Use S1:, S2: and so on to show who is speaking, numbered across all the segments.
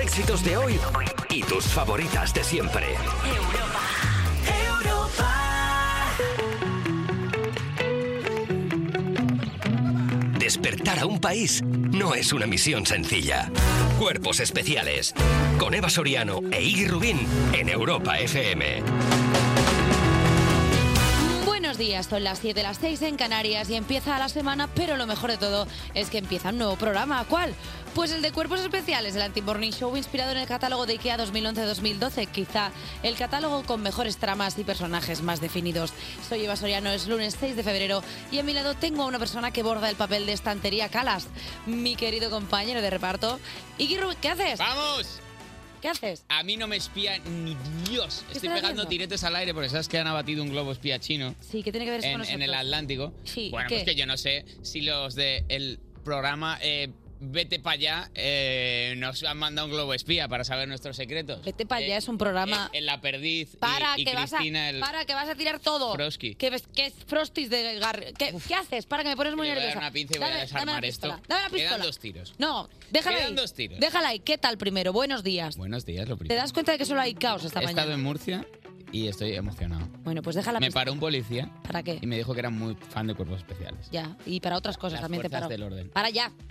S1: éxitos de hoy y tus favoritas de siempre. Despertar a un país no es una misión sencilla. Cuerpos especiales. Con Eva Soriano e Iggy Rubín en Europa FM.
S2: Buenos días, son las 7 de las 6 en Canarias y empieza la semana, pero lo mejor de todo es que empieza un nuevo programa. ¿Cuál? Pues el de Cuerpos Especiales, el Anti-Morning Show inspirado en el catálogo de IKEA 2011-2012, quizá el catálogo con mejores tramas y personajes más definidos. Soy Eva Soriano, es lunes 6 de febrero y a mi lado tengo a una persona que borda el papel de estantería Calas, mi querido compañero de reparto. Iggy Rubin, ¿qué haces?
S3: ¡Vamos!
S2: ¿Qué haces?
S3: A mí no me espía ni Dios. Estoy
S2: estás
S3: pegando
S2: haciendo?
S3: tiretes al aire porque sabes que han abatido un globo espía chino
S2: Sí, ¿qué tiene que ver eso
S3: en,
S2: con
S3: en
S2: nosotros?
S3: el Atlántico.
S2: Sí,
S3: bueno,
S2: ¿qué?
S3: pues que yo no sé si los del programa eh, Vete para allá eh, nos han mandado un globo espía para saber nuestros secretos.
S2: Vete para allá,
S3: Eh,
S2: Este es un programa...
S3: eh, en La Perdiz y-
S2: Para,
S3: y,
S2: que vas a,
S3: Cristina el...
S2: para, que vas a tirar todo.
S3: Frosky.
S2: Que, ves- que es Frostis de Gar... ¿Qué, qué haces? Para que me pones muy
S3: Le voy a dar
S2: nerviosa.
S3: una pinza y voy a desarmar
S2: la
S3: esto.
S2: pistola, Dame la
S3: Quedan
S2: pistola.
S3: dos tiros.
S2: No, déjala
S3: Quedan
S2: ahí.
S3: dos tiros.
S2: Déjala ahí. ¿Qué tal primero? Buenos días.
S3: Buenos días, lo
S2: ¿Te
S3: primero.
S2: das cuenta de que solo hay caos esta
S3: He estado
S2: mañana?
S3: en Murcia y estoy emocionado.
S2: Bueno, pues déjala.
S3: Me paró un policía
S2: ¿Para qué?
S3: y me dijo que era muy fan de cuerpos especiales.
S2: Ya, y para otras cosas
S3: Las
S2: también te paro.
S3: fuerzas del orden.
S2: Para ya.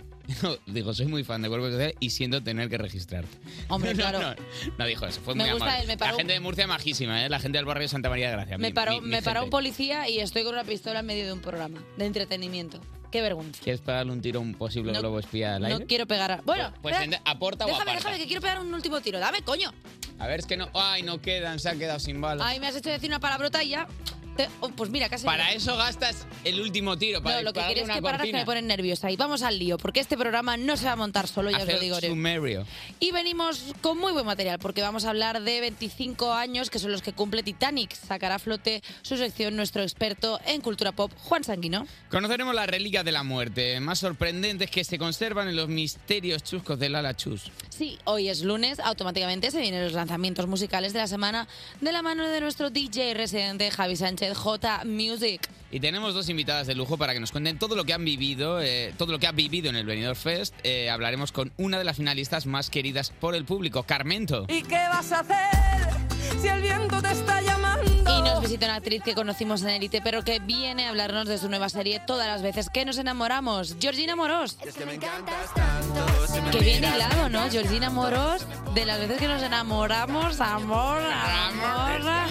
S3: No, dijo, soy muy fan de Cuerpos Especiales y siento tener que registrarte.
S2: Hombre,
S3: no,
S2: claro.
S3: No, no dijo eso, fue
S2: Me
S3: muy
S2: gusta
S3: amable.
S2: él, me paró
S3: La
S2: un-
S3: gente de Murcia majísima, ¿eh? La gente del barrio de Santa María de Gracia.
S2: Me
S3: mi-
S2: paró,
S3: mi- mi
S2: me paró
S3: gente.
S2: un policía y estoy con una pistola en medio de un programa de entretenimiento. Qué vergüenza.
S3: ¿Quieres pegarle un tiro a un posible globo espía al aire?
S2: No quiero pegar a... Bueno,
S3: Pues
S2: espera.
S3: ent- aporta o
S2: déjame,
S3: aparta.
S2: déjame, que quiero pegar un último tiro. Dame, coño.
S3: A ver, es que no... Ay, no quedan, se ha quedado sin balas.
S2: Ay, me has hecho decir una palabrota y ya. te- oh, pues mira, casi.
S3: Para eso gastas el último tiro, para
S2: No, lo que
S3: dispararle
S2: quería es
S3: una
S2: que pararas que
S3: cortina.
S2: me ponen nerviosa. Y vamos al lío, porque este programa no se va a montar solo, ya os
S3: Hacer
S2: lo digo. yo.
S3: sumerio.
S2: Y venimos con muy buen material, porque vamos a hablar de 25 años que son los que cumple Titanic. Sacará a flote su sección nuestro experto en cultura pop, Juan Sanguino.
S3: Conoceremos las reliquias de la muerte, más sorprendentes que se conservan en los misterios chuscos del ala chus.
S2: Sí, hoy es lunes, automáticamente se vienen los lanzamientos musicales de la semana de la mano de nuestro DJ residente Javi Sánchez J Music.
S3: Y tenemos dos invitadas de lujo para que nos cuenten todo lo que han vivido, eh, todo lo que ha vivido en el Benidorm Fest. Eh, hablaremos con una de las finalistas más queridas por el público, Carmento.
S4: ¿Y qué vas a hacer si el viento te está llamando?
S2: Y nos visita una actriz que conocimos en Elite, pero que viene a hablarnos de su nueva serie todas las veces que nos enamoramos, Georgina Moros. Que bien hilado, ¿no? Georgina Moros, de las veces que nos enamoramos, amor, amor.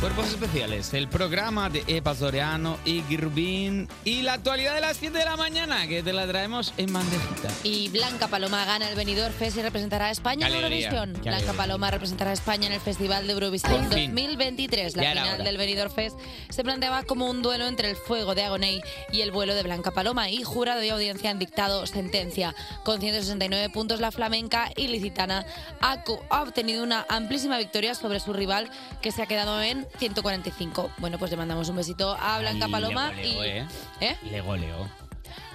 S3: Cuerpos especiales, el programa de Epa Soriano y Girbin y la actualidad de las 7 de la mañana que te la traemos en bandejita.
S2: Y Blanca Paloma gana el Benidorm Fest y representará a España
S3: Qué
S2: en
S3: alegría,
S2: Eurovisión.
S3: qué
S2: Blanca
S3: alegría.
S2: Paloma representará a España en el Festival de Eurovisión
S3: Por fin.
S2: 2023. La
S3: Ya era
S2: final
S3: hora.
S2: del Benidorm Fest se planteaba como un duelo entre el fuego de Agoney y el vuelo de Blanca Paloma y jurado y audiencia han dictado sentencia. Con 169 puntos la flamenca ilicitana ha, co- ha obtenido una amplísima victoria sobre su rival que se ha quedado en 145. Bueno, pues le mandamos un besito a Blanca
S3: Ay,
S2: Paloma
S3: le goleó,
S2: y...
S3: ¿eh?
S2: ¿Eh?
S3: Le goleó,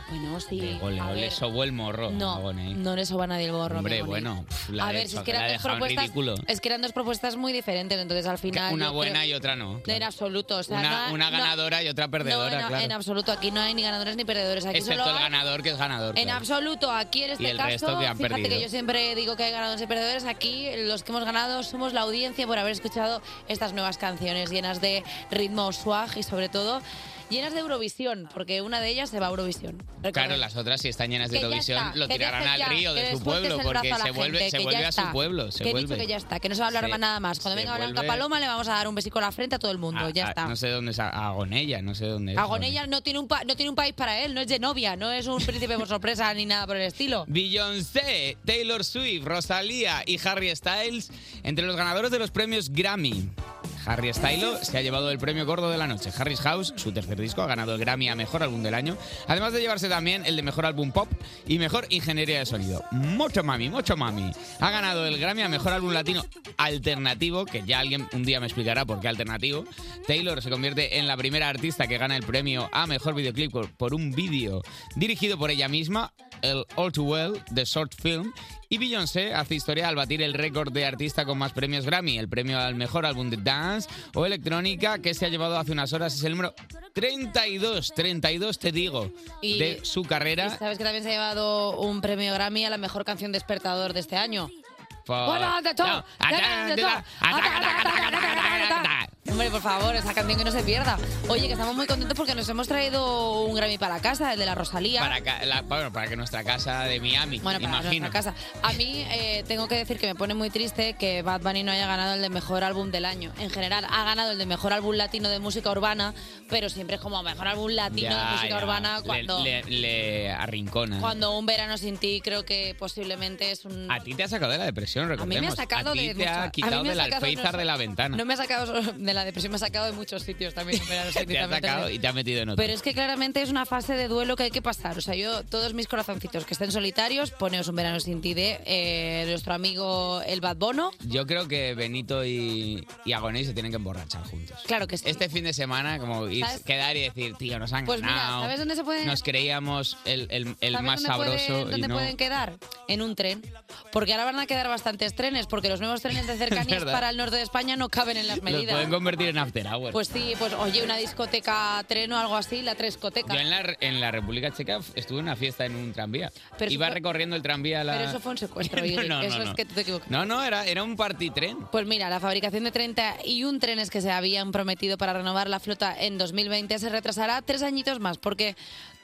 S2: Bueno, sí.
S3: le
S2: a
S3: goleó, le
S2: ver.
S3: sobó el morro. a
S2: No,
S3: Boney.
S2: no le soba a nadie el gorro.
S3: Hombre,
S2: mi Agoné.
S3: bueno, pf,
S2: a
S3: la de
S2: ver, si es
S3: hecho,
S2: que
S3: que la
S2: eran
S3: ha
S2: dos
S3: dejado en
S2: propuestas,
S3: ridículo.
S2: es que eran dos propuestas muy diferentes, entonces al final
S3: Una
S2: yo
S3: buena
S2: creo-
S3: y otra no.
S2: en absoluto, o sea,
S3: una,
S2: no-
S3: una
S2: no-
S3: ganadora y otra
S2: no,
S3: perdedora,
S2: en,
S3: claro.
S2: en absoluto aquí no hay ni ganadores ni perdedores, aquí
S3: Excepto
S2: solo
S3: el
S2: hay-
S3: ganador, que es ganador.
S2: En
S3: claro.
S2: absoluto, aquí en este
S3: el
S2: caso,
S3: resto que han
S2: fíjate
S3: perdido.
S2: que yo siempre digo que hay ganadores y perdedores. Aquí los que hemos ganado somos la audiencia por haber escuchado estas nuevas canciones llenas de ritmo swag y sobre todo llenas de Eurovisión, porque una de ellas se va a Eurovisión.
S3: Claro,
S2: recordemos.
S3: las otras, si están llenas de
S2: Que ya
S3: Eurovisión,
S2: está,
S3: lo
S2: que
S3: tirarán
S2: dejes
S3: al
S2: ya,
S3: río
S2: que
S3: de
S2: le
S3: su pueblo,
S2: sueltes el
S3: porque
S2: brazo a la
S3: se vuelve,
S2: gente,
S3: se
S2: que ya
S3: vuelve a su
S2: está.
S3: pueblo. Se
S2: que he
S3: vuelve.
S2: dicho que ya está, que no se va a hablar
S3: Se-
S2: más nada más. Cuando
S3: se
S2: venga Blanca
S3: vuelve-
S2: Paloma le vamos a dar un besico a la frente a todo el mundo,
S3: Ah,
S2: ya
S3: ah,
S2: está.
S3: No sé dónde es a- Agonella, no sé dónde es.
S2: Agonella no tiene, un pa- no tiene un país para él, no es Genovia, no es un príncipe por sorpresa ni nada por el estilo.
S3: Beyoncé, Taylor Swift, Rosalía y Harry Styles entre los ganadores de los premios Grammy. Harry Styles se ha llevado el premio gordo de la noche. Harry's House, su tercer disco, ha ganado el Grammy a Mejor Álbum del Año, además de llevarse también el de Mejor Álbum Pop y Mejor Ingeniería de Sonido. Mucho mami, mucho mami. Ha ganado el Grammy a Mejor Álbum Latino Alternativo, que ya alguien un día me explicará por qué alternativo. Taylor se convierte en la primera artista que gana el premio a Mejor Videoclip por- por un vídeo dirigido por ella misma, el All Too Well, The Short Film, y Beyoncé hace historia al batir el récord de artista con más premios Grammy, el premio al mejor álbum de dance dance o electrónica que se ha llevado hace unas horas. Es el número 32, 32 te digo,
S2: Y-
S3: de su
S2: Y
S3: carrera.
S2: sabes que también se ha llevado un premio Grammy a la mejor canción despertador de este año.
S3: Por-
S2: Bueno, ante todo,
S3: No, ante-
S2: ante todo, ataca, ataca, ataca, ataca, ataca, ataca. Hombre, por favor, esa canción que no se pierda. Oye, que estamos muy contentos porque nos hemos traído un Grammy para casa, el de la Rosalía.
S3: Para, ca- la- bueno, para que nuestra casa de Miami,
S2: Bueno, para
S3: imagino.
S2: nuestra casa. A mí eh, tengo que decir que me pone muy triste que Bad Bunny no haya ganado el de mejor álbum del año. En general, ha ganado el de mejor álbum latino de música urbana, pero siempre es como mejor álbum latino de
S3: Ya,
S2: música
S3: ya.
S2: urbana
S3: Le-
S2: cuando,
S3: le, le arrincona.
S2: cuando un verano sin ti creo que posiblemente es un...
S3: A ti te ha sacado de la depresión, recordemos.
S2: ha sacado
S3: A ti
S2: de
S3: te
S2: mucho- a
S3: ha
S2: mí
S3: quitado
S2: me ha
S3: del
S2: sacado de
S3: alféizar
S2: los-
S3: de la ventana.
S2: No me ha sacado solo de la depresión, me ha sacado de muchos sitios también. un verano sin ti,
S3: te ha
S2: también te
S3: sacado
S2: digo.
S3: y te ha metido en otro.
S2: Pero es que claramente es una fase de duelo que hay que pasar. O sea, yo, todos mis corazoncitos que estén solitarios, poneos un verano sin ti de eh, nuestro amigo el Bad Bono.
S3: Yo creo que Benito y, y Agoné se tienen que emborrachar juntos.
S2: Claro que sí.
S3: Este fin de semana, como ir-
S2: ¿Sabes?
S3: quedar y decir, tío, nos han
S2: Pues mira,
S3: ganado.
S2: ¿sabes dónde se puede-
S3: Nos creíamos el, el- el
S2: ¿Sabes
S3: más
S2: dónde pueden-
S3: sabroso. y
S2: ¿Dónde
S3: no.
S2: pueden quedar? En un tren. Porque ahora van a quedar bastantes trenes, porque los nuevos trenes de cercanías
S3: verdad.
S2: para el norte de España no caben en las
S3: Los
S2: medidas.
S3: pueden convertir en after hour.
S2: Pues sí, pues oye, una discoteca tren o algo así, la trescoteca.
S3: Yo en la, en la República Checa estuve en una fiesta en un tranvía.
S2: Pero eso
S3: Iba
S2: fue-
S3: recorriendo el tranvía a la...
S2: Pero eso fue un secuestro,
S3: No,
S2: Iggy.
S3: no, no,
S2: eso es
S3: no.
S2: que tú te equivocas.
S3: No, no, era, era un party tren.
S2: Pues mira, la fabricación de 31 trenes que se habían prometido para renovar la flota en 2020 se retrasará tres añitos más, porque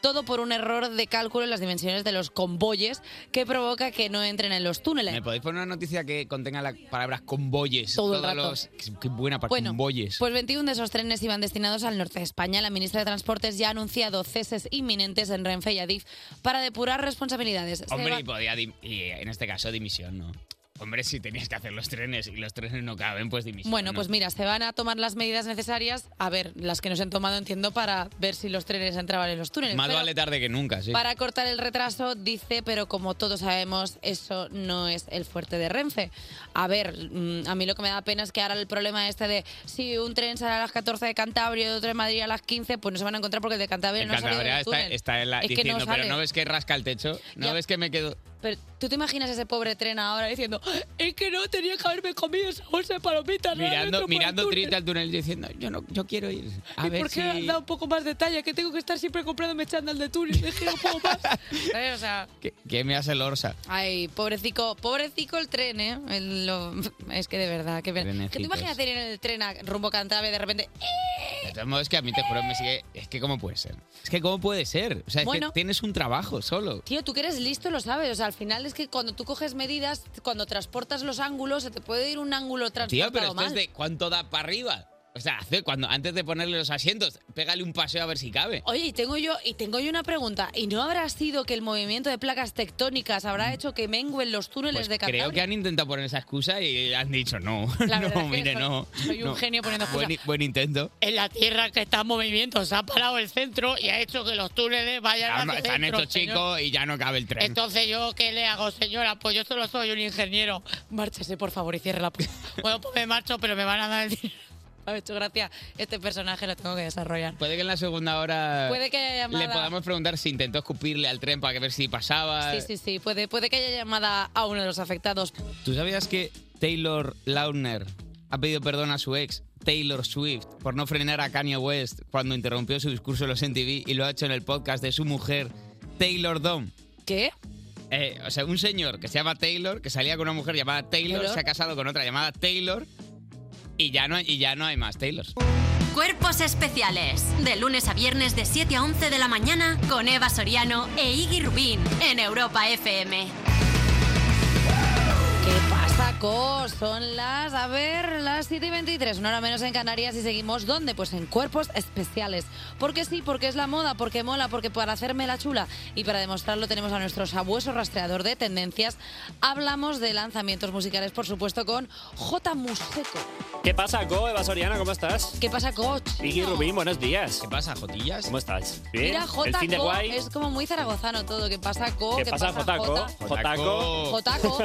S2: todo por un error de cálculo en las dimensiones de los convoyes que provoca que no entren en los túneles.
S3: ¿Me podéis poner una noticia que contenga las palabras convoyes?
S2: Todo el
S3: Todos
S2: rato.
S3: los- qué- Qué buena para
S2: Bueno,
S3: convoyes.
S2: Pues 21 de esos trenes iban destinados al norte de España. La ministra de Transportes ya ha anunciado ceses inminentes en Renfe y Adif para depurar responsabilidades. Se
S3: Hombre,
S2: va-
S3: y podía, dim- y en este caso, dimisión, ¿no? Hombre, si tenías que hacer los trenes y los trenes no caben, pues dimisión.
S2: Bueno,
S3: ¿no?
S2: pues mira, se van a tomar las medidas necesarias, a ver, las que nos han tomado, entiendo, para ver si los trenes entraban en los túneles.
S3: Más
S2: pero-
S3: vale tarde que nunca, sí.
S2: Para cortar el retraso, dice, pero como todos sabemos, eso no es el fuerte de Renfe. A ver, mm, a mí lo que me da pena es que ahora el problema este de si un tren sale a las 14 de Cantabria y otro de Madrid a las 15, pues no se van a encontrar porque el de Cantabria
S3: En
S2: no ha salido
S3: Cantabria
S2: del
S3: está,
S2: túnel.
S3: está en la-
S2: Es que no
S3: diciendo, pero
S2: sale".
S3: no ves que rasca el techo, no
S2: Ya.
S3: ves que me quedo...
S2: Pero tú te imaginas ese pobre tren ahora diciendo, es que no tenía que haberme comido esa bolsa de palomitas. ¿no? Dentro
S3: Mirando,
S2: por
S3: mirando
S2: el túnel".
S3: triste al túnel diciendo, yo no, yo quiero ir. A
S2: ¿Y
S3: ver
S2: por qué
S3: si...
S2: han dado un poco más de talla? Que tengo que estar siempre comprando chándal de túnel. Es que no puedo más. ¿Sabes? O sea,
S3: ¿Qué, qué me hace el Orsa?
S2: Ay, pobrecico, pobrecico el tren, ¿eh? El- lo- es que de verdad, qué pena. ¿Qué te
S3: Trenecitos.
S2: imaginas ir en el tren a rumbo Cantabria y de repente...
S3: De todos modos, que a mí te juro, me sigue... Es que cómo puede ser. Es que cómo puede ser. O sea, es
S2: Bueno.
S3: que tienes un trabajo solo.
S2: Tío, tú que eres listo lo sabes. O sea, al final es que cuando tú coges medidas, cuando transportas los ángulos, se te puede ir un ángulo transportado
S3: Tío, pero esto
S2: mal.
S3: es de cuánto da para arriba. O sea, hace cuando, antes de ponerle los asientos, pégale un paseo a ver si cabe.
S2: Oye, y tengo yo y tengo yo una pregunta. ¿Y no habrá sido que el movimiento de placas tectónicas habrá hecho que menguen los túneles
S3: Mm. Pues
S2: de Cantabria?
S3: creo que han intentado poner esa excusa y han dicho no.
S2: La verdad
S3: no,
S2: es que
S3: mire,
S2: soy-
S3: no.
S2: soy un
S3: no.
S2: genio poniendo
S3: Buen,
S2: excusas.
S3: buen intento.
S5: en la tierra que está en movimiento. Se ha parado el centro y ha hecho que los túneles vayan
S3: Han-
S5: hacia
S3: Se han
S5: dentro,
S3: hecho
S5: señor.
S3: chicos y ya no cabe el tren.
S5: Entonces, ¿yo qué le hago, señora? Pues yo solo soy un ingeniero.
S2: Márchese, por favor, y cierre la puerta.
S5: Bueno, pues me marcho, pero me van a dar el dinero.
S2: Me ha hecho gracia. Este personaje lo tengo que desarrollar.
S3: Puede que en la segunda hora
S2: Puede que haya llamada.
S3: le podamos preguntar si intentó escupirle al tren para ver si pasaba.
S2: Sí, sí, sí. Puede, puede que haya llamada a uno de los afectados.
S3: ¿Tú sabías que Taylor Lautner ha pedido perdón a su ex, Taylor Swift, por no frenar a Kanye West cuando interrumpió su discurso en los MTV y lo ha hecho en el podcast de su mujer, Taylor Dom?
S2: ¿Qué?
S3: Eh, o sea, un señor que se llama Taylor, que salía con una mujer llamada Taylor,
S2: Taylor.
S3: se ha casado con otra llamada Taylor y ya no, y ya no hay más Taylors.
S6: Cuerpos especiales. De lunes a viernes de 7 a 11 de la mañana con Eva Soriano e Iggy Rubín en Europa FM.
S2: ¿Qué pasa, cos? Son las, a ver, las 7 y 23, una hora menos en Canarias y seguimos, ¿dónde? Pues en cuerpos especiales. Porque sí, porque es la moda, porque mola, porque para hacerme la chula y para demostrarlo tenemos a nuestro sabueso rastreador de tendencias. Hablamos de lanzamientos musicales, por supuesto, con J. Museco.
S7: ¿Qué pasa, Go? Eva Soriana, ¿cómo estás?
S2: ¿Qué pasa, coach?
S7: Vicky Rubín, buenos días.
S3: ¿Qué pasa, Jotillas?
S7: ¿Cómo estás? Bien.
S2: Mira,
S7: ¿El
S2: J.
S7: fin de
S2: Co,
S7: guay?
S2: es como muy zaragozano todo. ¿Qué pasa, co?
S7: ¿Qué pasa, Jotaco?
S2: Jota?
S7: Jotaco.
S2: Jotaco.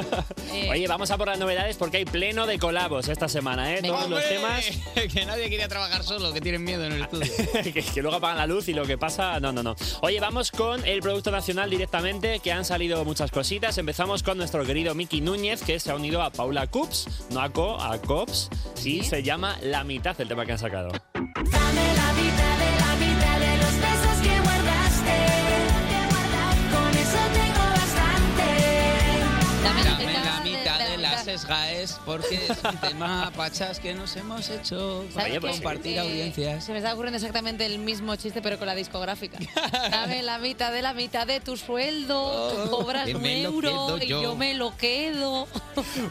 S2: Eh,
S7: Oye, vamos a por las novedades porque hay pleno de colabos esta semana, ¿eh? Todos los temas
S3: que nadie quería trabajar solo, que tienen miedo en el estudio.
S7: que, que luego apagan la luz y lo que pasa, no, no, no. Oye, vamos con el Producto Nacional directamente, que han salido muchas cositas. Empezamos con nuestro querido Miki Núñez, que se ha unido a Paula Cups, no a Co, a Cops, y se llama La mitad del tema que han sacado.
S8: La mitad de los besos que guardaste, con eso tengo bastante.
S2: Dame
S3: la mitad de las esgaes, porque es un tema, pachas, que nos hemos hecho
S2: ¿Sabes
S3: para
S2: qué?
S3: compartir
S2: Eh,
S3: audiencias.
S2: Se me está ocurriendo exactamente el mismo chiste, pero con la discográfica. Dame la mitad de la mitad de tu sueldo,
S7: Oh,
S2: cobras
S7: que
S2: un
S7: me lo
S2: euro
S7: quedo
S2: y
S7: yo.
S2: yo me lo quedo.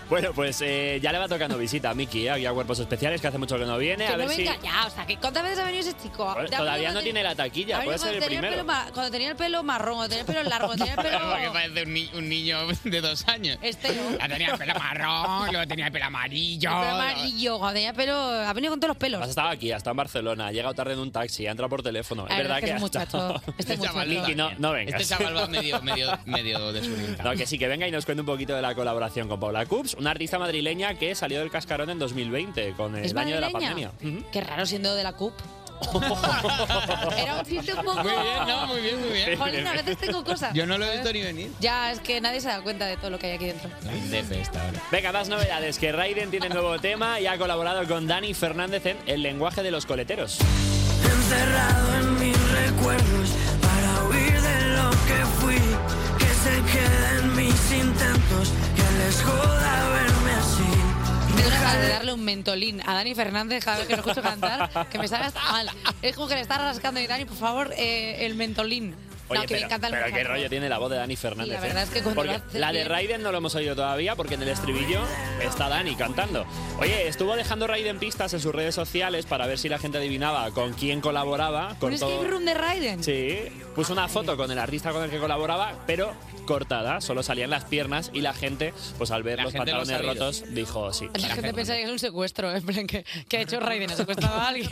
S7: Bueno, pues eh, ya le va tocando visita a Miki, ¿eh? aquí a Cuerpos Especiales, que hace mucho que no viene.
S2: que
S7: A
S2: no
S7: ver si.
S2: venga ya, o sea, que ¿cuántas veces ha venido ese chico? Ha venido
S7: Todavía no
S2: cuando
S7: tiene la
S2: ha
S7: taquilla,
S2: venido
S7: puede ser el
S2: cuando tenía
S7: primero.
S2: pelo ma- cuando tenía el pelo marrón, cuando tenía el pelo largo, cuando tenía el pelo...
S3: Porque parece un, ni- un niño de dos años.
S2: Este no.
S3: Ya tenía el pelo marrón, luego tenía el pelo amarillo.
S2: el pelo amarillo, cuando tenía pelo... Ha venido con todos los pelos.
S7: Has estado aquí, hasta en Barcelona, ha llegado tarde en un taxi, ha entrado por teléfono. Es
S2: Ah,
S7: verdad
S2: es que es un
S7: ha estado-
S2: muchacho, este Este
S3: chaval muchacho.
S7: Miki, no, no vengas.
S3: Este chaval va medio, medio, medio desorientado.
S7: No, que sí, que venga y nos cuente un poquito de la colaboración con Paula Cups, una artista madrileña que salió del cascarón en 2020, con el
S2: ¿Es
S7: año de la
S2: madrileña?
S7: pandemia.
S2: Qué raro siendo de la CUP. Era un chiste un poco...
S3: Muy bien, no, muy bien, muy bien.
S2: Jolín, a veces tengo cosas.
S3: Yo no lo he visto ni venir.
S2: Ya, es que nadie se da cuenta de todo lo que hay aquí dentro.
S7: Venga, más novedades, que Raiden tiene nuevo tema y ha colaborado con Dani Fernández en El lenguaje de los coleteros.
S9: Encerrado en mis recuerdos para huir de lo que fui. Que se queden mis intentos, que les joda verme así.
S2: Tengo una ganas de darle un mentolín a Dani Fernández cada vez que lo escucho cantar, que me sale hasta mal. Es como que le está rascando y Dani, por favor, eh, el mentolín.
S7: Oye,
S2: no, que
S7: pero,
S2: me encanta el
S7: pero qué
S2: mentolín.
S7: rollo tiene la voz de Dani Fernández. ¿eh?
S2: la verdad es que cuando
S7: Porque
S2: lo hace
S7: la de
S2: bien-
S7: Raiden no lo hemos oído todavía porque en el estribillo está Dani cantando. Oye, estuvo dejando Raiden pistas en sus redes sociales para ver si la gente adivinaba con quién colaboraba.
S2: Un
S7: cortó-
S2: escape room de Raiden.
S7: Sí, puso una foto con el artista con el que colaboraba, pero cortada, solo salían las piernas y la gente, pues al ver los
S3: gente lo ha
S7: pantalones
S3: sabido.
S7: rotos, dijo sí.
S2: La gente pensaría que es un secuestro, en plan, que, que ha hecho Raiden, ha secuestrado a alguien.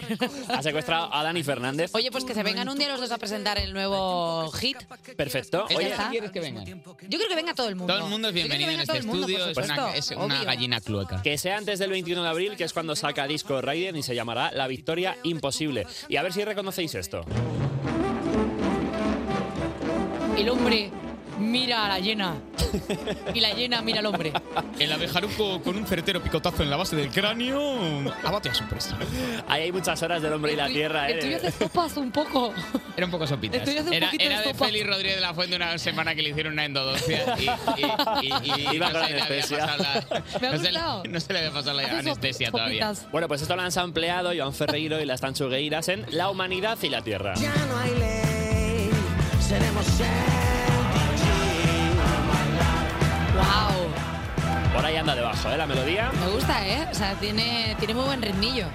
S7: Ha secuestrado a Dani Fernández.
S2: Oye, pues que se vengan un día los dos a presentar el nuevo hit.
S7: Perfecto.
S2: Ya
S7: Oye,
S2: está.
S3: que vengan?
S2: Yo creo que venga todo el mundo.
S3: Todo el mundo es
S2: Yo creo que
S3: bienvenido en
S2: venga
S3: este
S2: todo el mundo,
S3: estudio.
S2: por
S3: Es una,
S2: supuesto,
S3: es una
S2: obvio.
S3: gallina clueca.
S7: Que sea antes del 21 de abril, que es cuando saca disco Raiden y se llamará La Victoria Imposible. Y a ver si reconocéis esto.
S2: El hombre mira a la llena. Y la llena mira al hombre.
S3: El abejaruco con un certero picotazo en la base del cráneo abate a su presa.
S7: Ahí hay muchas horas del hombre y la tierra,
S2: El tuyo
S7: ¿eh?
S2: hace sopas un poco.
S3: Era un poco sopitas.
S2: El tuyo hace un
S3: Era,
S2: poquito
S3: era
S2: de
S3: de
S2: sopa.
S3: Félix Rodríguez de la Fuente una semana que le hicieron una endodoncia y, y- y- y- y
S7: Iba
S3: no
S7: con
S3: se le había
S7: anestesia.
S3: pasado la,
S2: Me ha
S3: no se le-
S2: gustado.
S3: no se le había pasado la
S2: Hace sop-
S3: anestesia todavía.
S2: sopitas.
S7: Bueno, pues esto lo han sampleado Joan Ferreiro y las Tanchugueiras en La Humanidad y la Tierra.
S9: Ya no hay ley, seremos
S2: ¡Wow!
S7: Por ahí anda debajo, ¿eh? La melodía.
S2: Me gusta, ¿eh? O sea, tiene, tiene muy buen ritmillo.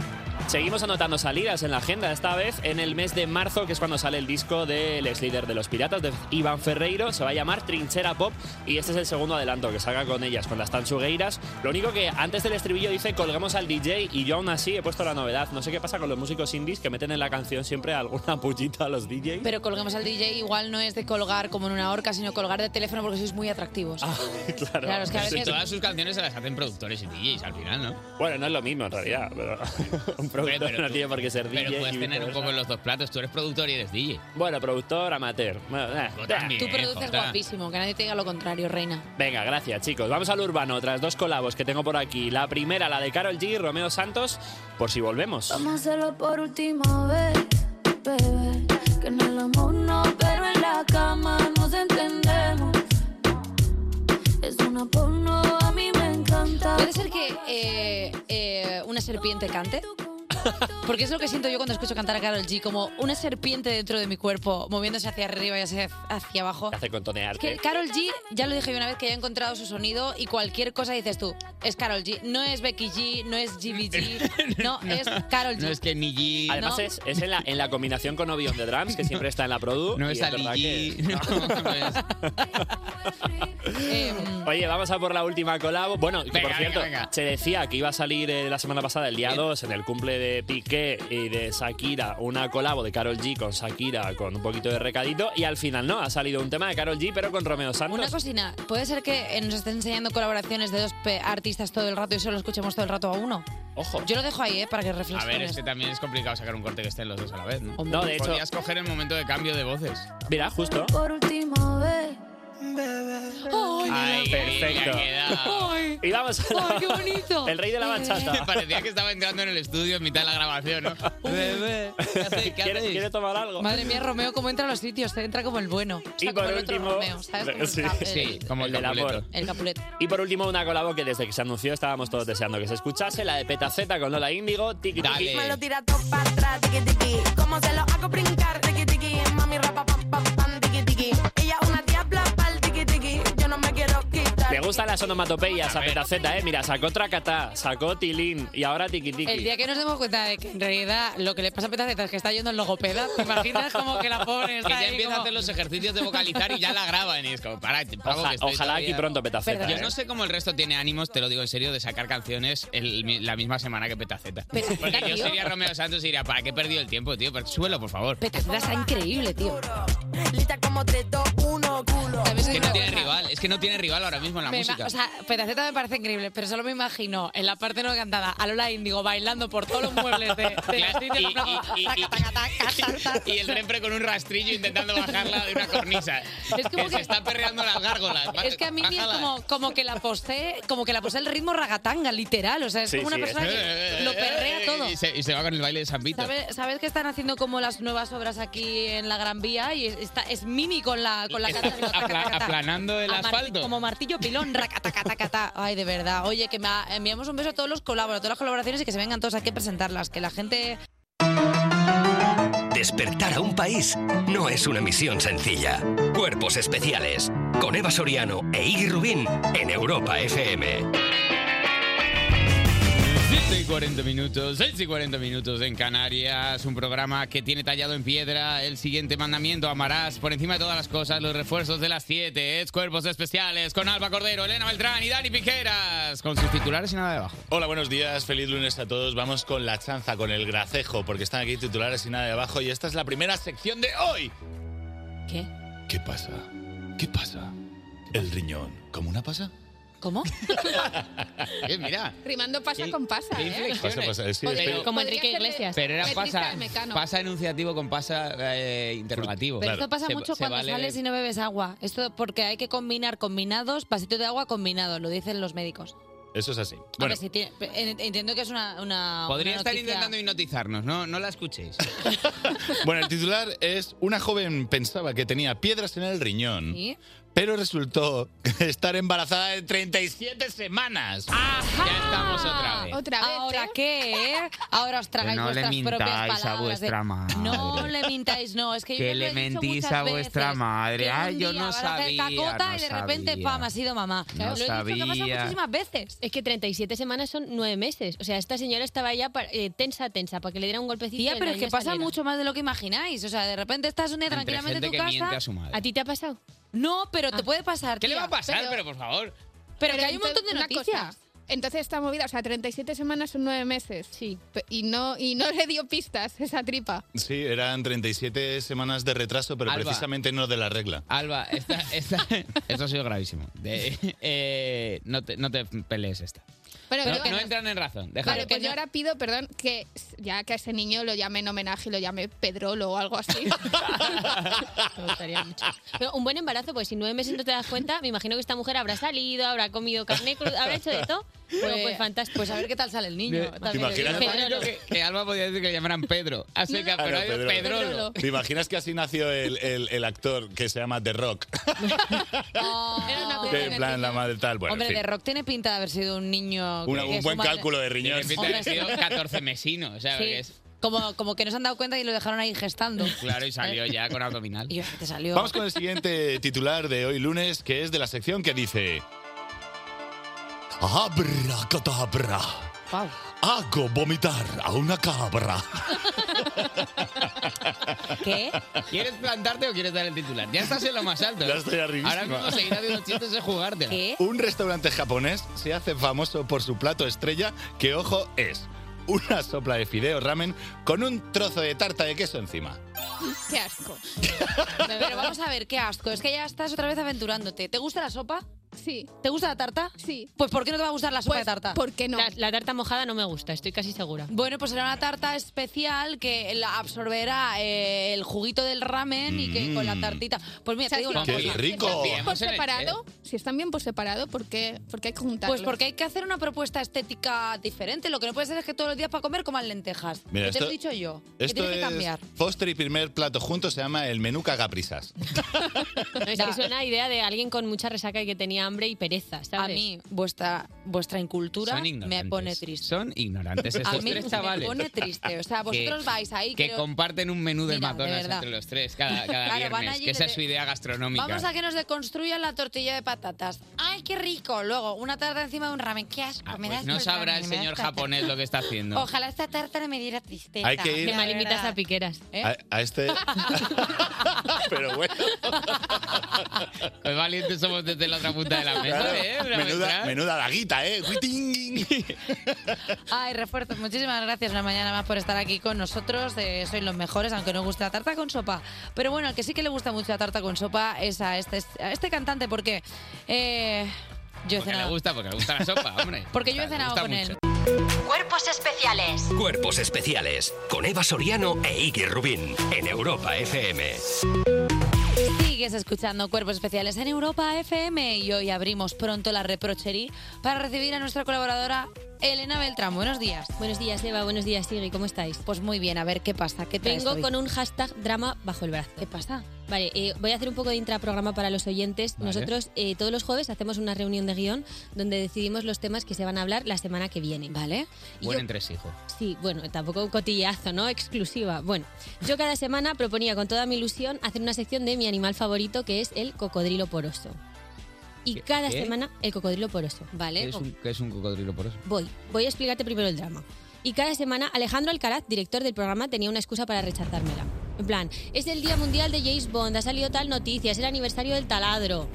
S7: Seguimos anotando salidas en la agenda, esta vez en el mes de marzo, que es cuando sale el disco del ex líder de los piratas, de Iván Ferreiro. Se va a llamar Trinchera Pop y este es el segundo adelanto que saca con ellas, con las tanchugueiras. Lo único que antes del estribillo dice colgamos al DJ y yo aún así he puesto la novedad. No sé qué pasa con los músicos indies que meten en la canción siempre alguna pullita a los DJs.
S2: Pero colgamos al DJ igual no es de colgar como en una horca, sino colgar de teléfono porque sois muy atractivos.
S3: Ah,
S7: claro,
S2: claro, es que a veces-
S3: Todas sus canciones se las hacen productores y DJs al final, ¿no?
S7: Bueno, no es lo mismo en realidad, pero un productor
S3: pero
S7: no
S3: tú-
S7: tiene por qué ser DJ.
S3: Pero puedes
S7: y
S3: tener un
S7: viceversa.
S3: poco en los dos platos. Tú eres productor y eres DJ.
S7: Bueno, productor, amateur. Bueno, eh,
S3: Tú también.
S2: Tú
S3: Eh,
S2: produces
S3: Jota.
S2: guapísimo, que nadie te diga lo contrario, reina.
S7: Venga, gracias chicos. Vamos al urbano, otras dos colabos que tengo por aquí. La primera, la de Carol G y Romeo Santos, por si volvemos.
S8: Vamos a hacerlo por última vez, bebé. Que en el amor no, pero en la cama nos entendemos. Es una porno, a mí me encanta.
S2: ¿Puede ser que eh, eh, una serpiente cante? Porque es lo que siento yo cuando escucho cantar a Carol G, como una serpiente dentro de mi cuerpo, moviéndose hacia arriba y hacia, hacia abajo.
S7: Te hace
S2: Es que
S7: contonearte.
S2: Carol G, ya lo dije yo una vez, que ya ha encontrado su sonido y cualquier cosa dices tú, es Carol G. No es Becky G, no es GBG, no, es Carol G.
S3: No es que ni G,
S7: Además
S2: no.
S7: es, es en, la, en la combinación con Obion de Drums, que siempre está en la Produ.
S3: no
S7: y
S3: es
S7: es
S3: Ali
S7: verdad
S3: G.
S7: que-
S3: no, no es-
S2: Eh,
S7: Oye, vamos a por la última colabo. Bueno, que
S3: Venga,
S7: por cierto,
S3: venga, venga.
S7: se decía que iba a salir eh, la semana pasada, el día 2, en el cumple de Piqué y de Shakira, una colabo de Carol G con Shakira con un poquito de recadito y al final no, ha salido un tema de Carol G pero con Romeo Santos.
S2: Una cocina, ¿puede ser que eh, nos esté enseñando colaboraciones de dos pe- artistas todo el rato y solo escuchemos todo el rato a uno?
S7: Ojo.
S2: Yo lo dejo ahí, ¿eh? Para que
S3: A ver, es
S2: reflexiones.
S3: que también es complicado sacar un corte que estén los dos a la vez, ¿no?
S7: Hombre. No, de hecho-
S3: Podrías coger el momento de cambio de voces.
S7: Mira, justo.
S8: Por última vez.
S3: Ay,
S7: Perfecto. Y vamos a la- El rey de
S2: Eh.
S7: la bachata.
S3: Parecía que estaba entrando en el estudio en mitad de la grabación, ¿no? Bebé, ¿qué hace- qué
S7: ¿Quiere,
S3: hacéis?
S7: quiere tomar algo?
S2: Madre mía, Romeo, cómo entra a los sitios, te entra como el bueno. O sea,
S7: Y por
S2: como el otro
S7: último,
S2: Romeo, ¿sabes? Como el
S7: sí,
S2: cap- el-
S7: como el, del amor.
S2: El Capuleto.
S7: Y por último, una colabo que desde que se anunció estábamos todos deseando que se escuchase, la de Petaceta con Lola Índigo, tiki tiki.
S4: Me lo tira todo para atrás, tiki tiki. Como se lo hago brincar, tiki tiki. Mami rapa pam pam pam, tiki tiki. Ella una diabla pa'l tiki tiki. Yo no me quiero quitar.
S7: Me gustan las onomatopeyas a Petaceta, eh. Mira, sacó Tracatá, sacó Tilín y ahora tiki
S2: El día
S7: tiki.
S2: que nos demos cuenta de que en realidad lo que le pasa a Petaceta es que está yendo en logopeda, pues ¿te imaginas como que la pobre
S3: Que
S2: está
S3: ya
S2: ahí
S3: empieza a
S2: como-
S3: hacer los ejercicios de vocalizar y ya la ¿eh? graban. Y es como, para, te pago
S7: Oja-
S3: que estoy
S7: ojalá aquí
S3: todavía-
S7: pronto Petaceta, ¿eh? Perdón.
S3: Yo no sé cómo el resto tiene ánimos, te lo digo en serio, de sacar canciones el- la misma semana que Petaceta. Porque yo
S2: tío.
S3: sería Romeo Santos y diría, ¿para qué he perdido el tiempo, tío? Pero suelo, por favor.
S2: Petaceta está increíble, tío.
S4: Lista como 3, 2, 1, culo.
S3: Es que no tiene rival, es que no tiene rival ahora mismo en la
S2: Me
S3: música.
S2: ima- o sea, Petaceta me parece increíble, pero solo me imagino en la parte no cantada a Lola Índigo bailando por todos los muebles de, de la sitio. en plan, taca, taca, taca, taca, taca.
S3: y el refre con un rastrillo intentando bajarla de una cornisa.
S2: Es como
S3: se
S2: que-
S3: está perreando las gárgolas. Ba-
S2: Es que a mí es
S3: bájala.
S2: como, como que la posee, como que la posee el ritmo ragatanga, literal. O sea, es
S7: Sí,
S2: como una
S7: sí,
S2: persona
S3: Eh,
S2: que lo
S3: eh,
S2: perrea
S3: eh,
S2: todo.
S3: Y se, y se va con el baile de San Vito.
S2: ¿Sabes, sabes que están haciendo como las nuevas obras aquí en la Gran Vía? Y está, es Mimi con la, con la
S3: Está
S2: cata, taca,
S3: apla-
S2: taca, taca.
S3: aplanando el
S2: A marti-
S3: asfalto.
S2: Como martillo pilón, raca, taca, taca, taca. Ay, de verdad. Oye, que me ha- enviamos un beso a todos los colaboradores, todas las colaboraciones y que se vengan todos aquí a presentarlas. Que la gente
S1: Despertar a un país no es una misión sencilla. Cuerpos especiales con Eva Soriano e Iggy Rubín en Europa FM.
S3: 7 y 40 minutos, 6 y 40 minutos en Canarias, un programa que tiene tallado en piedra el siguiente mandamiento, amarás por encima de todas las cosas los refuerzos de las 7, es Cuerpos Especiales con Alba Cordero, Elena Beltrán y Dani Piqueras, con sus titulares y nada debajo.
S10: Hola, buenos días, feliz lunes a todos. Vamos con la chanza, con el gracejo, porque están aquí titulares y nada de abajo. Y esta es la primera sección de hoy.
S2: ¿Qué?
S10: ¿Qué pasa? ¿Qué pasa? El riñón. ¿Como una pasa?
S2: ¿Cómo?
S3: Eh, mira.
S11: Rimando pasa con pasa,
S3: qué
S11: ¿eh?
S3: inflexiones.
S10: Pasa, pasa, sí,
S11: Podría-
S10: estoy-
S11: podría ser de-
S3: Pero era
S11: de
S3: pasa,
S11: Tristán Mecano.
S3: pasa enunciativo con pasa eh, interrogativo.
S2: Pero esto pasa
S3: Se-
S2: mucho
S3: se
S2: cuando
S3: vale-
S2: sales y no bebes agua. Esto porque hay que combinar combinados, vasito de agua combinado, lo dicen los médicos.
S10: Eso es así.
S2: A
S10: Bueno,
S2: ver, si tiene- en- entiendo que es una. Ah, una
S3: Podría
S2: una
S3: estar
S2: noticia-
S3: intentando hipnotizarnos, no, no la escuchéis.
S10: bueno, el titular es Una joven pensaba que tenía piedras en el riñón,
S2: ¿Sí?
S10: pero resultó estar embarazada de 37 semanas.
S3: Ah,
S10: Ya estamos otra vez.
S11: Otra vez.
S2: Ah, ¿Ahora
S11: ¿eh?
S2: qué? eh? Ahora os tragáis
S3: Que no le
S2: vuestras propias
S3: mintáis a
S2: palabras.
S3: vuestra
S2: de-
S3: madre.
S2: No le mintáis, no. Es que, yo
S3: Que
S2: ya os lo
S3: le
S2: he dicho
S3: mentís
S2: muchas
S3: a vuestra
S2: veces,
S3: madre.
S2: que un
S3: Ay, yo
S2: día
S3: no
S2: vas a hacer
S3: sabía,
S2: cacota
S3: no
S2: y de repente,
S3: sabía.
S2: pam, ha sido mamá.
S3: No
S2: lo he dicho que
S3: sabía.
S2: pasa muchísimas veces.
S12: Es que 37 semanas son 9 meses. O sea, esta señora estaba ya par- eh, tensa, tensa, para que le diera un golpecito.
S2: Tía,
S12: y el
S2: pero es
S12: niño
S2: que pasa
S12: saliera.
S2: mucho más de lo que imagináis. O sea, de repente estás un día
S3: Entre
S2: tranquilamente en
S3: gente
S2: tu
S3: que miente a su
S2: casa.
S3: madre.
S12: ¿A ti te ha pasado?
S2: No, pero
S11: Ah.
S2: te puede pasar.
S3: ¿Qué le
S2: tía.
S3: va a pasar? Pero,
S11: pero-
S3: por favor.
S2: Pero que hay un
S11: ento-
S2: montón de
S11: una
S2: noticias.
S11: cosa, Entonces esta movida, o sea, 37 semanas son 9 meses.
S12: Sí.
S11: Pe- Y no, y no le dio pistas esa tripa.
S10: Sí, eran 37 semanas de retraso, pero
S3: Alba.
S10: precisamente no de la regla.
S3: Alba, esta, esta- esto ha sido gravísimo. De- eh, no, te, no te pelees esta.
S11: Bueno,
S3: No,
S11: pero que
S3: no
S11: no-
S3: entran en razón.
S11: Vale,
S3: Déjalo.
S11: pues yo ahora pido, perdón, que s- ya que a ese niño lo llame en homenaje y lo llame Pedrolo o algo así.
S12: Me gustaría mucho. Pero un buen embarazo, pues si 9 meses no te das cuenta, me imagino que esta mujer habrá salido, habrá comido carne cruda, habrá hecho de todo. Bueno, pues fantástico.
S2: Pues a ver qué tal sale el niño.
S3: ¿Te
S2: también te
S10: imaginas?
S2: digo.
S3: Creo que, que Alba podía decir que le llamaran Pedro. A seca,
S10: Claro,
S3: pero ha dicho
S10: Pedrolo.
S3: Pedrolo.
S10: ¿Te imaginas que así nació el, el- el actor que se llama The Rock?
S2: Oh.
S11: Era una
S10: Que en plan la madre tal. Bueno, en
S2: Hombre,
S10: fin.
S2: de Rock tiene pinta de haber sido un niño.
S10: Una-
S2: que
S10: un
S2: su
S10: buen
S2: madre-
S10: cálculo de riñón.
S3: Tiene pinta de haber sido 14 mesino. O sea,
S2: Sí,
S3: que es-
S2: como, como que no se han dado cuenta y lo dejaron ahí gestando.
S3: claro, y salió ya con abdominal.
S2: Y yo, te salió.
S10: Vamos con el siguiente titular de hoy lunes, que es de la sección que dice... Abracadabra.
S2: Pau.
S10: Hago vomitar a una cabra.
S2: ¿Qué?
S3: ¿Quieres plantarte o quieres dar el titular? Ya estás en lo más alto. ¿eh?
S10: Ya estoy arribísima.
S3: Ahora mismo seguir haciendo chistes de jugártela.
S2: ¿Qué?
S10: Un restaurante japonés se hace famoso por su plato estrella, que ojo es una sopla de fideo ramen con un trozo de tarta de queso encima.
S11: Qué asco.
S2: Pero vamos a ver, qué asco. Es que ya estás otra vez aventurándote. ¿Te gusta la sopa?
S11: Sí.
S2: ¿Te gusta la tarta?
S11: Sí.
S2: Pues ¿por qué no te va a gustar la sopa de tarta?
S11: ¿Por qué no?
S12: La, la tarta mojada no me gusta, estoy casi segura.
S2: Bueno, pues será una tarta especial que la absorberá eh, el juguito del ramen y que con la tartita. Pues mira, te digo una
S10: Mm. ¡Qué
S2: cosa.
S10: rico!
S2: pues
S11: Bien por separado, si están bien por separado, ¿por qué, por qué hay que juntarlos?
S2: ¿eh? Pues porque hay que hacer una propuesta estética diferente. Lo que no puede ser es que todos los días para comer coman lentejas.
S10: Mira,
S2: Que te
S10: esto-
S2: lo he dicho yo. Que
S10: Esto
S2: tiene que
S10: es
S2: cambiar.
S10: postre y primer plato juntos, se llama el menú cagaprisas.
S12: No, es que suena a idea de alguien con mucha resaca y que tenía hambre y pereza, ¿sabes?
S2: A mí, vuestra, vuestra incultura
S3: Son ignorantes.
S2: me pone triste.
S3: Son ignorantes
S2: A
S3: estos
S2: mí
S3: tres
S2: me
S3: chavales.
S2: pone triste. O sea, vosotros
S3: Que-
S2: vais ahí.
S3: Que
S2: creo-
S3: comparten un menú de
S2: Mira, de
S3: matonas
S2: verdad.
S3: entre los tres cada, cada
S2: Claro, van
S3: viernes.
S2: allí
S3: Que esa
S2: de-
S3: es su idea gastronómica.
S2: Vamos a que nos deconstruyan la tortilla de patatas. ¡Ay, qué rico! Luego, una tarta encima de un ramen. ¡Qué asco! me da
S3: Pues no
S2: asco el
S3: sabrá el
S2: ramen, me da
S3: señor
S2: asco.
S3: japonés lo que está haciendo.
S2: Ojalá esta tarta no me diera tristeza.
S10: Hay que ir- Me
S12: malinvitas
S2: a piqueras.
S3: ¿eh?
S2: ¿eh?
S10: A, a este. Pero bueno.
S3: Pues valientes somos desde la otra punta de la mesa,
S10: Claro,
S3: ¿eh? Bravo,
S10: menuda,
S3: Fran.
S10: menuda laguita, ¿eh? Huitinguing.
S2: Ay, refuerzos, muchísimas gracias una mañana más por estar aquí con nosotros. Eh, sois los mejores, aunque no os guste la tarta con sopa. Pero bueno, al que sí que le gusta mucho la tarta con sopa es a este, a este cantante, porque eh, yo he
S3: Porque le
S2: cenado-
S3: gusta, porque le gusta la sopa, hombre.
S2: Porque yo he
S3: Le
S2: cenado
S3: gusta
S2: con él.
S6: Cuerpos especiales
S1: Cuerpos especiales con Eva Soriano e Iggy Rubín en Europa FM.
S2: Sigues escuchando Cuerpos Especiales en Europa FM y hoy abrimos pronto la reprochería para recibir a nuestra colaboradora Elena Beltrán. Buenos días.
S12: Buenos días, Eva. Buenos días, Sigri. ¿Cómo estáis?
S2: Pues muy bien. A ver, ¿qué pasa? ¿Qué traes
S12: Vengo
S2: hoy?
S12: con un hashtag drama bajo el brazo.
S2: ¿Qué pasa?
S12: Vale, eh, voy a hacer un poco de intraprograma para los oyentes.
S2: Vale.
S12: Nosotros eh, todos los jueves hacemos una reunión de guión donde decidimos los temas que se van a hablar la semana que viene.
S2: Vale.
S3: Buen entresijo.
S12: Sí, bueno, tampoco un cotillazo, ¿no? Exclusiva. Bueno, yo cada semana proponía con toda mi ilusión hacer una sección de mi animal favorito, que es el cocodrilo poroso. Y cada
S3: qué?
S12: semana el cocodrilo poroso, ¿vale?
S3: Que es, un, que es un cocodrilo poroso.
S12: Voy, voy a explicarte primero el drama. Y cada semana Alejandro Alcaraz, director del programa, tenía una excusa para rechazármela. En plan, es el Día Mundial de James Bond, ha salido tal noticia, es el aniversario del taladro.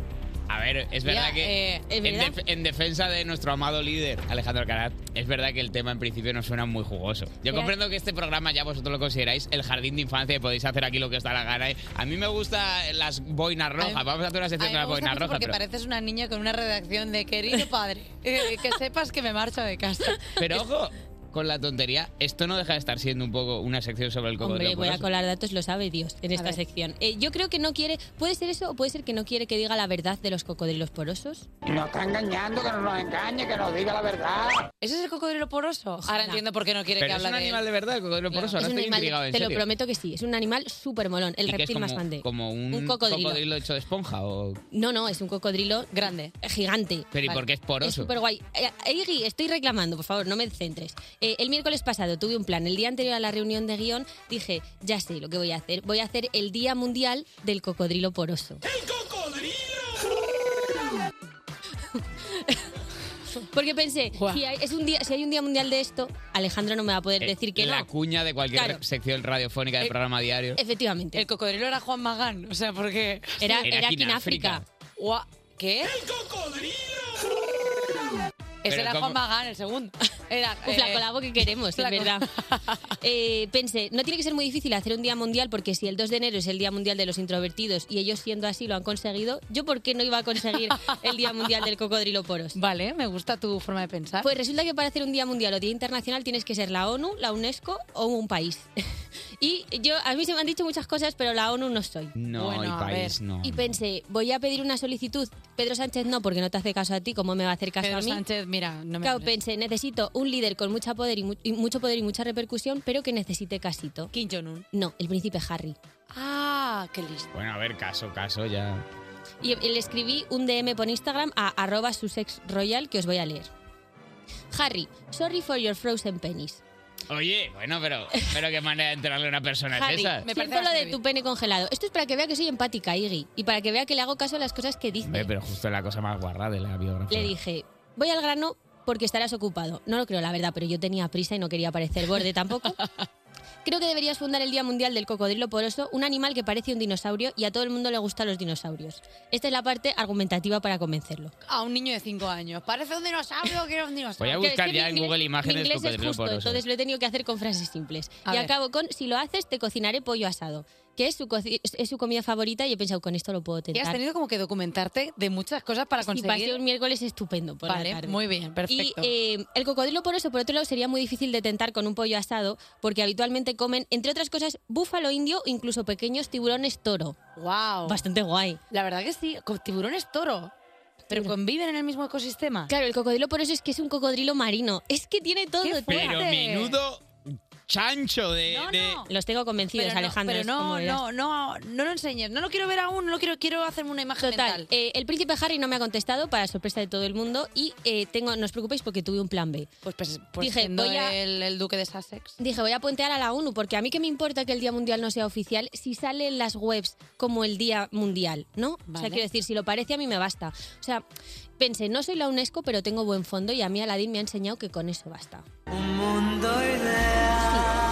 S3: A ver, es verdad
S12: Ya,
S3: que
S12: eh,
S3: en,
S12: ¿es verdad?
S3: def- en defensa de nuestro amado líder, Alejandro Alcaraz, es verdad que el tema en principio no suena muy jugoso. Yo
S12: Pero-
S3: comprendo que este programa ya vosotros lo consideráis el jardín de infancia y podéis hacer aquí lo que os da la gana. ¿eh? A mí me gustan las boinas rojas. Vamos a hacer
S2: A mí
S3: una sección de
S2: me
S3: las
S2: gusta
S3: boinas
S2: mucho
S3: rojas.
S2: porque
S3: pero-
S2: pareces una niña con una redacción de querido padre. eh, que sepas que me marcho de casa.
S3: Pero ojo, con la tontería, esto no deja de estar siendo un poco una sección sobre el cocodrilo
S12: Hombre, voy a
S3: poroso.
S12: colar datos, lo sabe Dios, en esta sección. Eh, yo creo que no quiere, puede ser eso o puede ser que no quiere que diga la verdad de los cocodrilos porosos.
S13: Nos está engañando, que no nos engañe, que nos diga la verdad.
S2: ¿Ese es el cocodrilo poroso? Ahora entiendo por qué no quiere
S3: Pero
S2: que
S3: es
S2: hable
S3: un
S2: de él.
S3: animal de verdad el cocodrilo poroso.
S12: Es
S3: Ahora
S12: un
S3: estoy
S12: animal-
S3: intrigado, en
S12: te lo
S3: serio.
S12: prometo que sí, es un animal súper molón,
S3: ¿Y qué
S12: el
S3: es
S12: reptil
S3: como,
S12: más grande.
S3: como un,
S12: Un cocodrilo.
S3: hecho de esponja o...
S12: No, no, es un cocodrilo
S2: grande,
S12: gigante.
S3: Pero ¿y
S12: Vale.
S3: por qué es poroso?
S12: Es súper guay. Iggy, estoy reclamando, por favor, no me centres. Eh, el miércoles pasado tuve un plan. El día anterior a la reunión de guión dije, ya sé lo que voy a hacer. Voy a hacer el Día Mundial del Cocodrilo Poroso. Porque pensé,
S3: Guau.
S12: si hay, es un día, si hay un Día Mundial de esto, Alejandro no me va a poder
S3: Eh,
S12: decir que
S3: la
S12: no.
S3: cuña de cualquier
S12: Claro.
S3: sección radiofónica del
S12: Eh,
S3: programa diario.
S12: Efectivamente. El
S2: cocodrilo era Juan Magán, o sea, porque...
S12: Era,
S3: Era
S12: era,
S3: aquí en
S12: en África.
S2: Gua- ¿Qué? ¡El cocodrilo! Ese
S12: Pero
S2: era
S12: ¿cómo?
S2: Juan Magán, el segundo. Era,
S12: Un
S2: eh,
S12: flacolabo que queremos, es
S2: flaco.
S12: verdad. Eh, pensé, no tiene que ser muy difícil hacer un día mundial porque si el 2 de enero es el día mundial de los introvertidos y ellos siendo así lo han conseguido, ¿yo por qué no iba a conseguir el día mundial del cocodrilo poros?
S2: Vale, me gusta tu forma de pensar.
S12: Pues resulta que para hacer un día mundial o día internacional tienes que ser la ONU, la UNESCO o un país. Y yo, a mí se me han dicho muchas cosas, pero la ONU no soy.
S3: No, Bueno, y a país ver. no,
S12: Y pensé, voy a pedir una solicitud. Pedro Sánchez no, porque no te hace caso a ti, ¿cómo me va a hacer caso
S2: Pedro
S12: a mí?
S2: Sánchez, mira, no me
S12: Claro,
S2: hables.
S12: pensé, necesito un líder con mucha poder y, mu- y mucho poder y mucha repercusión, pero que necesite casito.
S2: Kim Jong-un.
S12: No, el príncipe Harry.
S2: Ah, qué listo.
S3: Bueno, a ver, caso, caso, ya.
S12: Y le escribí un DM por Instagram a arroba susexroyal que os voy a leer. Harry, sorry for your frozen penis.
S3: Oye, bueno, pero, pero qué manera de enterarle a una persona
S12: Harry,
S3: es esa.
S12: siento lo de tu pene congelado. Esto es para que vea que soy empática, Iggy, y para que vea que le hago caso a las cosas que dice.
S3: Hombre, Eh, pero justo la cosa más guarra de la biografía.
S12: Le dije, voy al grano porque estarás ocupado. No lo creo, la verdad, pero yo tenía prisa y no quería parecer borde tampoco. Creo que deberías fundar el Día Mundial del Cocodrilo Poroso, un animal que parece un dinosaurio y a todo el mundo le gustan los dinosaurios. Esta es la parte argumentativa para convencerlo.
S2: A un niño de 5 años. Parece un dinosaurio, quiero un
S3: Voy
S2: dinosaurio.
S3: a buscar ya en Google
S12: Mi
S3: imágenes
S12: inglés es
S3: cocodrilo
S12: justo,
S3: poroso.
S12: entonces lo he tenido que hacer con frases simples.
S2: A
S12: y
S2: ver.
S12: acabo con, si lo haces, te cocinaré pollo asado, que es su, coci- es su comida favorita y he pensado, con esto lo puedo
S2: Y
S12: tentar.
S2: has tenido como que documentarte de muchas cosas para
S12: Y
S2: conseguir.
S12: pasé un miércoles estupendo por la
S2: Vale,
S12: tarde.
S2: muy bien, perfecto.
S12: Y eh, el cocodrilo poroso, por otro lado, sería muy difícil de tentar con un pollo asado, porque habitualmente comen, entre otras cosas, búfalo indio o incluso pequeños tiburones toro.
S2: Wow.
S12: Bastante guay.
S2: La verdad que sí, con tiburones toro. Pero conviven en el mismo ecosistema.
S12: Claro, el cocodrilo poroso es que es un cocodrilo marino. Es que tiene todo. tío.
S3: Pero menudo chancho de... de-
S12: Los tengo convencidos,
S2: Pero no,
S12: Alejandro.
S2: pero
S12: es
S2: no,
S12: como verás.
S2: no, no, no lo enseñes. No lo quiero ver aún, no lo quiero, quiero hacerme una imagen
S12: Total,
S2: mental.
S12: eh, el príncipe Harry no me ha contestado para sorpresa de todo el mundo y eh, tengo, no os preocupéis porque tuve un plan B.
S2: Pues, pues, pues
S12: Dije,
S2: siendo
S12: voy a-
S2: el, el duque de Sussex.
S12: Dije, voy a puentear a la ONU porque a mí que me importa que el Día Mundial no sea oficial si sale en las webs como el Día Mundial, ¿no? O
S2: Vale.
S12: sea, quiero decir, si lo parece a mí me basta. O sea, pensé, no soy la UNESCO, pero tengo buen fondo y a mí Aladín me ha enseñado que con eso basta.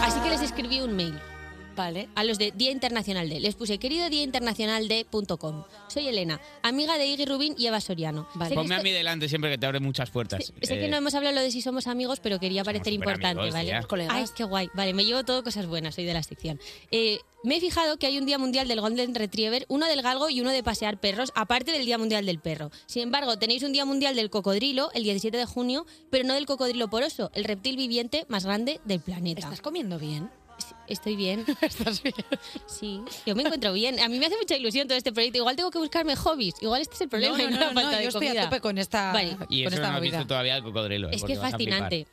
S12: Así que les escribí un mail.
S2: Vale.
S12: A los de Día Internacional de. Les puse querido Día Internacional de.com. Soy Elena, amiga de Iggy Rubín y Eva Soriano. Sé que
S3: Ponme a
S12: esto-
S3: mí delante siempre que te abre muchas puertas.
S12: Pues, Sé que
S3: Eh,
S12: no hemos hablado lo de si somos amigos, pero quería parecer importante,
S3: superamigos,
S12: ¿vale?
S3: tía. Somos colegas.
S12: Ay, qué guay. Vale, me llevo todo cosas buenas, soy de la sección. Eh, me he fijado que hay un Día Mundial del Golden Retriever, uno del galgo y uno de pasear perros, aparte del Día Mundial del Perro. Sin embargo, tenéis un Día Mundial del Cocodrilo, el 17 de junio, pero no del cocodrilo poroso, el reptil viviente más grande del planeta. ¿Estás
S2: comiendo bien?
S12: Estoy bien. ¿Estás bien? Sí, yo me encuentro bien. A mí me hace mucha ilusión todo este proyecto. Igual tengo que buscarme hobbies. Igual este es el problema.
S2: No,
S12: y
S2: no,
S12: no la
S2: no, no,
S12: falta de
S2: yo estoy a
S12: comida.
S2: tope con esta,
S12: Vale.
S3: Y
S2: con
S3: eso
S2: esta
S3: no has
S2: movida.
S3: visto todavía el cocodrilo. eh,
S12: Es que
S3: porque
S12: es
S3: vas a flipar.
S12: fascinante.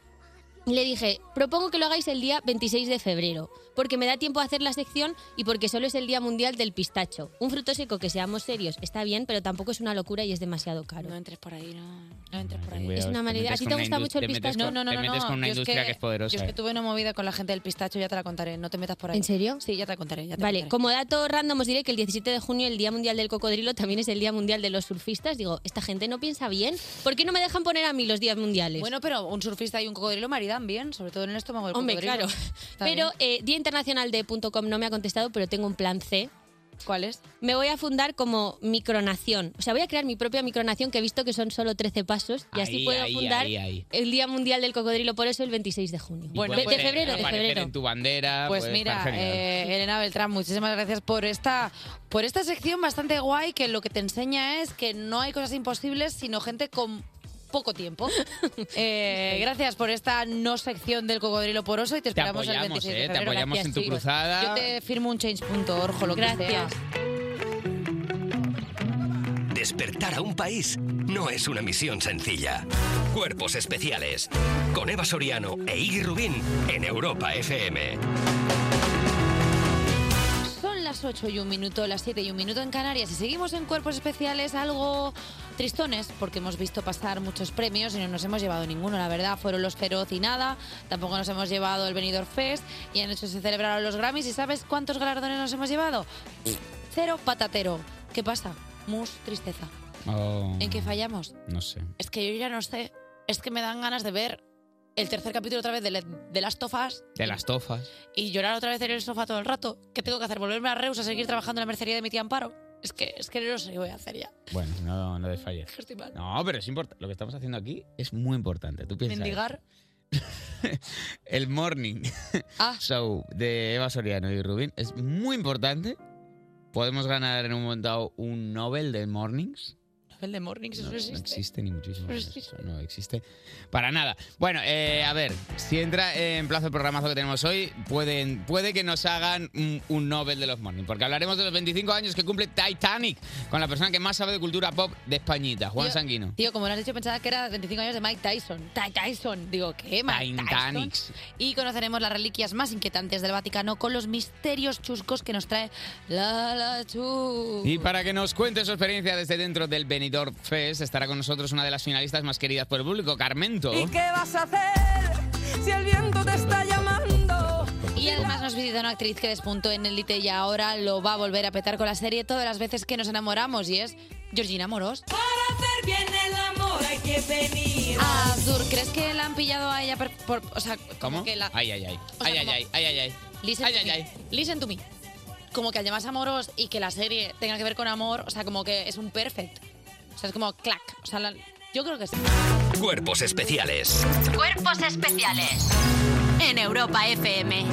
S12: Le dije, propongo que lo hagáis el día 26 de febrero, porque me da tiempo a hacer la sección y porque solo es el Día Mundial del Pistacho. Un fruto seco que seamos serios está bien, pero tampoco es una locura y es demasiado caro. No
S2: entres por ahí, no, entres por
S3: ahí.
S12: Es
S3: Cuidado,
S12: una
S3: te
S12: manera. ¿A
S3: metes
S12: ti
S3: con
S12: te
S3: una
S12: gusta
S3: indust-
S12: mucho el
S3: te metes
S12: pistacho?
S2: No, no, no,
S3: te
S2: no,
S3: metes
S2: no,
S3: con una
S2: yo es
S3: industria que es poderosa,
S2: Yo es que
S3: eh.
S2: tuve una movida con la gente del pistacho, ya te la contaré, no te metas por ahí.
S12: ¿En serio?
S2: Sí, ya te la contaré, ya te
S12: Vale,
S2: contaré.
S12: como dato random os diré que el 17 de junio, el Día Mundial del Cocodrilo, también es el Día Mundial de los Surfistas. Digo, esta gente no piensa bien. ¿Por qué no me dejan poner a mí los días mundiales?
S2: Bueno, pero un surfista y un cocodrilo maridan bien, sobre todo en el estómago del
S12: Hombre,
S2: cocodrilo.
S12: claro. Pero eh, Día Internacional de .com no me ha contestado, pero tengo un plan C.
S2: ¿Cuál es?
S12: Me voy a fundar como micronación. O sea, voy a crear mi propia micronación que he visto que son solo 13 pasos y así
S3: Ahí,
S12: puedo
S3: ahí,
S12: fundar
S3: ahí, ahí.
S12: el Día Mundial del Cocodrilo, por eso el 26 de junio.
S3: Y
S12: de,
S3: puedes
S12: de febrero, de
S3: aparecer
S12: febrero.
S3: en tu bandera.
S2: Pues
S3: puede
S2: mira,
S3: estar genial.
S2: eh, Elena Beltrán, muchísimas gracias por esta, por esta sección bastante guay que lo que te enseña es que no hay cosas imposibles, sino gente con poco tiempo. Eh, gracias por esta no sección del cocodrilo poroso y te
S3: Te
S2: esperamos el
S3: apoyamos,
S2: 26 de
S3: eh, te
S2: febrero.
S3: apoyamos
S2: Gracias,
S3: en tu
S2: chicos.
S3: cruzada.
S2: Yo te firmo un change.org o lo que sea.
S12: Gracias.
S1: Despertar a un país no es una misión sencilla. Cuerpos especiales con Eva Soriano e Iggy Rubín en Europa FM.
S2: Son las 8 y un minuto, las 7 y un minuto en Canarias y seguimos en cuerpos especiales algo tristones porque hemos visto pasar muchos premios y no nos hemos llevado ninguno, la verdad. Fueron los Feroz y nada, tampoco nos hemos llevado el Benidorm Fest y anoche se celebraron los Grammys y ¿sabes cuántos galardones nos hemos llevado? Cero patatero. ¿Qué pasa? Mus, tristeza.
S3: Oh,
S2: ¿En qué fallamos?
S3: No sé.
S2: Es que yo ya no sé, es que me dan ganas de ver el tercer capítulo otra vez de, las tofas
S3: De las tofas.
S2: y llorar otra vez en el sofá todo el rato. ¿Qué tengo que hacer? ¿Volverme a Reus a seguir trabajando en la mercería de mi tía Amparo? Es que, es que no sé qué voy a hacer ya.
S3: Bueno, no, no desfalles.
S2: Estoy mal.
S3: No, pero es importante. Lo que estamos haciendo aquí es muy importante. Tú piensas.
S2: Mendigar.
S3: El morning
S2: Ah.
S3: show de Eva Soriano y Rubín es muy importante. Podemos ganar en un momento dado un Nobel de Mornings.
S2: El de Mornings, eso
S3: No,
S2: no
S3: no
S2: existe.
S3: existe ni muchísimo.
S2: No
S3: menos.
S2: existe.
S3: No existe para nada. Bueno, eh, a ver, si entra en plazo el programazo que tenemos hoy, pueden, puede que nos hagan un, un Nobel de los Morning, porque hablaremos de los 25 años que cumple Titanic con la persona que más sabe de cultura pop de Españita, Juan
S2: Tío,
S3: Sanguino.
S2: Tío, como lo has dicho, pensaba que era 25 años de Mike Tyson. Ty- Tyson, digo, ¿qué? Mike Tyson.
S3: Titanic.
S2: Y conoceremos las reliquias más inquietantes del Vaticano con los misterios chuscos que nos trae la la chu.
S3: Y para que nos cuente su experiencia desde dentro del Benidorm Fest, estará con nosotros una de las finalistas más queridas por el público, Carmento.
S9: ¿Y qué vas a hacer si el viento te está llamando?
S2: Y además nos visita una actriz que despuntó en Elite y ahora lo va a volver a petar con la serie todas las veces que nos enamoramos y es Georgina Moros.
S9: Hacer bien el amor hay que venir.
S2: Ah, Abdur, ¿crees que la han pillado a ella per- por, o sea, como
S3: ¿Cómo?
S2: que la
S3: Ay, ay, ay. Ay, ay, ay, ay, ay, ay.
S2: Listen, to me. Listen to me. Como que al llamarse amoros y que la serie tenga que ver con amor, o sea, como que es un perfect. O sea, es como clac. O sea, la- yo creo que sí.
S1: Cuerpos especiales.
S6: Cuerpos especiales en Europa FM.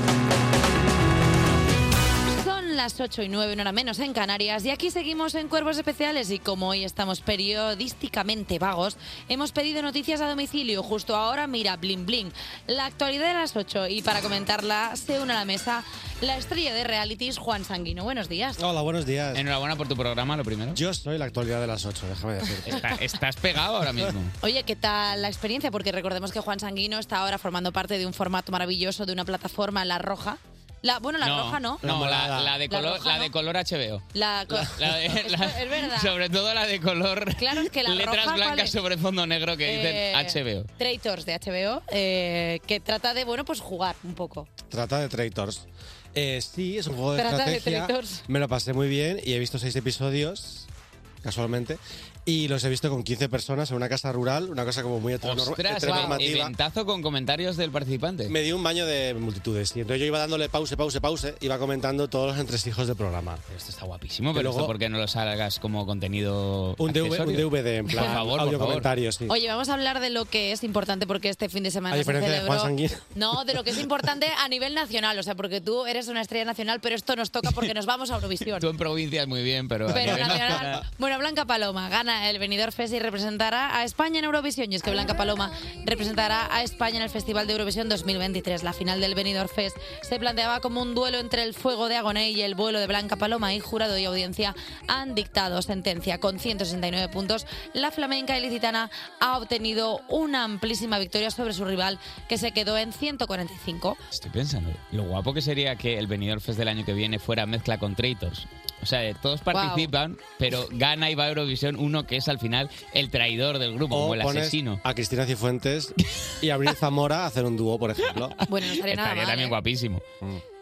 S2: Son las 8 y 9, una hora menos en Canarias, y aquí seguimos en Cuervos Especiales. Y como hoy estamos periodísticamente vagos, hemos pedido noticias a domicilio. Justo ahora, mira, bling bling. La actualidad de las 8, y para comentarla, se une a la mesa la estrella de realities, Juan Sanguino. Buenos días.
S14: Hola, buenos días.
S3: Enhorabuena por tu programa, lo primero.
S14: Yo soy la actualidad de las 8, déjame decirte.
S3: estás pegado ahora mismo.
S2: Oye, ¿qué tal la experiencia? Porque recordemos que Juan Sanguino está ahora formando parte de un formato maravilloso de una plataforma, La Roja. La, bueno, La Roja no.
S3: No, la, la de
S2: La
S3: color,
S2: roja
S3: la
S2: no.
S3: de color HBO.
S2: La co-
S3: La de- la-
S2: es verdad.
S3: Sobre todo la de color.
S2: Claro, es que La
S3: letras
S2: Roja, ¿cuál
S3: blancas
S2: es?
S3: sobre fondo negro que
S2: Eh,
S3: dicen HBO.
S2: Traitors de HBO, eh, que trata de, bueno, pues jugar un poco.
S14: Trata de Traitors. Eh, sí, es un juego de
S2: Trata de
S14: estrategia.
S2: Traitors.
S14: Me lo pasé muy bien y he visto seis episodios, casualmente, y los he visto con 15 personas en una casa rural, una cosa como muy heteronorm-
S3: Ostras, wow,
S14: heteronormativa.
S3: eventazo con comentarios del participante.
S14: Me di un baño de multitudes y entonces yo iba dándole pause, pause, pause, iba comentando todos los entresijos del programa.
S3: Este está guapísimo, pero
S14: luego-
S3: esto ¿por qué no lo salgas como contenido
S14: Un DV
S3: accesorio?
S14: un DVD, en plan
S3: Por favor,
S14: audio
S3: por favor.
S14: comentarios, sí.
S2: Oye, vamos a hablar de lo que es importante porque este fin de semana
S14: A
S2: se
S14: diferencia de
S2: celebró-
S14: Juan Sanguino.
S2: No, de lo que es importante a nivel nacional, o sea, porque tú eres una estrella nacional, pero esto nos toca porque nos vamos a Eurovisión.
S3: Tú en provincias muy bien, pero... a
S2: Pero
S3: nivel
S2: nacional, bueno, Blanca Paloma gana el Benidorm Fest y representará a España en Eurovisión. Y es que Blanca Paloma representará a España en el Festival de Eurovisión 2023. La final del Benidorm Fest se planteaba como un duelo entre el fuego de Agoné y el vuelo de Blanca Paloma. Y jurado y audiencia han dictado sentencia con 169 puntos. La flamenca ilicitana ha obtenido una amplísima victoria sobre su rival que se quedó en 145.
S3: Estoy pensando, lo guapo que sería que el Benidorm Fest del año que viene fuera mezcla con traitors. O sea, eh, todos
S2: Guau.
S3: participan, pero gana y va a Eurovisión uno que es al final el traidor del grupo, como el
S14: pones
S3: asesino.
S14: a Cristina Cifuentes y a Abril Zamora a hacer un dúo, por ejemplo.
S2: Bueno, no estaría nada
S14: Estaría
S2: mal.
S14: también
S2: ¿eh?
S3: guapísimo.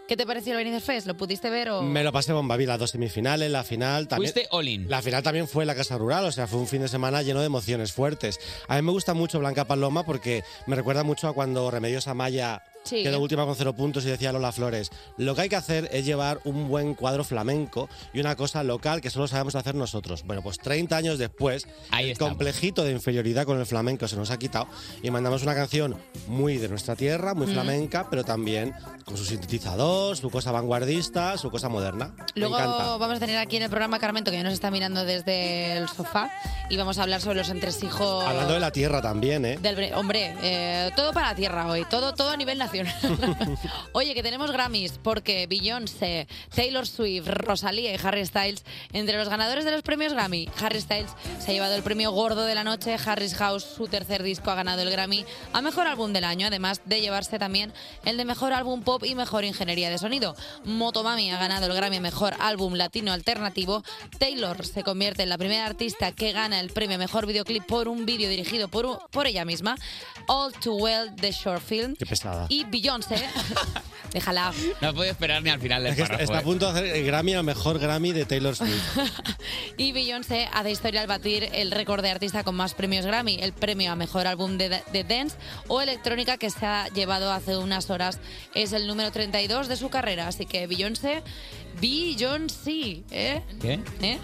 S2: ¿Qué te pareció el Benidorm Fest? ¿Lo pudiste ver o...?
S14: Me lo pasé bomba, vi las dos semifinales, la final también.
S3: Fuiste all-in.
S14: La final también fue en la Casa Rural, o sea, fue un fin de semana lleno de emociones fuertes. A mí me gusta mucho Blanca Paloma porque me recuerda mucho a cuando Remedios Amaya
S15: Sí.
S14: quedó última con cero puntos y decía Lola Flores, lo que hay que hacer es llevar un buen cuadro flamenco y una cosa local que solo sabemos hacer nosotros. Bueno, pues 30 años después, el complejito de inferioridad con el flamenco se nos ha quitado y mandamos una canción muy de nuestra tierra, muy
S2: Mm.
S14: flamenca, pero también con su sintetizador, su cosa vanguardista, su cosa moderna.
S2: Luego
S14: me encanta.
S2: vamos a tener aquí en el programa Carmento, que ya nos está mirando desde el sofá, y vamos a hablar sobre los entresijos.
S14: Hablando de la tierra también, ¿eh?
S2: del bre- hombre, eh, todo para la tierra hoy, todo, todo a nivel nacional. Oye, que tenemos Grammys, porque Beyoncé, Taylor Swift, Rosalía y Harry Styles, entre los ganadores de los premios Grammy, Harry Styles se ha llevado el premio gordo de la noche, Harry's House, su tercer disco, ha ganado el Grammy a mejor álbum del año, además de llevarse también el de mejor álbum pop y mejor ingeniería de sonido. Motomami ha ganado el Grammy a mejor álbum latino alternativo. Taylor se convierte en la primera artista que gana el premio a mejor videoclip por un vídeo dirigido por, u- por ella misma. All Too Well, The Short Film.
S14: Qué pesada.
S2: Y Beyoncé. Déjala.
S3: No puedo esperar ni al final del
S14: Es que está,
S3: párrafo.
S14: está a
S3: eh.
S14: punto de hacer el Grammy, el mejor Grammy de Taylor Swift.
S2: Y Beyoncé hace historia al batir el récord de artista con más premios Grammy, el premio a mejor álbum de, de dance o electrónica que se ha llevado hace unas horas. Es el número 32 de su carrera, así que Beyoncé, Beyoncé, ¿eh?
S3: ¿Qué?
S2: ¿Eh?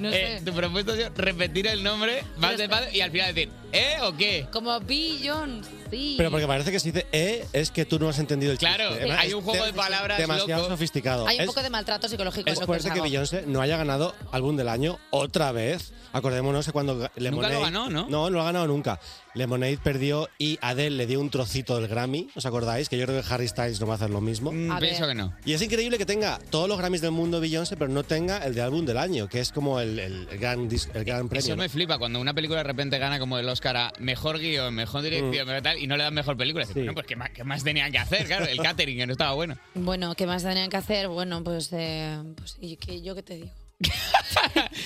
S2: no sé.
S3: Eh, tu propuesta es repetir el nombre más de padre y al final decir, ¿eh o qué?
S2: Como Beyoncé.
S14: Pero porque parece que si dice E es que tú no has entendido el
S3: Claro,
S14: chiste.
S3: hay
S14: Es
S3: un juego de
S14: dem-
S3: palabras
S14: demasiado
S3: loco.
S14: sofisticado.
S2: Hay un
S14: es,
S2: poco de maltrato psicológico.
S14: es
S2: en lo os
S14: fuerte que
S2: hago.
S14: Beyoncé no haya ganado álbum del año otra vez. Acordémonos de cuando Ga- Lemonade...
S3: ganó,
S14: ¿no? No, no lo ha ganado nunca. Lemonade perdió y Adele le dio un trocito del Grammy. ¿Os acordáis? Que yo creo que Harry Styles no va a hacer lo mismo.
S3: Mm, A pienso ver. que no.
S14: Y es increíble que tenga todos los Grammys del mundo Beyoncé, pero no tenga el de álbum del año, que es como el, el- el gran, dis- el gran premio.
S3: Eso
S14: ¿no?
S3: me flipa cuando una película de repente gana como el Oscar a mejor guión, mejor
S14: Mm.
S3: dirección, mejor tal, y no le dan mejor película. Dices, Bueno, pues ¿qué más, qué más tenían que hacer? Claro, el catering que no estaba bueno.
S2: Bueno, ¿qué más tenían que hacer? Bueno, pues, eh, pues ¿y qué- yo qué te digo.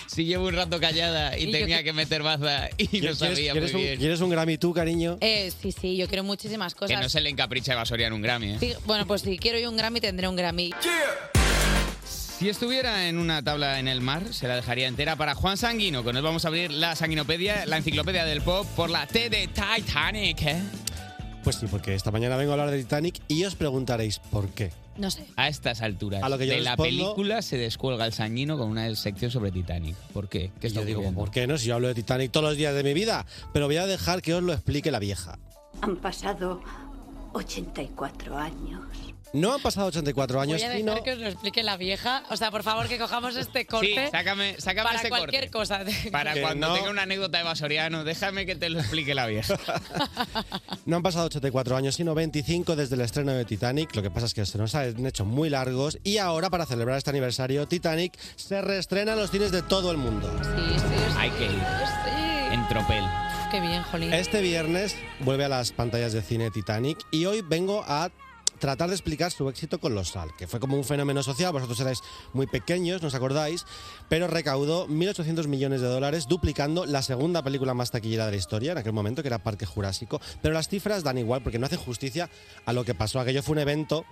S3: Si llevo un rato callada y,
S2: Y yo
S3: tenía
S2: que-
S3: que meter baza y no
S14: ¿Quieres-
S3: sabía
S14: quieres
S3: muy
S14: un-
S3: bien.
S14: ¿Quieres un Grammy tú, cariño?
S2: Eh, sí, sí, yo quiero muchísimas
S3: Que
S2: cosas.
S3: no se le encapricha a Basoria en un Grammy, ¿eh?
S2: Sí, bueno, pues si quiero yo un Grammy, tendré un Grammy.
S3: Si estuviera en una tabla en el mar, se la dejaría entera para Juan Sanguino, que nos vamos a abrir la sanguinopedia, la enciclopedia del pop, por la T de Titanic, ¿eh?
S14: Pues sí, porque esta mañana vengo a hablar de Titanic y os preguntaréis por qué.
S2: No sé.
S3: A estas alturas
S14: A lo que yo
S3: de la
S14: respondo-
S3: película se descuelga el sanguino con una sección sobre Titanic. ¿Por qué? ¿Qué está
S14: Yo digo,
S3: ocurriendo?
S14: ¿por qué no? Si yo hablo de Titanic todos los días de mi vida, pero voy a dejar que os lo explique la vieja.
S15: Han pasado 84 años.
S14: No han pasado 84 años
S2: Voy a
S14: y
S2: dejar
S14: no
S2: que os lo explique la vieja. O sea, por favor, que cojamos este corte.
S3: Sí, sácame- sácame
S2: para
S3: ese corte.
S2: cualquier cosa.
S3: Para cuando
S14: no.
S3: tenga una anécdota de Vasoriano, déjame que te lo explique la vieja.
S14: No han pasado 84 años, sino 25 desde el estreno de Titanic. Lo que pasa es que se nos han hecho muy largos. Y ahora, para celebrar este aniversario, Titanic se reestrena en los cines de todo el mundo.
S3: Hay que ir. En tropel.
S2: Qué bien, Jolín.
S14: Este viernes vuelve a las pantallas de cine Titanic. Y hoy vengo a tratar de explicar su éxito colosal, que fue como un fenómeno social. Vosotros erais muy pequeños, ¿nos acordáis? Pero recaudó 1.800 millones de dólares, duplicando la segunda película más taquillera de la historia en aquel momento, que era Parque Jurásico. Pero las cifras dan igual, porque no hacen justicia a lo que pasó. Aquello fue un evento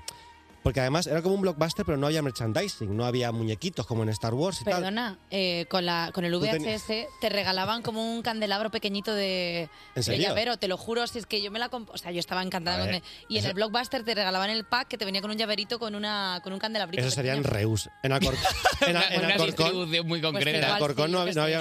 S14: porque además era como un blockbuster, pero no había merchandising, no había muñequitos como en Star Wars y tal.
S2: Perdona, eh, con, la, con el
S14: Tú teni-
S2: VHS te regalaban como un candelabro pequeñito de,
S14: ¿En
S2: de
S14: serio?
S2: llavero, te lo juro, si es que yo me la comp- o sea, yo estaba encantada
S14: A
S2: con
S14: ver,
S2: y en
S14: eso-
S2: el Blockbuster te regalaban el pack que te venía con un llaverito con una con un candelabrito.
S14: Eso sería en Reus. En Alcor- en a- en
S3: Una
S14: Alcorcón.
S3: distribución muy
S2: Pues
S3: concreta.
S14: igual Alcorcón sí, no yo hab- no qué sé. había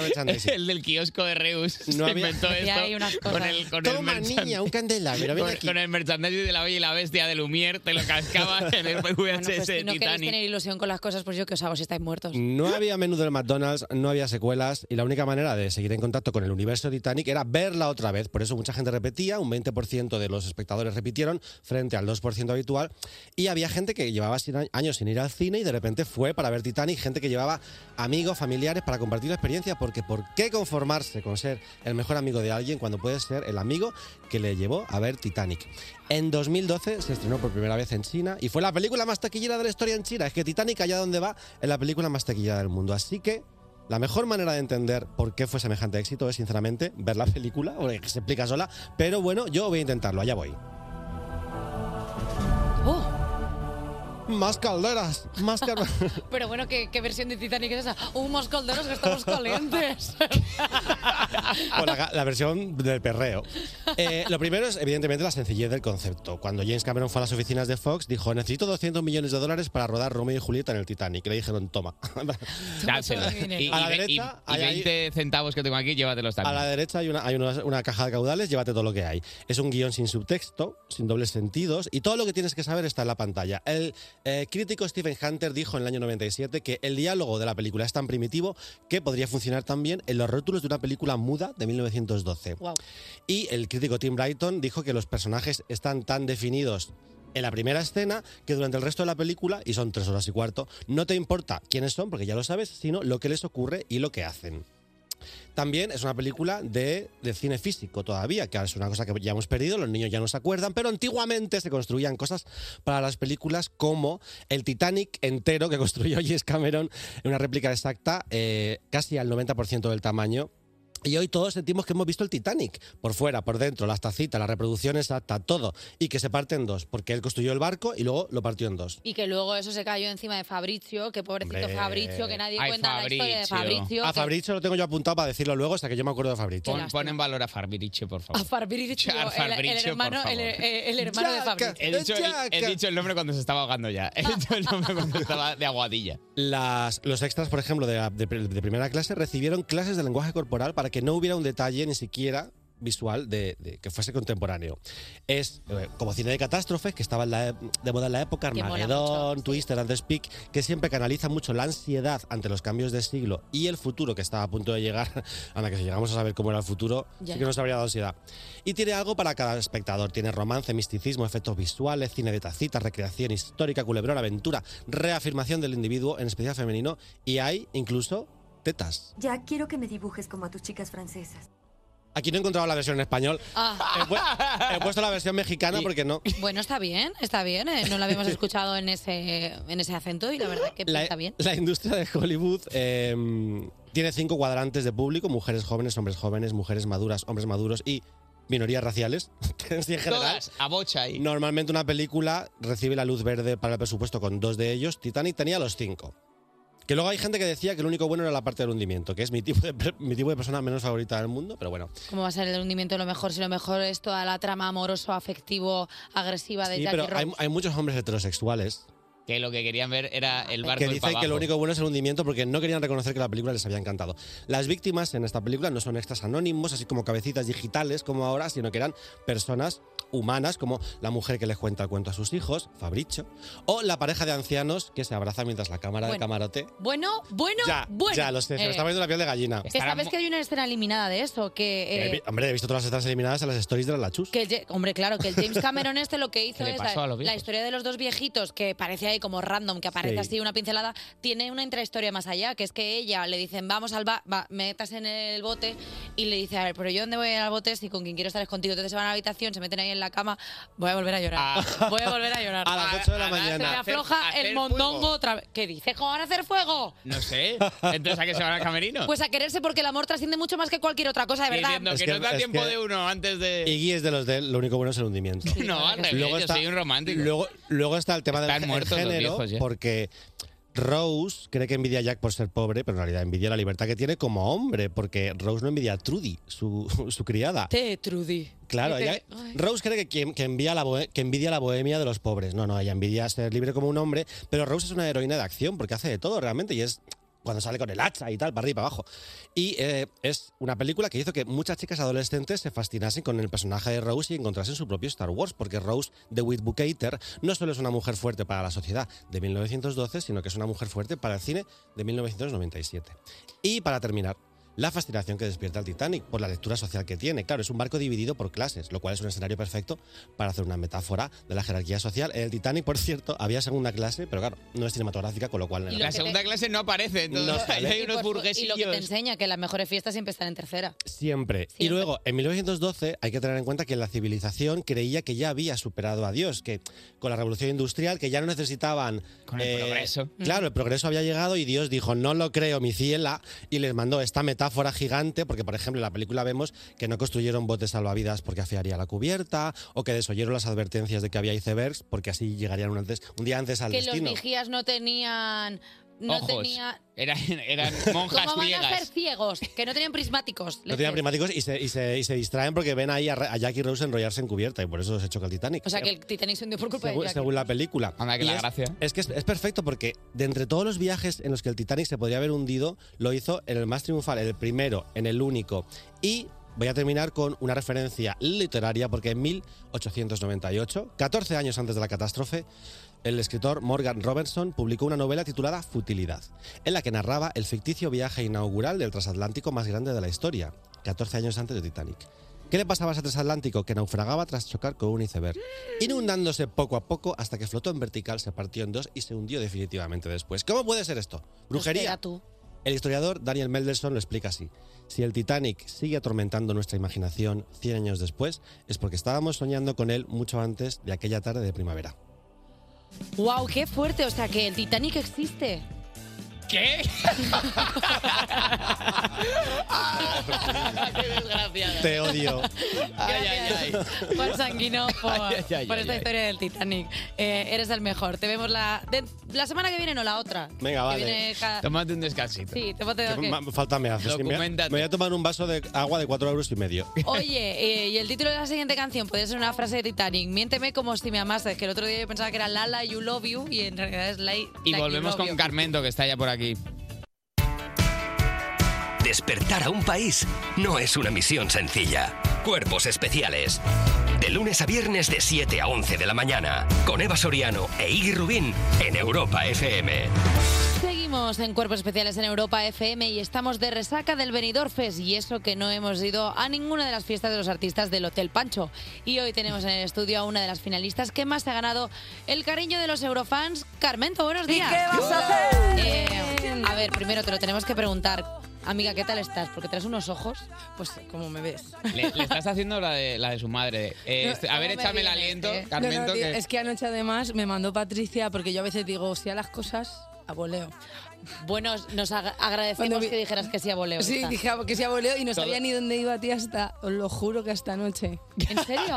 S14: merchandising.
S3: El del kiosco de Reus.
S14: No
S3: se
S14: había-
S3: inventó
S14: Y
S3: esto
S14: hay unas
S3: Con
S14: cosas.
S3: el, con
S14: Toma,
S3: el
S14: niña, un candelabro, ven
S3: Con,
S14: aquí.
S3: con el merchandising de la Bella y la Bestia de Lumière, te lo cascaba en el VHS
S2: Pues si
S3: de
S2: no queréis
S3: Titanic.
S2: tener ilusión con las cosas, pues yo que os hago si estáis muertos.
S14: No había menú del McDonald's, no había secuelas y la única manera de seguir en contacto con el universo Titanic era verla otra vez. Por eso mucha gente repetía, un 20% de los espectadores repitieron frente al 2% habitual y había gente que llevaba sin- años sin ir al cine y de repente fue para ver Titanic, gente que llevaba amigos, familiares para compartir la experiencia, porque ¿por qué conformarse con ser el mejor amigo de alguien cuando puedes ser el amigo que le llevó a ver Titanic? En 2012 se estrenó por primera vez en China y fue la película más taquillera de la historia en China. Es que Titanic, allá donde va, es la película más taquillera del mundo. Así que la mejor manera de entender por qué fue semejante éxito es, sinceramente, ver la película, porque se explica sola. Pero bueno, yo voy a intentarlo, allá voy.
S12: ¡Oh!
S14: Más calderas, más calderas.
S2: Pero bueno, ¿qué, qué versión de Titanic es esa? Unos calderos que estamos calientes.
S14: O la, la versión del perreo. Eh, lo primero es, evidentemente, la sencillez del concepto. Cuando James Cameron fue a las oficinas de Fox, dijo: Necesito 200 millones de dólares para rodar Romeo y Julieta en el Titanic. Y le dijeron: Toma.
S3: Dáselo. Y,
S14: A la
S3: y- y-
S14: derecha,
S3: y
S14: hay- hay-
S3: 20 centavos que tengo aquí, llévatelos
S14: A
S3: también.
S14: la derecha hay, una, hay una, una caja de caudales, llévate todo lo que hay. Es un guión sin subtexto, sin dobles sentidos, y todo lo que tienes que saber está en la pantalla. El eh, crítico Stephen Hunter dijo en el año 97 que el diálogo de la película es tan primitivo que podría funcionar también en los rótulos de una película muda de 1912. Y el crítico Tim Brighton dijo que los personajes están tan definidos en la primera escena que durante el resto de la película, y son tres horas y cuarto, no te importa quiénes son, porque ya lo sabes, sino lo que les ocurre y lo que hacen. También es una película de, de cine físico todavía, que ahora es una cosa que ya hemos perdido, los niños ya no se acuerdan, pero antiguamente se construían cosas para las películas como el Titanic entero que construyó James Cameron en una réplica exacta, eh, casi al 90% del tamaño. Y hoy todos sentimos que hemos visto el Titanic, por fuera, por dentro, las tacitas, la reproducción exacta, todo, y que se parte en dos, porque él construyó el barco y luego lo partió en dos.
S2: Y que luego eso se cayó encima de Fabrizio, que pobrecito
S14: Hombre.
S2: Fabrizio, que nadie
S14: Ay,
S2: cuenta la historia de Fabrizio.
S14: A
S2: que-
S14: Fabricio lo tengo yo apuntado para decirlo luego, o sea que yo me acuerdo de Fabricio.
S2: Qué Pon-
S3: Pon en valor a Fabricio, por favor.
S2: A Fabrizio,
S3: A
S2: el- el,
S3: Fabrizio, por
S2: hermano, el,
S3: favor.
S2: eh, el hermano de Fabrizio.
S3: He dicho, el, he dicho el nombre cuando se estaba ahogando ya. He dicho el nombre cuando estaba de aguadilla.
S14: Las, los extras, por ejemplo, de, la- de pr- de primera clase recibieron clases de lenguaje corporal para que no hubiera un detalle ni siquiera visual de, de- que fuese contemporáneo. Es eh, como cine de catástrofes que estaba en la e- de moda en la época,
S10: Que mola
S14: Armagedón, Twister and the Speak, que siempre canaliza mucho la ansiedad ante los cambios de siglo y el futuro que estaba a punto de llegar, a la que si llegamos a saber cómo era el futuro,
S10: Ya.
S14: sí que nos habría dado ansiedad. Y tiene algo para cada espectador. Tiene romance, misticismo, efectos visuales, cine de tacitas, recreación histórica, culebrón, aventura, reafirmación del individuo, en especial femenino, y hay incluso tetas.
S16: Ya quiero que me dibujes como a tus chicas francesas.
S14: Aquí no he encontrado la versión en español. He, pu- he puesto la versión mexicana porque no.
S2: Ah, Bueno, está bien, está bien. eh, No la habíamos escuchado en ese, en ese acento y la verdad
S3: ¿E
S2: que
S14: La-
S2: está bien.
S14: La industria de Hollywood eh, tiene cinco cuadrantes de público: mujeres jóvenes, hombres jóvenes, mujeres maduras, hombres maduros y minorías raciales. en general.
S3: Todas, a bocha ahí.
S14: Normalmente una película recibe la luz verde para el presupuesto con dos de ellos. Titanic tenía los cinco. Que luego hay gente que decía que lo único bueno era la parte del hundimiento, que es mi tipo de, per- mi tipo de persona menos favorita del mundo, pero bueno.
S2: ¿Cómo va a ser el hundimiento lo mejor? Si lo mejor es toda la trama amoroso, afectivo, agresiva de
S14: Sí,
S2: Jackie
S14: pero
S2: Rose.
S14: hay, hay muchos hombres heterosexuales
S3: Que lo que querían ver era el barco
S14: que
S3: ir pa'
S14: dicen que lo
S3: abajo.
S14: único bueno es el hundimiento porque no querían reconocer que la película les había encantado. Las víctimas en esta película no son extras anónimos, así como cabecitas digitales como ahora, sino que eran personas humanas como la mujer que les cuenta el cuento a sus hijos, Fabricio, o la pareja de ancianos que se abraza mientras la cámara de
S2: Bueno.
S14: camarote...
S2: Bueno, bueno,
S14: ya,
S2: bueno.
S14: ya, lo sé, se me
S2: Eh,
S14: está poniendo la piel de gallina.
S2: que sabes que hay una escena eliminada de eso, que... eh,
S14: Eh, Hombre, he visto todas las escenas eliminadas en las stories de la Lachus.
S2: que el Ja- hombre, claro, que el James Cameron este lo que hizo
S14: ¿Qué le
S2: es
S14: pasó a
S2: la,
S14: los viejos?
S2: la historia de los dos viejitos que parece ahí como random, que aparece
S14: Sí.
S2: así una pincelada, tiene una intrahistoria más allá, que es que ella le dicen, vamos al ba va, metas en el bote y le dice, a ver, pero yo dónde voy a ir al bote si con quien quiero estar es contigo. Entonces se van a la habitación, se meten ahí en la cama, voy a volver a llorar.
S5: Ah.
S2: Voy a volver a llorar.
S14: A las 8 de la
S2: Se me
S14: mañana.
S2: afloja
S3: ah. hacer
S2: el
S3: fuego.
S2: mondongo otra vez. ¿Qué dice? ¿Cómo van a hacer fuego?
S3: No sé. Entonces, ¿a qué se van al camerino?
S2: Pues a quererse porque el amor trasciende mucho más que cualquier otra cosa, de verdad.
S3: Diciendo
S14: Es
S3: que,
S14: que-
S3: no da
S14: es
S3: tiempo
S14: que-
S3: de uno antes de...
S14: Iggy es de los de lo único bueno es el hundimiento.
S3: No, al revés, yo soy un romántico.
S14: Luego, luego está el tema
S3: Están
S14: del
S3: muertos los
S14: género,
S3: viejos ya.
S14: porque Rose cree que envidia a Jack por ser pobre, pero en realidad envidia la libertad que tiene como hombre, porque Rose no envidia a Trudy, su, su criada.
S2: Te, Trudy.
S14: Claro,
S2: Te-
S14: ella-
S2: Ay.
S14: Rose cree que, quien- que envía la bohe- que envidia la bohemia de los pobres. No, no, ella envidia ser libre como un hombre, pero Rose es una heroína de acción porque hace de todo realmente y es cuando sale con el hacha y tal, para arriba y para abajo. Y eh, es una película que hizo que muchas chicas adolescentes se fascinasen con el personaje de Rose y encontrasen su propio Star Wars, porque Rose de Whitbucater no solo es una mujer fuerte para la sociedad de 1912, sino que es una mujer fuerte para el cine de 1997. Y para terminar, la fascinación que despierta el Titanic por la lectura social que tiene. Claro, es un barco dividido por clases, lo cual es un escenario perfecto para hacer una metáfora de la jerarquía social. En el Titanic, por cierto, había segunda clase, pero claro, no es cinematográfica, con lo cual...
S3: La segunda clase no aparece, entonces
S14: No
S3: ahí
S14: sale.
S3: hay
S14: Y
S3: unos
S2: por- y lo
S3: burguesillos.
S2: que te enseña, que las mejores fiestas siempre están en tercera.
S14: Siempre. Y luego, en 1912, hay que tener en cuenta que la civilización creía que ya había superado a Dios, que con la revolución industrial, que ya no necesitaban. Con el
S3: progreso.
S14: Claro, el progreso había llegado y Dios dijo, no lo creo, mi ciela, y les mandó esta metáfora gigante, porque, por ejemplo, en la película vemos que no construyeron botes salvavidas porque afearía la cubierta, o que desoyeron las advertencias de que había icebergs porque así llegarían un, antes, un día antes al
S2: que
S14: destino.
S2: los vigías no tenían. No
S14: Ojos.
S2: tenían.
S3: Eran, eran monjas
S2: ¿Cómo van a
S14: griegas.
S2: ser ciegos? Que no tenían prismáticos.
S14: No tenían primáticos y se, y se- y se distraen porque ven ahí a, Ra- a Jackie Rose enrollarse en cubierta y por eso se choca el Titanic.
S2: O sea, que el Titanic se hundió por culpa
S14: Según,
S2: de Jack.
S14: según la película.
S3: que
S14: Y
S3: la
S14: es,
S3: gracia.
S14: Es que es, es perfecto porque de entre todos los viajes en los que el Titanic se podría haber hundido, lo hizo en el más triunfal, en el primero, en el único. Y voy a terminar con una referencia literaria porque en 1898, 14 años antes de la catástrofe, el escritor Morgan Robertson publicó una novela titulada Futilidad, en la que narraba el ficticio viaje inaugural del transatlántico más grande de la historia, 14 años antes del Titanic. ¿Qué le pasaba a ese transatlántico que naufragaba tras chocar con un iceberg? Inundándose poco a poco hasta que flotó en vertical, se partió en dos y se hundió definitivamente después. ¿Cómo puede ser esto? ¿Brujería?
S2: Espera tú.
S14: El historiador Daniel Mendelssohn lo explica así. Si el Titanic sigue atormentando nuestra imaginación 100 años después, es porque estábamos soñando con él mucho antes de aquella tarde de primavera.
S2: ¡Wow! ¡Qué fuerte! O sea, que el Titanic existe.
S3: ¿Qué?
S5: Qué desgraciada.
S14: Te odio.
S3: Ay, ay, ay.
S2: Juan Sanguino, por,
S3: Ay, ay, ay,
S2: por
S3: ay,
S2: esta
S3: ay.
S2: historia del Titanic. Eh, eres el mejor. Te vemos la, de- la semana que viene, no la otra.
S14: Venga,
S2: Que
S14: vale.
S2: viene cada-
S3: Tómate un descansito.
S2: Sí, te ponte-
S14: Que
S2: ok.
S14: ma- Falta me haces. que me- Me
S3: Documéntate.
S14: voy a tomar un vaso de agua de 4 euros y medio.
S2: Oye, eh, y el título de la siguiente canción podría ser una frase de Titanic. Miénteme como si me amases, que el otro día yo pensaba que era Lala, You Love You, y en realidad es Lai.
S3: Y volvemos con Carmento, que está ya por aquí.
S1: Despertar a un país no es una misión sencilla. Cuerpos especiales. De lunes a viernes de 7 a 11 de la mañana. Con Eva Soriano e Iggy Rubín en Europa FM.
S2: Seguimos en Cuerpos Especiales en Europa FM y estamos de resaca del Benidorm Fest y eso que no hemos ido a ninguna de las fiestas de los artistas del Hotel Pancho. Y hoy tenemos en el estudio a una de las finalistas que más se ha ganado el cariño de los eurofans, Carmento. Buenos días.
S9: qué vas a hacer?
S2: Eh, a ver, primero te lo tenemos que preguntar. Amiga, ¿qué tal estás? Porque traes unos ojos, pues como me ves.
S3: Le, le estás haciendo la de, la de su madre. Eh, este, a ver,
S17: ¿cómo me
S3: échame el
S17: vienes,
S3: aliento,
S17: eh? No,
S3: Carmento.
S17: no, tío,
S3: que-
S17: Es que anoche además me mandó Patricia, porque yo a veces digo sí a las cosas, a
S2: A voleo. Bueno, nos ag- agradecemos
S17: Cuando vi-
S2: que dijeras que sí a voleo.
S17: Sí,
S2: Esta.
S17: dije ah, que se voleo y no
S2: Todo-
S17: sabía ni dónde iba a ti hasta, os lo juro que hasta anoche.
S2: ¿En serio?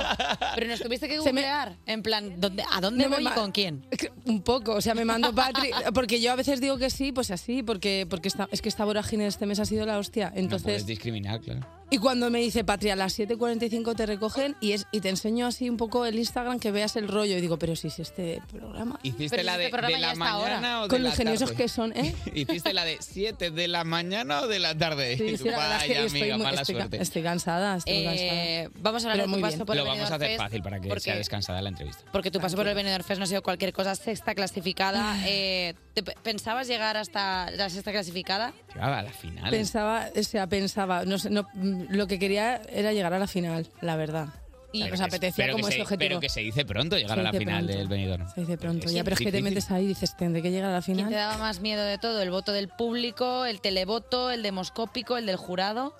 S2: Pero nos tuviste que
S17: Se me-
S2: googlear. En plan, ¿dónde, ¿a dónde
S17: No me
S2: voy y
S17: ma-
S2: con quién?
S17: Un poco, o sea, me mandó Patri, porque yo a veces digo que sí, pues así, porque, porque esta- es que esta vorágine de este mes ha sido la hostia. Entonces,
S3: Puedes discriminar, claro.
S17: y cuando me dice Patri, a las 7.45 te recogen y, es, y te enseño así un poco el Instagram que veas el rollo. Y digo, pero si es este programa.
S3: ¿Hiciste
S2: este
S3: la de, de la mañana o de
S17: Con
S3: la
S17: lo ingeniosos
S3: tarde?
S17: que son, ¿eh?
S3: ¿Hiciste la de 7 de la mañana o de la tarde?
S17: Sí,
S3: Y
S17: sí,
S3: tú,
S17: la verdad es que
S3: Vaya,
S17: yo estoy
S3: amiga,
S17: muy-
S3: mala
S17: estoy ca-
S3: suerte.
S17: estoy cansada, estoy
S2: Eh,
S17: cansada.
S2: vamos a hablar de
S17: Pero
S2: tu
S17: muy
S2: paso
S17: bien.
S2: por el
S3: Lo vamos a
S2: Benidorm
S3: hacer
S2: Fest,
S3: fácil para que
S2: porque-
S3: sea descansada la entrevista.
S2: Porque tu paso por el Benidorm Fest no ha sido cualquier cosa. Sexta clasificada. eh, ¿te pe- ¿Pensabas llegar hasta la sexta clasificada?
S3: Llegaba a la final.
S17: Pensaba, o sea, pensaba, no sé, no, mm, lo que quería era llegar a la final, la verdad. Y
S3: Pero
S17: nos
S3: que-
S17: apetecía
S3: pero
S17: como
S3: que
S17: ese
S3: se-
S17: objetivo.
S3: Pero que se dice pronto llegar
S17: Se
S3: a la
S17: dice
S3: final
S17: pronto.
S3: del Benidorm.
S17: Se dice pronto, ya, pero es que te
S3: difícil.
S17: metes ahí y dices, tendré que llegar a la
S2: ¿Quién te
S17: final.
S2: daba más miedo de todo? ¿El voto del público, el televoto, el demoscópico, el del jurado?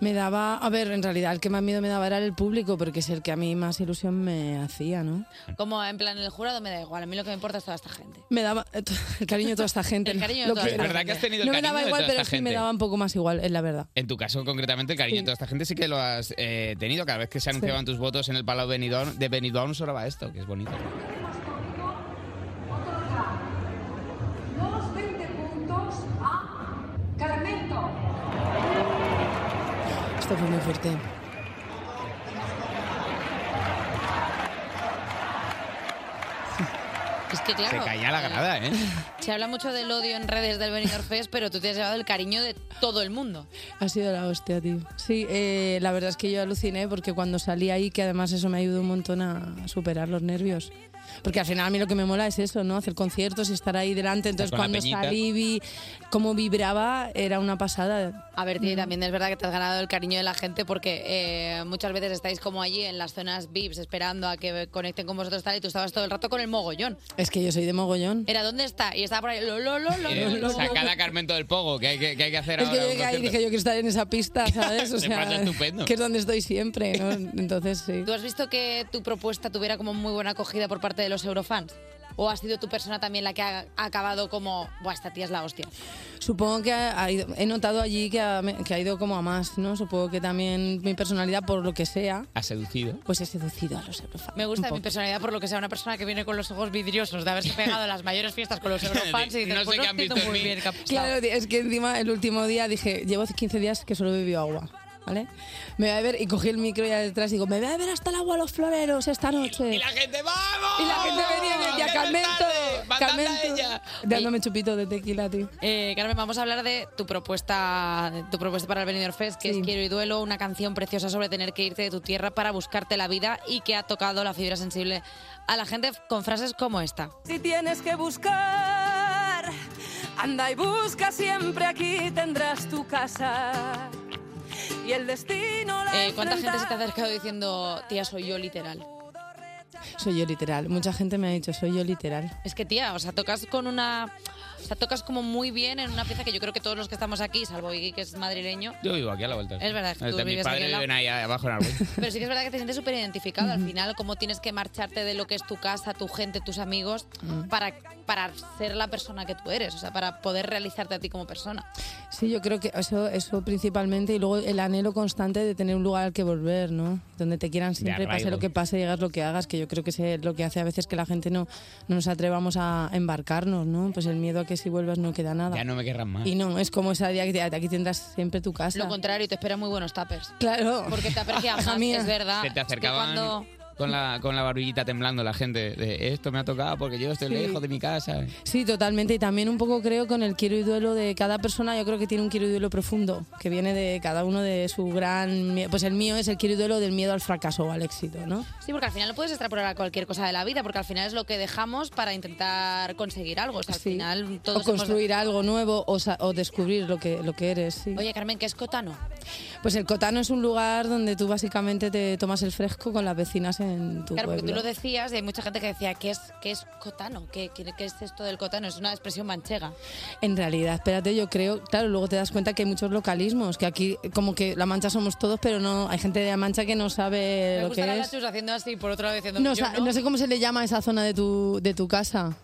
S17: Me daba, a ver, en realidad el que más miedo me daba era el público, porque es el que a mí más ilusión me hacía, ¿no?
S2: Como en plan, el jurado me da igual. A mí lo que me importa es toda esta gente.
S17: Me daba eh, to- el cariño de toda esta gente.
S2: El cariño de
S17: lo
S2: toda
S17: que-
S2: esta
S17: no,
S2: ¿Verdad que has tenido
S3: el
S17: me
S3: cariño
S17: daba
S3: de
S17: igual,
S3: toda
S17: pero
S3: esta
S17: sí me
S3: gente?
S17: daba un poco más igual, es la verdad.
S3: En tu caso, concretamente, el cariño de toda esta gente sí que lo has eh, tenido. Cada vez que se anunciaban tus votos en el Palau Benidorm, de Benidorm solo va esto, que es bonito.
S18: Los 20 puntos a Carmento.
S17: Esto fue muy fuerte.
S2: Es que claro.
S3: Se caía la
S2: eh,
S3: grada, ¿eh?
S2: Se habla mucho del odio en redes del Benidorm Fest, pero tú te has llevado el cariño de todo el mundo.
S17: Ha sido la hostia, tío. Sí, eh, la verdad es que yo aluciné porque cuando salí ahí, que además eso me ayudó un montón a superar los nervios. Porque al final a mí lo que me mola es eso, ¿no? Hacer conciertos y estar ahí delante. Entonces
S2: con la
S17: cuando
S2: peñita.
S17: salí, vi cómo vibraba, era una pasada.
S2: A ver, tío, y también es verdad que te has ganado el cariño de la gente porque eh, muchas veces estáis como allí en las zonas VIPs esperando a que conecten con vosotros tal y tú estabas todo el rato con el mogollón.
S17: Es que yo soy de mogollón.
S2: Era, ¿dónde está? Y estaba por ahí, lo, lo, lo, lo, lo,
S3: Eh,
S2: lo,
S3: sacada Carmento del Pogo, que hay que, que hay que hacer
S17: Es que
S3: ahora.
S17: yo
S3: un
S17: llegué ahí y
S3: concierto.
S17: dije, yo quiero estar en esa pista, ¿sabes? O
S3: Me
S17: sea,
S3: parece estupendo.
S17: que es donde estoy siempre, ¿no? Entonces, sí.
S2: ¿Tú has visto que tu propuesta tuviera como muy buena acogida por parte de los eurofans? ¿O ha sido tu persona también la que ha ha acabado como, buah, esta tía es la hostia?
S17: Supongo que ha- ha ido- he notado allí que ha, que ha ido como a más, ¿no? Supongo que también mi personalidad, por lo que sea,
S3: Ha seducido.
S17: pues he seducido a los eurofans.
S2: Me gusta
S17: un
S2: mi
S17: poco.
S2: personalidad por lo que sea una persona que viene con los ojos vidriosos de haberse pegado a las mayores fiestas con los eurofans y dices,
S3: No sé
S2: pues
S3: qué
S2: no
S3: han
S2: entiendo
S3: visto en
S2: muy
S3: mí.
S2: bien, qué ha pasado.
S17: Claro, tía, es que encima el último día dije, llevo 15 días que solo he bebido agua, ¿vale? Me voy a ver y cogí el micro y detrás y digo, me voy a ver hasta el agua a los floreros esta noche. Y la
S3: gente, ¡vamos!
S17: Y la gente venía y me decía, Carmento,
S2: mandadla a
S17: Carmento.
S2: ella.
S17: Dándome chupito de tequila, tío.
S2: Eh, Carmen, vamos a hablar de tu propuesta, de tu propuesta para el Benidorm Fest, que es Quiero y Duelo, una canción preciosa sobre tener que irte de tu tierra para buscarte la vida y que ha tocado la fibra sensible a la gente con frases como esta.
S18: Si tienes que buscar, anda y busca siempre aquí tendrás tu casa. Y el destino la
S2: Eh, ¿Cuánta gente se te ha acercado diciendo, tía, soy yo literal?
S17: Soy yo literal. Mucha gente me ha dicho, soy yo literal.
S2: Es que, tía, o sea, tocas con una... O sea, tocas como muy bien en una pieza que yo creo que todos los que estamos aquí, salvo Iggy, que es madrileño,
S3: Yo vivo aquí a la vuelta.
S2: Es verdad, tú
S3: Desde mis
S2: vives aquí
S3: padres
S2: al lado.
S3: viven ahí eh, abajo en Arbuey.
S2: Pero sí que es verdad que te sientes súper identificado al final, cómo tienes que marcharte de lo que es tu casa, tu gente, tus amigos, para, para ser la persona que tú eres, o sea, para poder realizarte a ti como persona.
S17: Sí, yo creo que eso, eso principalmente y luego el anhelo constante de tener un lugar al que volver, ¿no? Donde te quieran siempre, pase
S2: arraigo.
S17: lo que pase, hagas lo que hagas, que yo creo que es lo que hace a veces que la gente no, no nos atrevamos a embarcarnos, ¿no? Pues el miedo a que si vuelvas no queda nada.
S3: Ya no me querrán más.
S17: Y no, es como esa idea que te- aquí tendrás siempre tu casa.
S2: Lo contrario, te esperan muy buenos tapers.
S17: Claro.
S2: Porque te aprecian
S17: Hija
S2: más,
S17: mía.
S2: es verdad.
S3: Se te
S2: Es que
S3: acercaban
S2: cuando-
S3: con, la, con la barbillita temblando la gente. De esto me ha tocado porque yo estoy
S17: Sí.
S3: lejos de mi casa.
S17: Sí, totalmente. Y también un poco creo con el quiero y duelo de cada persona, yo creo que tiene un quiero y duelo profundo, que viene de cada uno de su gran... mie- Pues el mío es el quiero y duelo del miedo al fracaso o al éxito, ¿no?
S2: Sí, porque al final lo puedes extrapolar a cualquier cosa de la vida, porque al final es lo que dejamos para intentar conseguir algo. O sea, al final todos
S17: o
S2: hemos-
S17: construir algo nuevo o, sa- o descubrir lo que, lo que eres. sí.
S2: Oye, Carmen, ¿qué es Cotano?
S17: Pues el Cotano es un lugar donde tú básicamente te tomas el fresco con las vecinas en tu
S2: Claro, porque tú lo
S17: pueblo.
S2: decías y hay mucha gente que decía, ¿qué es, qué es Cotano? ¿Qué, qué, qué es esto del Cotano? Es una expresión manchega.
S17: En realidad, espérate, yo creo, claro, luego te das cuenta que hay muchos localismos, que aquí como que La Mancha somos todos, pero no hay gente de La Mancha que no sabe
S2: Me
S17: lo
S2: gusta la
S17: que
S2: de
S17: es.
S2: Chus haciendo así, por otro lado diciendo
S17: No,
S2: yo
S17: sa-
S2: no.
S17: no sé cómo se le llama a esa zona de tu, de tu casa.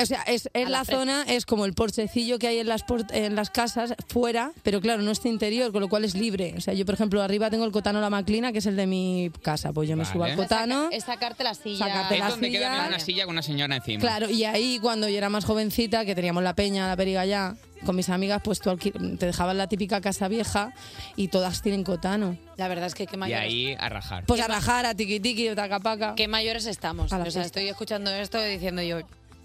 S17: O sea, es, es
S12: A
S17: la
S12: la fresca.
S17: zona, es como el porchecillo que hay en las, por- en las casas fuera, pero claro, no está interior, con lo cual es libre. O sea, yo, por ejemplo, arriba tengo el cotano La Maclina, que es el de mi casa. Pues yo me subo al cotano.
S2: Es sacarte la silla.
S17: Sacarte
S3: Es
S17: la
S3: donde queda
S17: silla.
S3: una silla con una señora encima.
S17: Claro, y ahí cuando yo era más jovencita, que teníamos la peña, la periga ya, con mis amigas, pues tú alquil- te dejaban la típica casa vieja y todas tienen cotano.
S2: La verdad es que qué
S3: Y
S2: mayores.
S3: ahí a rajar.
S17: Pues a rajar, a tiquitiqui, a tacapaca.
S2: Qué mayores estamos.
S17: A la
S2: O sea,
S17: fiesta.
S2: estoy escuchando esto y diciendo yo,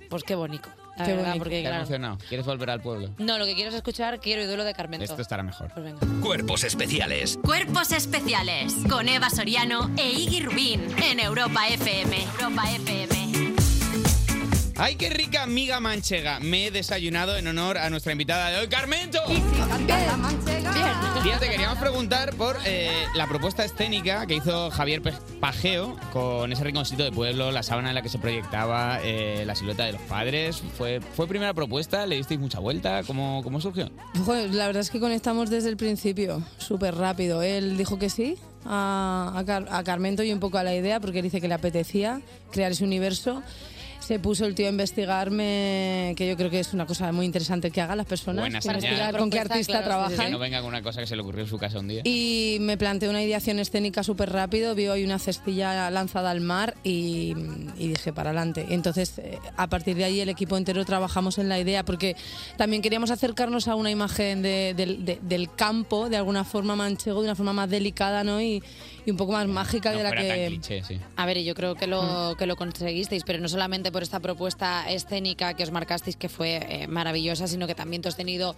S2: pues qué bonito. La
S3: Qué
S2: verdad,
S3: bonito.
S2: porque
S3: Te ha
S2: claro.
S3: emocionado. ¿Quieres volver al pueblo?
S2: No, lo que quiero es escuchar Quiero y duelo de Carmento.
S3: Esto estará mejor.
S2: Pues
S1: Cuerpos especiales
S6: Cuerpos especiales con Eva Soriano e Iggy Rubín en Europa FM. Europa FM.
S3: ¡Ay, qué rica amiga manchega! Me he desayunado en honor a nuestra invitada de hoy, Carmento. Tía, te queríamos preguntar por eh, la propuesta escénica que hizo Javier Pe- Pajeo con ese rinconcito de pueblo, la sábana en la que se proyectaba eh, la silueta de los padres. ¿Fue, fue primera propuesta? ¿Le disteis mucha vuelta? ¿Cómo, cómo surgió?
S17: Joder, la verdad es que conectamos desde el principio, súper rápido. Él dijo que sí a, a Car- a Carmento y un poco a la idea, porque él dice que le apetecía crear ese universo. Se puso el tío a investigarme, que yo creo que es una cosa muy interesante que hagan las personas,
S3: Buena
S17: que investigar
S3: señal.
S17: con qué artista
S3: Que
S17: trabajan.
S3: no venga con una cosa que se le ocurrió en su casa un día.
S17: Y me planteé una ideación escénica súper rápido, vio ahí una cestilla lanzada al mar y, y dije para adelante. Entonces, eh, a partir de ahí el equipo entero trabajamos en la idea porque también queríamos acercarnos a una imagen de- del- de- del campo, de alguna forma manchego, de una forma más delicada ¿no? y, y un poco más mágica de la
S3: fuera tan
S17: que...
S3: cliché, sí.
S2: A ver, y yo creo que
S17: Mm.
S2: lo, que lo conseguisteis, pero no solamente por esta propuesta escénica que os marcasteis, que fue eh, maravillosa, sino que también te has tenido,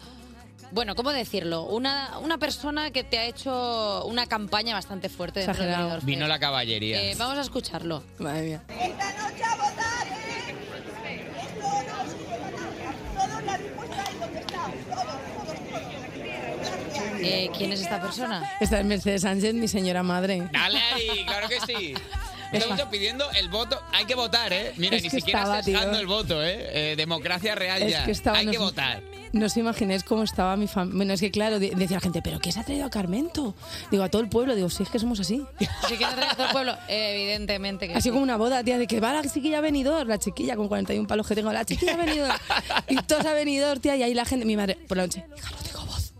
S2: bueno, ¿cómo decirlo? Una, una persona que te ha hecho una campaña bastante fuerte. dentro del Benidorm Fest.
S3: Vino la caballería.
S2: Eh, vamos a escucharlo.
S17: Madre mía.
S2: Eh, ¿Quién es esta persona?
S17: Esta es Mercedes Sánchez, mi señora madre.
S3: Dale ahí, claro que sí.
S17: Es
S3: Estamos pidiendo el voto. Hay que votar, ¿eh? Mira,
S17: Es
S3: ni
S17: que
S3: siquiera
S17: estaba,
S3: estás dejando
S17: tío.
S3: el voto, ¿eh? Eh, Democracia real
S17: Es
S3: ya.
S17: que estaba,
S3: Hay
S17: no
S3: que
S17: sé.
S3: votar.
S17: No os imagináis cómo estaba mi familia. Bueno, es que claro, de- decía la gente, ¿pero qué se ha traído a Carmento? Digo, a todo el pueblo. Digo, si es que somos así.
S2: Si quieres traer a todo el pueblo, eh, evidentemente que
S17: Así
S2: sí.
S17: como una boda, tía, de que va la chiquilla venidor, la chiquilla con 41 palos que tengo, la chiquilla venidor. y todos a venidor, tía, y ahí la gente, mi madre, por la noche,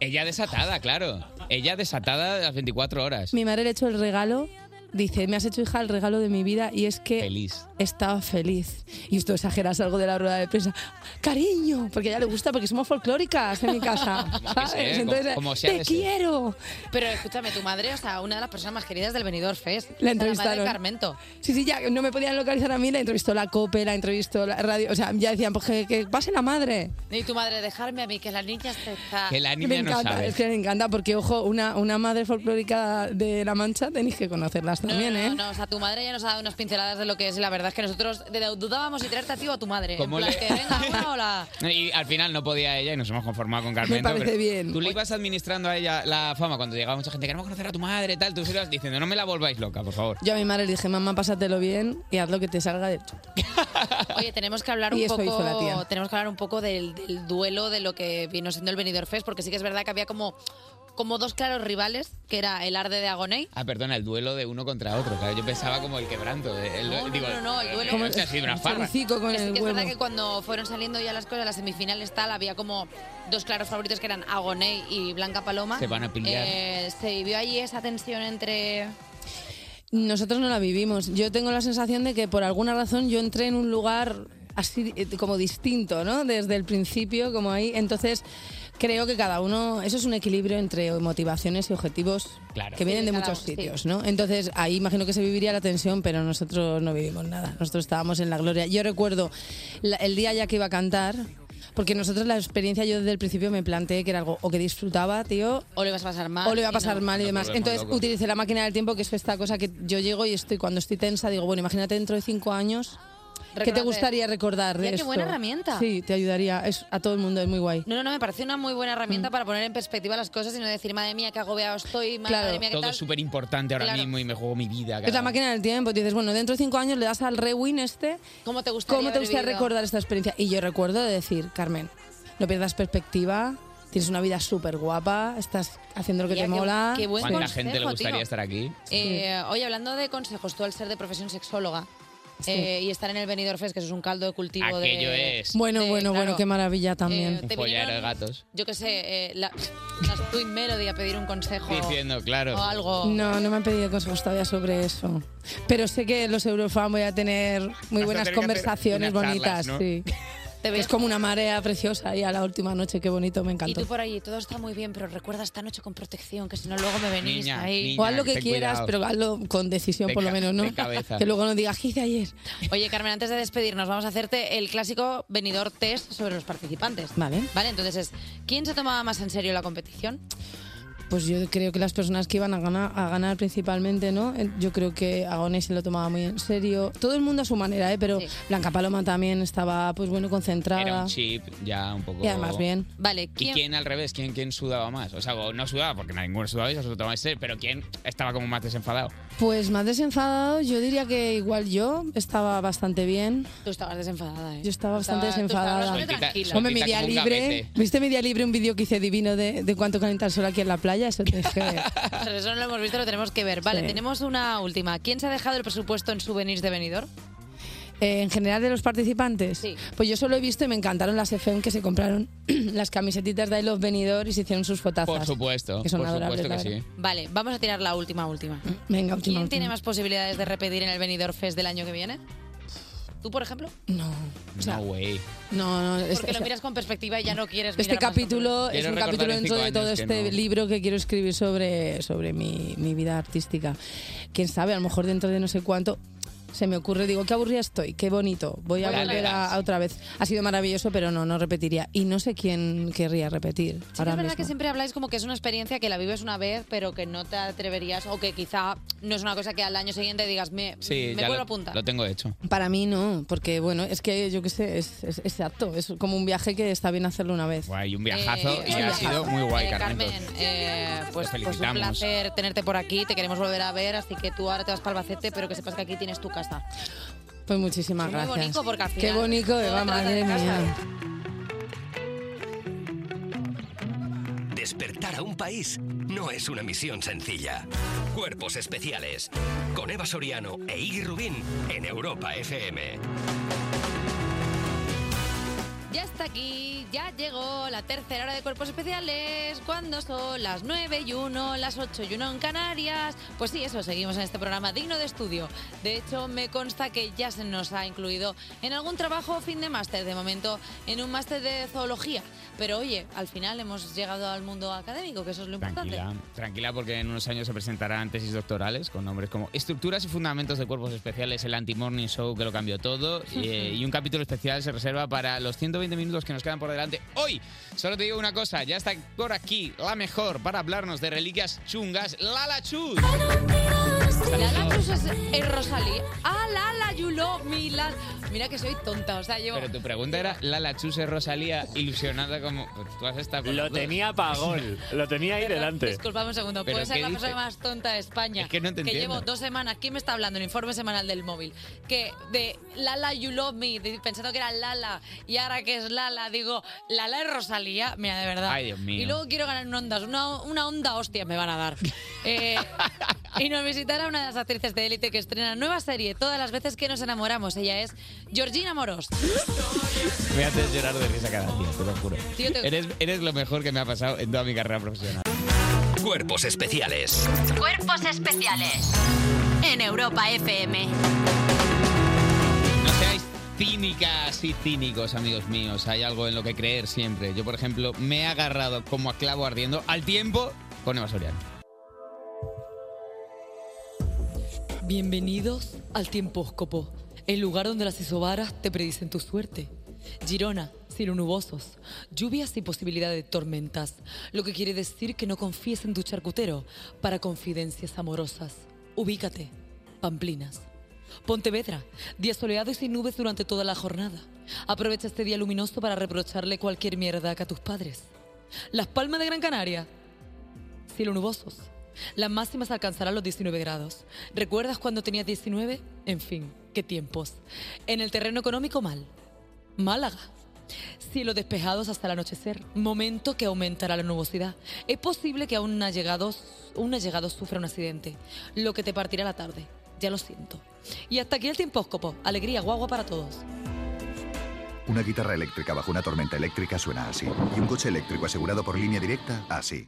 S3: Ella desatada, claro. Ella desatada las 24 horas.
S17: mi madre le echó el regalo, dice, me has hecho hija el regalo de mi vida y es que
S3: Feliz.
S17: estaba feliz. Y esto exageras algo de la rueda de prensa, cariño, porque a ella le gusta, porque somos folclóricas en mi casa. ¿sabes?
S3: ser, como-
S17: Entonces,
S3: como sea
S17: te
S3: de ser".
S17: quiero.
S2: Pero escúchame, tu madre, o sea, una de las personas más queridas del Benidorm Fest. O sea, La
S17: La
S2: madre de
S17: entrevistaron.
S2: Carmento.
S17: Sí, sí, ya no me podían localizar a mí, la entrevistó la COPE, la entrevistó la radio, o sea, ya decían, pues que, que pase la madre.
S2: Y tu madre, dejarme a mí, que la niña se está...
S17: me encanta, es que me encanta, porque ojo, una, una madre folclórica de La Mancha tenéis que conocerlas
S2: No,
S17: también,
S2: no,
S17: ¿eh?
S2: no, no, o sea, tu madre ya nos ha dado unas pinceladas de lo que es. y La verdad es que nosotros de- dudábamos si traerte a ti o a tu madre.
S3: ¿Cómo
S2: en plan,
S3: le-
S2: que venga, una o la...
S3: Y al final no podía ella y nos hemos conformado con Carmen.
S17: parece bien.
S3: Tú le ibas administrando a ella la fama cuando llegaba mucha gente. Queremos conocer a tu madre, tal. Tú se ibas diciendo, no me la volváis loca, por favor.
S17: Yo a mi madre le dije, mamá, pásatelo bien y haz lo que te salga de
S2: Oye, tenemos que hablar un
S17: Y eso
S2: poco,
S17: hizo la tía.
S2: tenemos que hablar un poco del, del duelo de lo que vino siendo el Benidorm Fest, porque sí que es verdad que había como, como dos claros rivales, que era el Arde de Agoney.
S3: Ah, perdona, el duelo de uno contra otro. claro, Yo pensaba como el quebranto. eh, El, no, digo,
S2: No, no, el duelo.
S3: Como ha sido una farra.
S2: Que sí que es verdad que cuando fueron saliendo ya las cosas, las semifinales tal, había como dos claros favoritos que eran Agoné y Blanca Paloma.
S3: Se van a pillar.
S2: Eh, se vivió allí esa tensión entre.
S17: Nosotros no la vivimos. Yo tengo la sensación de que por alguna razón yo entré en un lugar así eh, como distinto, ¿no? Desde el principio, como ahí. Entonces, creo que cada uno, eso es un equilibrio entre motivaciones y objetivos
S3: Claro.
S17: que vienen
S3: Sí,
S17: de
S3: cada
S17: muchos
S3: uno, sí.
S17: sitios, ¿no? Entonces, ahí imagino que se viviría la tensión, pero nosotros no vivimos nada. Nosotros estábamos en la gloria. Yo recuerdo la- el día ya que iba a cantar, porque nosotros la experiencia yo desde el principio me planteé que era algo o que disfrutaba, tío,
S2: O lo ibas a pasar mal.
S17: o lo iba a
S2: y
S17: pasar
S2: no.
S17: mal y demás. Entonces utilicé la máquina del tiempo, que es esta cosa que yo llego y estoy cuando estoy tensa, digo, bueno, imagínate dentro de cinco años, ¿qué te
S2: Recordar.
S17: gustaría recordar de
S2: Ya, qué
S17: esto?
S2: buena herramienta.
S17: Sí, te ayudaría. Es, a todo el mundo es muy guay.
S2: No, no, no, me parece una muy buena
S3: Mm.
S2: herramienta para poner en perspectiva las cosas y no decir, madre mía, qué agobiado estoy, madre mía, qué
S3: Todo
S2: tal.
S3: es súper importante ahora
S2: Claro.
S3: mismo y me juego mi vida.
S17: Es la
S3: cada-
S17: máquina del tiempo. Dices, bueno, dentro de cinco años le das al rewind este.
S2: ¿Cómo te gustaría,
S17: ¿Cómo te
S2: haber
S17: gustaría
S2: vivido?
S17: recordar esta experiencia? Y yo recuerdo de decir, Carmen, no pierdas perspectiva, tienes una vida súper guapa, estás haciendo lo que
S2: Ya,
S17: te
S2: qué-
S17: mola.
S2: qué buen
S3: ¿Cuánta
S2: consejo,
S3: gente le gustaría
S2: tío.
S3: estar aquí?
S2: Eh, Oye, hablando de consejos, tú al ser de profesión sexóloga, eh, y estar en el Benidorm Fest, que eso es un caldo de cultivo
S3: Aquello
S2: de...
S3: es.
S17: Bueno, bueno, bueno,
S2: claro. Eh,
S17: qué maravilla también.
S2: te
S3: Un follero de
S2: vinieron-
S3: gatos.
S2: Yo qué sé, eh, la- las Twin Melody a pedir un consejo.
S3: Diciendo, claro.
S2: O algo.
S17: No, no me han pedido consejos todavía sobre eso. Pero sé que los Eurofan voy a tener muy
S2: a
S17: buenas
S2: tener que hacer
S17: conversaciones
S2: unas
S17: bonitas.
S2: charlas, ¿no?
S17: sí. Es como una marea preciosa y a la última noche, qué bonito, me
S2: Y
S17: encantó.
S2: tú por ahí, todo está muy bien, pero recuerda esta noche con protección, que si no luego me venís
S17: Niña,
S2: ahí.
S17: niña, O haz lo que ten quieras, cuidado. pero hazlo con decisión, por lo menos, ¿no? Que luego no digas, ¿qué hice ayer?
S2: Oye, Carmen, antes de despedirnos, vamos a hacerte el clásico venidor test sobre los participantes.
S17: Vale.
S2: Vale, entonces es, ¿quién se tomaba más en serio la competición?
S17: Pues yo creo que las personas que iban a ganar, a ganar principalmente, ¿no? Eh, Yo creo que Agoné se lo tomaba muy en serio. Todo el mundo a su manera, ¿eh? Pero Blanca Paloma también estaba, pues bueno, concentrada.
S3: Era un chip ya un poco.
S17: Y además bien.
S2: Vale,
S3: ¿Y quién al revés? ¿Quién, quién sudaba más? O sea, o no sudaba, porque ninguno sudaba y se lo tomaba en serio, pero ¿quién estaba como más desenfadado?
S17: Pues más desenfadado, yo diría que igual yo estaba bastante bien.
S2: Tú estabas desenfadada, ¿eh?
S17: Yo estaba bastante
S2: Estaba- tú estabas
S17: desenfadada.
S2: bastante tranquila.
S17: Hombre, mi
S2: Soltita
S17: día
S2: como un
S17: libre.
S2: gavete.
S17: ¿Viste mi día libre un vídeo que hice divino de, de cuánto calienta el sol aquí en la playa? Eso te dije.
S2: Pero eso no lo hemos visto, lo tenemos que ver. Vale,
S17: Sí.
S2: tenemos una última. ¿Quién se ha dejado el presupuesto en souvenirs de venidor?
S17: Eh, en general de los participantes. Pues yo solo he visto y me encantaron las FM que se compraron las camisetitas de I Love Benidorm y se hicieron sus fotazas.
S3: Por supuesto,
S17: Que son
S3: por
S17: adorables,
S3: supuesto que
S17: la
S3: sí.
S17: verdad.
S2: Vale, vamos a tirar la última, última.
S17: Mm, Venga,
S2: ¿Quién
S17: última, Este
S2: tiene
S17: última.
S2: más posibilidades de repetir en el Benidorm Fest del año que viene? ¿Tú, por ejemplo?
S17: No.
S3: no, güey.
S17: No, no. es-
S2: Porque
S17: o
S2: lo
S17: sea,
S2: miras con perspectiva y ya no quieres
S17: Este
S2: mirar más
S17: capítulo
S2: con-
S17: es un
S3: recordar
S17: capítulo
S3: en
S17: dentro
S3: cinco
S17: de todo
S3: años que
S17: este
S3: no.
S17: libro que quiero escribir sobre, sobre mi, mi vida artística. Quién sabe, a lo mejor dentro de no sé cuánto se me ocurre, digo, qué aburrida estoy, qué bonito, voy a
S2: Voy a
S17: volver a,
S2: leerlas.
S17: a otra vez. Ha sido maravilloso, pero no, no repetiría. Y no sé quién querría
S2: Sí,
S17: repetir.
S2: que
S17: ahora
S2: es verdad
S17: mismo.
S2: que siempre habláis como que es una experiencia que la vives una vez, pero que no te atreverías o que quizá no es una cosa que al año siguiente digas, me,
S3: Sí,
S2: me
S3: ya
S2: vuelvo
S3: lo,
S2: a apuntar.
S3: lo tengo hecho.
S17: Para mí no, porque bueno, es que yo qué sé, es, es, es apto, es como un viaje que está bien hacerlo una vez.
S3: Guay, un viajazo
S2: Eh,
S3: y ha
S2: bueno,
S3: sido muy guay,
S2: eh,
S3: Carmentos.
S2: Carmen, eh, pues,
S3: Te
S2: pues un
S3: felicitamos.
S2: placer tenerte por aquí, te queremos volver a ver, así que tú ahora te vas para Albacete, pero que sepas que aquí tienes tu casa.
S17: Pues muchísimas
S2: Muy
S17: gracias.
S2: bonito porque al
S17: Qué
S2: final
S17: bonito,
S2: todo
S17: Eva,
S2: trata de
S17: madre
S2: casa.
S17: mía.
S1: Despertar a un país no es una misión sencilla. Cuerpos especiales. Con Eva Soriano e Iggy Rubín en Europa FM.
S2: Ya está aquí, ya llegó la tercera hora de cuerpos especiales, cuando son las 9 y 1, las 8 y 1 en Canarias. Pues sí, eso, seguimos en este programa digno de estudio. De hecho, me consta que ya se nos ha incluido en algún trabajo fin de máster, de momento en un máster de zoología. Pero oye, al final hemos llegado al mundo académico, que eso es lo importante.
S3: Tranquila, tranquila, porque en unos años se presentarán tesis doctorales con nombres como Estructuras y Fundamentos de Cuerpos Especiales, el Anti-Morning Show, que lo cambió todo, eh, y un capítulo especial se reserva para los 120 minutos que nos quedan por delante hoy. Solo te digo una cosa, ya está por aquí la mejor para hablarnos de reliquias chungas, Lala Chus.
S2: Lala Cruz es, es Rosalía. Ah, Lala, you love me, Lala. Mira que soy tonta, o sea, llevo...
S3: Pero tu pregunta era, Lala Chus es Rosalía ilusionada como... pues, Tú has estado Lo
S7: tenía pagón, lo tenía ahí delante.
S2: Disculpame un segundo,
S3: ¿Pero
S2: puede ser
S3: qué
S2: la persona
S3: dices?
S2: más tonta de España.
S3: Es que no te entiendo.
S2: llevo dos semanas, ¿quién me está hablando? El informe semanal del móvil. Que de Lala You Love Me, de- pensando que era Lala, y ahora que es Lala, digo, Lala es Rosalía. Mira, de verdad.
S3: Ay, Dios mío.
S2: Y luego quiero ganar en ondas, una, una onda hostia me van a dar. Eh, y nos visitará una de las actrices de élite que estrena nueva serie todas las veces que nos enamoramos. Ella es Georgina Moros.
S3: Me haces llorar de risa cada día, te lo juro.
S2: Tío, te-
S3: Eres, eres lo mejor que me ha pasado en toda mi carrera profesional.
S1: Cuerpos especiales.
S6: Cuerpos especiales en Europa FM.
S3: No seáis cínicas y cínicos, amigos míos. Hay algo en lo que creer siempre. Yo, por ejemplo, me he agarrado como a clavo ardiendo al tiempo con Eva Soriano.
S19: Bienvenidos al tiempóscopo, el lugar donde las isobaras te predicen tu suerte. Girona, cielo nubosos, lluvias y posibilidad de tormentas, lo que quiere decir que no confíes en tu charcutero para confidencias amorosas. Ubícate, Pamplinas. Pontevedra, día soleado y sin nubes durante toda la jornada. Aprovecha este día luminoso para reprocharle cualquier mierda a tus padres. Las Palmas de Gran Canaria, cielo nubosos. Las máximas alcanzarán los 19 grados. ¿Recuerdas cuando tenías 19? En fin, qué tiempos. En el terreno económico, mal. Málaga. Cielos despejados hasta el anochecer, momento que aumentará la nubosidad. Es posible que a un allegado, un allegado sufra un accidente, lo que te partirá la tarde. ya lo siento. Y hasta aquí el tiempóscopo. Alegría, guagua para todos.
S20: Una guitarra eléctrica bajo una tormenta eléctrica suena así. Y un coche eléctrico asegurado por línea directa, así.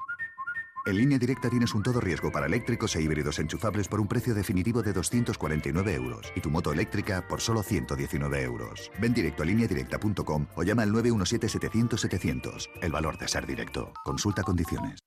S20: En línea directa tienes un todo riesgo para eléctricos e híbridos enchufables por un precio definitivo de 249 euros y tu moto eléctrica por solo 119 euros. Ven directo a lineadirecta.com o llama al 917-700-700. El valor de ser directo. Consulta condiciones.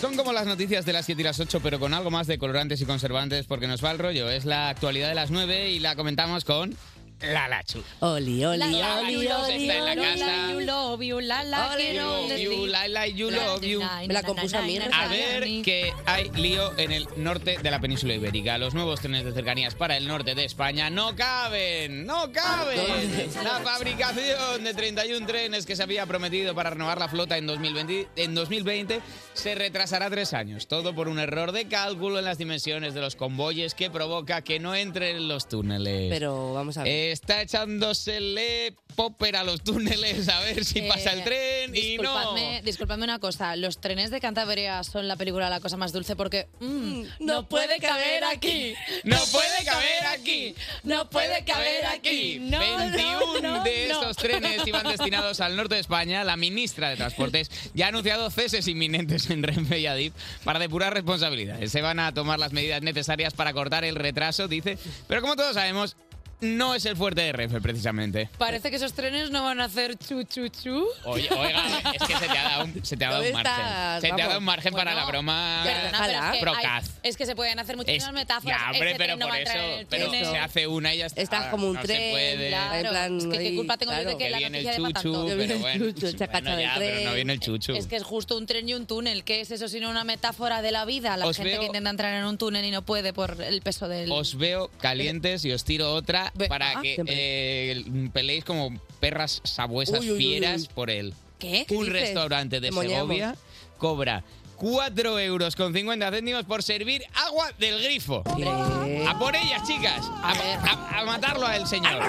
S3: Son como las noticias de las 7 y las 8, pero con algo más de colorantes y conservantes porque nos va el rollo. Es la actualidad de las 9 y la comentamos con la Lachu.
S21: Oli, oli,
S3: La, la,
S21: oli, oli,
S3: Laila
S21: oli,
S3: está en la casa.
S21: you love you, la, la,
S3: Oli,
S21: que no
S3: love you,
S21: le-
S3: la, la, you
S21: Na,
S3: love you.
S21: na, na, Me la na, compuso na, a mí, na, na,
S3: A ver que hay lío en el norte de la península ibérica. Los nuevos trenes de cercanías para el norte de España no caben, no caben. La fabricación de 31 trenes que se había prometido para renovar la flota en 2020, en 2020 se retrasará tres años. Todo por un error de cálculo en las dimensiones de los convoyes que provoca que no entren los túneles.
S21: Pero vamos a ver.
S3: Está echándosele popper a los túneles a ver si
S2: Eh,
S3: pasa el tren y no.
S2: disculpadme- disculpadme una cosa. Los trenes de Cantabria son la película La cosa más dulce porque. mm, no, puede caber aquí.
S3: No puede caber aquí.
S2: No puede caber
S3: aquí.
S2: No, no,
S3: 21
S2: no,
S3: de
S2: no.
S3: estos trenes iban destinados al norte de España. La ministra de Transportes ya ha anunciado ceses inminentes en Renfe y Adif para depurar responsabilidades. Se van a tomar las medidas necesarias para cortar el retraso, dice. Pero como todos sabemos, no es el fuerte de Renfe, precisamente.
S2: Parece que esos trenes no van a hacer chu chu chu.
S3: Oye, oiga, es que se te ha dado un, se te ha dado
S2: ¿Dónde
S3: un margen.
S2: estás?
S3: se te ha
S2: Vamos.
S3: dado un margen para la broma
S2: Perdona, pero es, que hay-
S3: procaz.
S2: es que se pueden hacer
S3: Es-
S2: muchísimas metáforas.
S3: Ya, hombre,
S2: Ese
S3: pero
S2: tren no
S3: por
S2: va a entrar en
S3: eso.
S2: el
S3: Pero
S2: túnel.
S3: se hace una y ya está.
S21: Estás como un
S3: no Se
S21: tren,
S3: puede.
S21: claro. En plan,
S2: Es que qué
S21: ahí,
S2: culpa tengo
S21: claro.
S2: yo de que
S21: Que
S2: la
S21: viene el
S2: noticia dé pa'
S21: chuchu,
S2: tanto.
S21: Que viene pero el bueno. chuchu, el chacacha
S3: Bueno,
S21: del
S3: ya, pero no
S21: tren.
S3: viene el chuchu.
S2: Es que es justo un tren y un túnel. ¿Qué es eso sino una metáfora de la vida? La
S3: Os
S2: gente
S3: veo-
S2: que intenta entrar en un túnel y no puede por el peso del...
S3: Os veo calientes y os tiro otra para
S2: ah,
S3: que
S2: siempre.
S3: eh, peleéis como perras sabuesas
S2: Uy, uy, uy,
S3: fieras
S2: uy.
S3: por él.
S2: ¿Qué?
S3: Un restaurante de Segovia cobra 4 euros con 50 céntimos por servir agua del grifo. A por ellas, chicas. A, a- a matarlo al señor.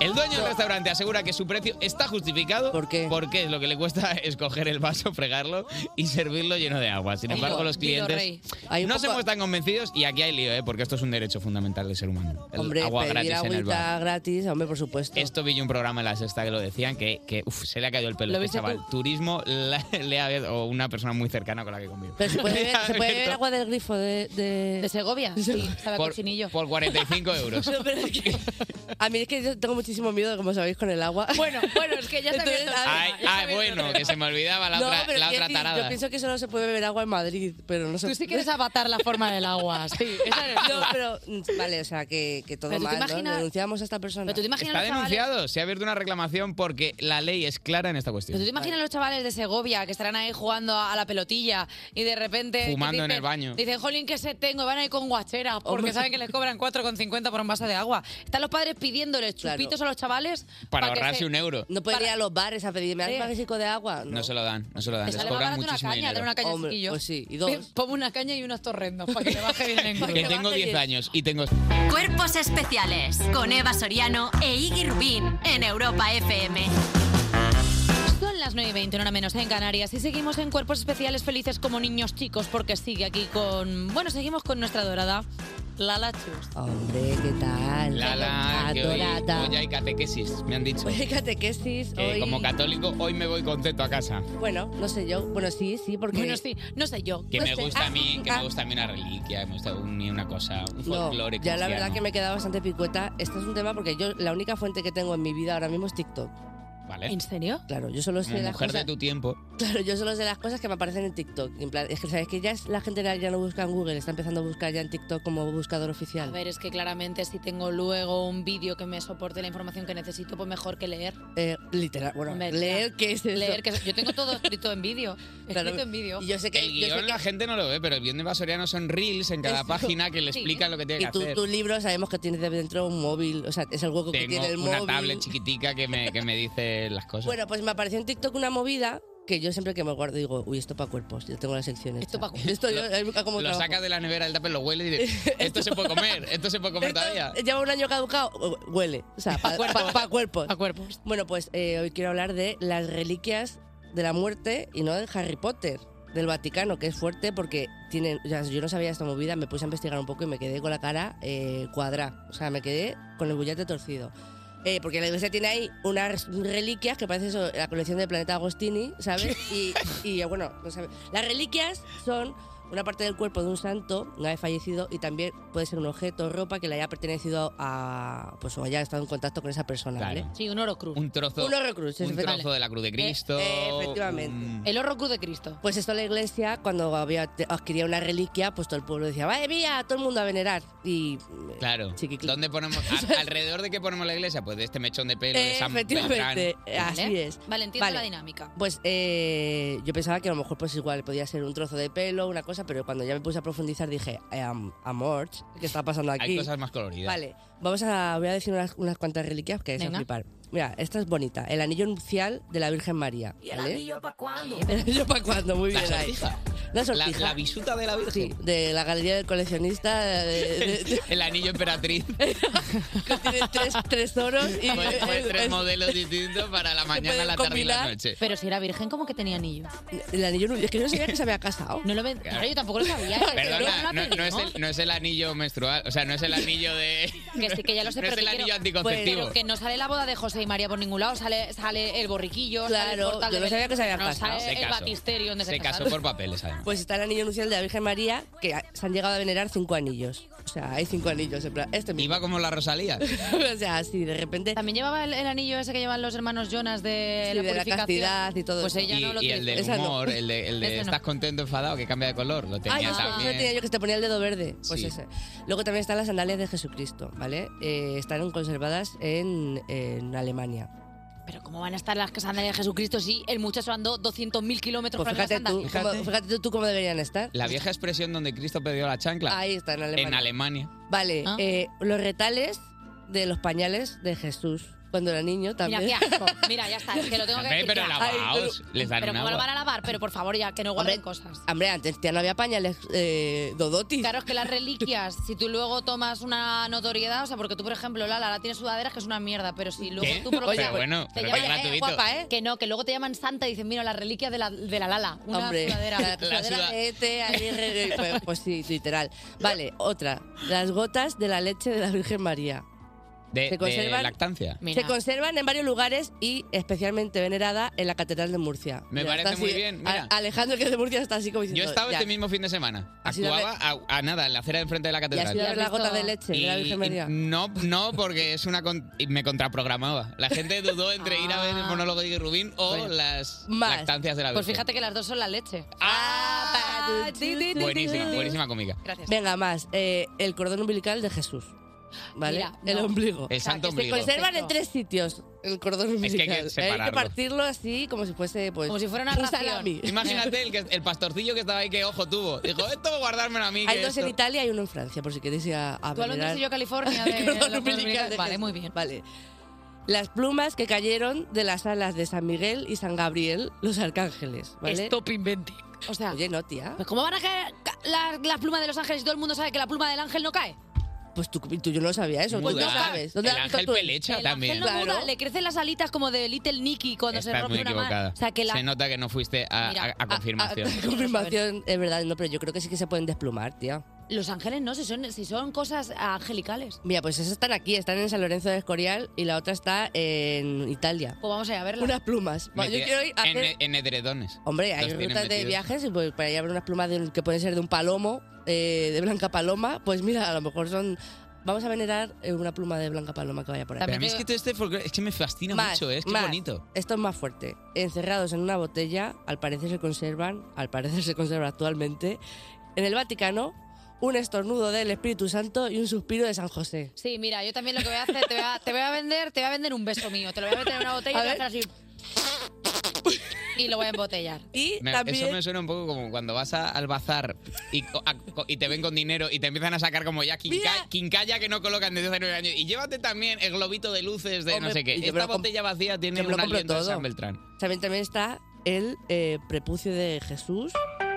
S3: El dueño del restaurante asegura que su precio está justificado. ¿Por qué? Porque es lo que le cuesta escoger el vaso, fregarlo y servirlo lleno de agua. Sin
S21: Dilo,
S3: embargo, los
S21: dilo,
S3: clientes
S21: rey. Hay un
S3: no
S21: poco-
S3: se muestran convencidos y aquí hay lío, ¿eh? porque esto es un derecho fundamental del ser humano. El
S21: Hombre,
S3: agua
S21: pedir
S3: gratis en el
S21: agüita
S3: bar.
S21: gratis, hombre, por supuesto.
S3: Esto vi yo un programa en la sexta que lo decían que, que, uf, se le ha caído el pelo
S21: ¿Lo
S3: a este
S21: viste
S3: chaval. Turismo la- le ha o una persona muy cercana con la que convivo.
S21: Pero se puede beber, se puede beber
S3: abierto.
S21: agua del grifo de... De,
S2: Segovia, sí, sabe
S3: Por, por 45 euros.
S21: No, pero es que- a mí es que yo tengo muchísimo miedo, como sabéis, con el agua.
S2: Bueno, bueno, es que ya
S21: está
S3: Ay, ah, bueno, que se me olvidaba Ah, la otra, la otra
S21: Yo
S3: tarada.
S21: pienso que solo se puede beber agua en Madrid, pero no se
S2: Tú sí quieres avatar la forma del agua, sí. esa eres tú.
S21: No, pero mm, vale, o sea, que, que todo
S2: Pero tú te
S21: mal, ¿no?
S2: imaginas-
S21: Denunciamos a esta persona.
S2: Pero tú te imaginas
S3: Está
S2: los chavales-
S3: denunciado, se ha abierto una reclamación porque la ley es clara en esta
S2: ¿Pero
S3: cuestión.
S2: tú te imaginas los chavales de Segovia que estarán ahí jugando a a la pelotilla y de repente... que
S3: Fumando en
S2: dicen-
S3: el baño.
S2: Dicen, jolín, que se tengo, y van ahí con guacheras porque
S3: Hombre.
S2: saben que les cobran 4,50 por un vaso de agua. Están los padres pidiéndoles chupitos a los chavales
S3: Para
S2: que
S3: ahorrarse
S2: se-
S3: un euro.
S21: No puede ir a los bares a pedirme
S2: Sí.
S21: un magnífico de agua.
S3: No se lo dan, no se lo dan.
S2: Te
S3: Les
S2: sale más
S3: cobran
S2: barato una
S3: muchísimo
S2: caña,
S3: dinero.
S2: tener una caña
S21: Hombre,
S2: chiquillo.
S21: pues sí, y dos.
S2: Pon- Ponme una caña y unos torrendos para que le baje bien el engrudo.
S3: Que tengo 10 años y tengo...
S6: Cuerpos especiales con Eva Soriano e Iggy Rubín en Europa FM.
S2: Son las 9 y 20, una menos en Canarias. Y seguimos en Cuerpos Especiales Felices como niños chicos, porque sigue aquí con. Bueno, seguimos con nuestra dorada, Lala Chus.
S21: Hombre, ¿qué tal?
S3: Lala, que hoy,
S21: Adorada. Pues
S3: hoy hay catequesis, me han dicho.
S21: Oye, catequesis,
S3: Que
S21: hoy...
S3: Eh, como católico, hoy me voy contento a casa.
S21: Bueno, no sé yo. Bueno, sí, sí, porque...
S2: Bueno, sí, no sé yo.
S3: Que me gusta a mí, que
S21: ah.
S3: me gusta a mí una reliquia, me gusta a mí una cosa, un
S21: No,
S3: folclore
S21: ya la verdad
S3: cristiano.
S21: que me he quedado bastante picueta. Este es un tema porque yo la única fuente que tengo en mi vida ahora mismo es TikTok.
S3: Vale.
S21: ¿En
S2: serio?
S21: Claro, yo solo sé
S3: Como
S21: las
S3: mujer
S21: cosas.
S3: de tu tiempo.
S21: Claro, yo solo sé las cosas que me aparecen en TikTok. En plan, es que sabes que ya es, la gente ya no busca en Google, está empezando a buscar ya en TikTok como buscador
S2: A
S21: oficial.
S2: ver, es que claramente si tengo luego un vídeo que me soporte la información que necesito, pues mejor que leer.
S21: Eh, literal, bueno,
S2: Hombre,
S21: leer
S2: claro.
S21: qué es eso.
S2: Leer, que yo tengo todo escrito en vídeo.
S21: Claro,
S2: Escrito en vídeo.
S21: y yo sé que-
S3: El guión la gente no lo ve, pero el guión de Vasoriano son reels en cada
S21: Eso.
S3: página que le
S21: Sí.
S3: explican lo que tiene
S21: Y
S3: que
S21: tu,
S3: hacer.
S21: tu libro sabemos que tienes dentro un móvil, o sea, es el hueco que
S3: Tengo
S21: tiene el
S3: una
S21: móvil.
S3: tablet chiquitica que me, que me dice las cosas.
S21: Bueno, pues me apareció en TikTok una movida que yo siempre que me guardo digo, uy, esto para cuerpos, yo tengo las secciones. Esto para cuerpos. Esto yo, es como
S3: lo
S21: trabajo.
S3: sacas de la nevera, el tupper lo huele y dices, esto se puede comer, esto se puede comer todavía.
S21: Lleva un año caducado, hu- huele. O sea, para
S3: cuerpos.
S21: cuerpos. Bueno, pues eh, hoy quiero hablar de las reliquias de la muerte y no de Harry Potter. del Vaticano, que es fuerte porque tienen, o sea, yo no sabía esta movida, me puse a investigar un poco y me quedé con la cara eh, cuadrada, o sea, me quedé con el bullete torcido. Eh, porque la iglesia tiene ahí unas reliquias que parece eso, la colección del planeta Agostini, ¿sabes? Y, y, eh, bueno, no sabe- las reliquias son una parte del cuerpo de un santo, una vez fallecido, y también puede ser un objeto, ropa que le haya pertenecido a, pues o haya estado en contacto con esa persona, ¿vale?
S2: Sí, un oro cruz.
S3: ¿eh? Un trozo.
S21: Un horror cruz,
S3: Un
S21: efectivamente.
S3: trozo de la cruz de Cristo.
S21: Eh,
S3: Mm.
S21: efectivamente.
S2: El horror cruz de Cristo.
S21: Pues esto la iglesia, cuando había, te- adquiría una reliquia, pues todo el pueblo decía, ¡Vaya mía! Todo el mundo a venerar. Y
S3: Mm, Claro. ¿Dónde ponemos? a- ¿Alrededor de qué ponemos la iglesia? Pues de este mechón de pelo de San
S21: efectivamente, Eh,
S3: Beltrán.
S21: así es.
S2: ¿eh? Vale, entiendo
S21: Vale.
S2: la dinámica.
S21: Pues eh, yo pensaba que a lo mejor pues igual podía ser un trozo de pelo, una cosa, pero cuando ya me puse a profundizar dije, eh, am- amor, ¿qué está pasando aquí?
S3: Hay cosas más coloridas.
S21: Vale, vamos a, voy a decir unas, unas cuantas reliquias que es a
S3: Venga.
S21: flipar. Mira, esta es bonita, el anillo nupcial de la Virgen María. ¿vale?
S9: para cuándo?
S21: ¿El anillo para cuándo? Muy
S9: La
S21: bien. ahí.
S9: sortija.
S21: La
S3: La,
S21: sortija.
S3: la bisuta de la Virgen.
S21: Sí, de la galería del coleccionista. de- de- de-
S3: El anillo emperatriz.
S21: tiene tres, tres oros y
S3: Pues, pues tres
S21: es-
S3: modelos distintos para la mañana,
S21: pueden
S3: la tarde y la
S21: combinar,
S3: noche.
S2: Pero si era virgen, ¿cómo que tenía anillo?
S21: El anillo nupcial, es que yo no sabía que se había casado.
S2: No lo ven. Claro, yo tampoco lo sabía. ¿eh? Luego no
S3: Perdona, no,
S2: la
S3: no es
S2: pedimos.
S3: el, no es el anillo menstrual, o sea, no es el anillo de...
S2: Que sí, que ya lo sé,
S3: no es
S2: pero
S3: el
S2: que
S3: anillo
S2: quiero-
S3: anticonceptivo.
S2: Pero que no sale la boda de José y María por ningún lado, sale, sale el borriquillo, sale el
S21: Claro,
S2: portal
S21: yo
S2: de
S21: no sabía
S2: Belén,
S21: que se había
S2: no sale
S21: casado. Se
S2: el
S21: casó.
S2: batisterio donde se,
S3: Se casó
S2: casaron.
S3: por papeles, además.
S21: Pues está el anillo nupcial de la Virgen María, que ha- se han llegado a venerar cinco anillos. O sea, hay cinco anillos. En plan, este mismo.
S3: Iba como la Rosalía.
S21: o sea, así de repente.
S2: También llevaba el, el anillo ese que llevan los hermanos Jonas de,
S21: Sí,
S2: la,
S21: de la
S2: purificación.
S21: castidad y todo
S2: Pues
S21: eso.
S2: ella
S3: y,
S2: no lo
S3: y el
S2: utilizó.
S3: del
S21: Esa no.
S3: humor, el de, el de
S21: Ese no.
S3: estás contento, enfadado, que cambia de color, lo
S21: Ay,
S3: tenía
S21: eso
S3: también.
S21: lo tenía yo que te ponía el dedo verde. Pues
S3: Sí.
S21: ese. Luego también están las sandalias de Jesucristo, ¿vale? Eh, están conservadas en, en Alemania.
S2: Pero ¿cómo van a estar las sandalias de Jesucristo si el muchacho andó 200.000 kilómetros
S21: Pues
S2: para
S21: fíjate
S2: las
S21: tú,
S2: sandalias?
S21: cómo, fíjate tú- tú cómo deberían estar.
S3: La vieja expresión donde Cristo perdió la chancla.
S21: Ahí está, en Alemania.
S3: En Alemania.
S21: Vale,
S2: Ah.
S21: eh, los retales de los pañales de Jesús cuando era niño también.
S2: Mira, qué asco. Mira, ya está, es que lo tengo que
S3: Hombre,
S2: decir.
S3: pero
S2: ya.
S3: lavaos, les dan
S2: Pero
S21: un
S2: cómo lo
S21: agua.
S2: van a lavar, pero por favor ya, que no guarden cosas.
S21: Hombre, antes ya no había pañales eh, Dodoti.
S2: Claro, es que las reliquias, si tú luego tomas una notoriedad, o sea, porque tú, por ejemplo, Lala, la tienes sudaderas, que es una mierda, pero si luego
S21: ¿Qué?
S2: tú, por lo
S21: Oye,
S2: menos,
S21: bueno,
S2: te
S21: pero
S2: llaman- "Eh,
S21: es gratuito. guapa,
S2: Que no, que luego te llaman santa y dicen, mira, la reliquia de la, de la Lala, una
S21: Hombre,
S2: sudadera.
S21: la, sudadera de este, Ete, Aguirre, pues, pues sí, literal. Vale, otra. Las gotas de la leche de la Virgen María.
S3: De,
S21: Se conservan-
S3: de lactancia.
S21: Se conservan en varios lugares y especialmente venerada en la Catedral de Murcia.
S3: Me parece
S21: está
S3: muy bien, mira.
S21: A- Alejandro, que es de Murcia, está así como diciendo...
S3: Yo estaba
S21: ya.
S3: este mismo fin de semana.
S21: ¿Has ido a
S3: Actuaba a, a nada, en la acera de enfrente de la catedral.
S21: has ido a ver la gota de leche de la Virgen María?
S3: No, no, porque es una con- y me contraprogramaba. La gente dudó entre ir a ver
S21: Ah.
S3: el monólogo de Iggy Rubín o
S21: Pues
S3: las lactancias de la
S2: Pues
S3: Virgen.
S2: fíjate que las dos son la leche.
S21: Ah,
S3: Buenísima, buenísima cómica.
S21: Venga, más. Eh, el cordón umbilical de Jesús. ¿Vale?
S3: Mira,
S21: el
S3: no.
S21: ombligo.
S3: El santo
S21: que
S3: ombligo.
S21: Se conservan en tres sitios el cordón
S3: Es que hay que
S21: umbilical.
S3: separarlo.
S21: partirlo así como si fuese, pues...
S2: Como si fuera una
S21: un
S2: ración.
S21: salami.
S3: Imagínate el, que- el pastorcillo que estaba ahí, que ojo tuvo. Dijo, esto voy a guardármelo a mí.
S21: Hay
S3: que
S21: dos
S3: esto-
S21: en Italia y uno en Francia, por si queréis ir a, a
S2: Tú a Londres
S21: venerar.
S2: y yo a California. de-
S21: Cordón
S2: de los
S21: umbilical
S2: umbilicales.
S21: de
S2: Vale,
S21: Jesús.
S2: muy bien.
S21: Vale. Las plumas que cayeron de las alas de San Miguel y San Gabriel, los arcángeles, ¿vale?
S2: Stop inventing. O sea,
S21: Oye, no, tía.
S2: Pues ¿Cómo van a caer ca- las las plumas de los ángeles y todo el mundo sabe que la pluma del ángel no cae?
S21: Pues tú, tú yo no sabía eso.
S3: Muda.
S21: Pues no sabes.
S3: El
S21: has visto
S3: ángel
S21: tú?
S3: pelecha El también.
S2: Él no
S21: Claro.
S2: muda, le crecen las alitas como de Little Nicky cuando se
S3: Estás
S2: rompe
S3: muy
S2: una mano.
S3: equivocada.
S2: O sea, que la...
S3: Se nota que no fuiste a,
S2: Mira,
S3: a- a confirmación.
S21: Confirmación, es verdad, no, pero yo creo que sí que se pueden desplumar, tía.
S2: Los ángeles no, si son, si son cosas angelicales.
S21: Mira, pues esas están aquí, están en San Lorenzo de Escorial y la otra está en Italia.
S2: Pues vamos allá a verla.
S21: Unas plumas. Va,
S3: Me
S21: Yo
S3: queda-
S21: quiero ir a hacer...
S3: en, en edredones.
S21: Hombre,
S3: Los
S21: hay
S3: tienen
S21: rutas de
S3: metidos.
S21: viajes y pues, para llevar unas plumas de un- que pueden ser de un palomo, eh, de Blanca Paloma, pues mira, a lo mejor son... Vamos a venerar eh, una pluma de Blanca Paloma que vaya por ahí.
S3: Pero a mí es que todo este folclore- es que me fascina
S21: Más,
S3: mucho, ¿eh? es que
S21: más.
S3: bonito.
S21: Esto es más fuerte. Encerrados en una botella, al parecer se conservan, al parecer se conserva actualmente, en el Vaticano, un estornudo del Espíritu Santo y un suspiro de San José.
S2: Sí, mira, yo también lo que voy a hacer, te voy a, te voy a vender, te voy a vender un beso mío. Te lo voy a meter en una botella y
S21: A
S2: te voy a hacer así. Y lo voy a embotellar.
S21: Y
S3: Me- Eso me suena un poco como cuando vas a- al bazar y, co- a- co- y te ven con dinero y te empiezan a sacar como ya quincalla, quincalla que no colocan desde hace nueve años. Y llévate también el globito de luces de no
S21: Hombre,
S3: sé qué.
S21: y yo me
S3: Esta
S21: lo comp-
S3: botella vacía tiene
S21: yo me lo
S3: un
S21: compro
S3: aliento de
S21: todo.
S3: San Beltrán.
S21: También, también está el eh, prepucio de Jesús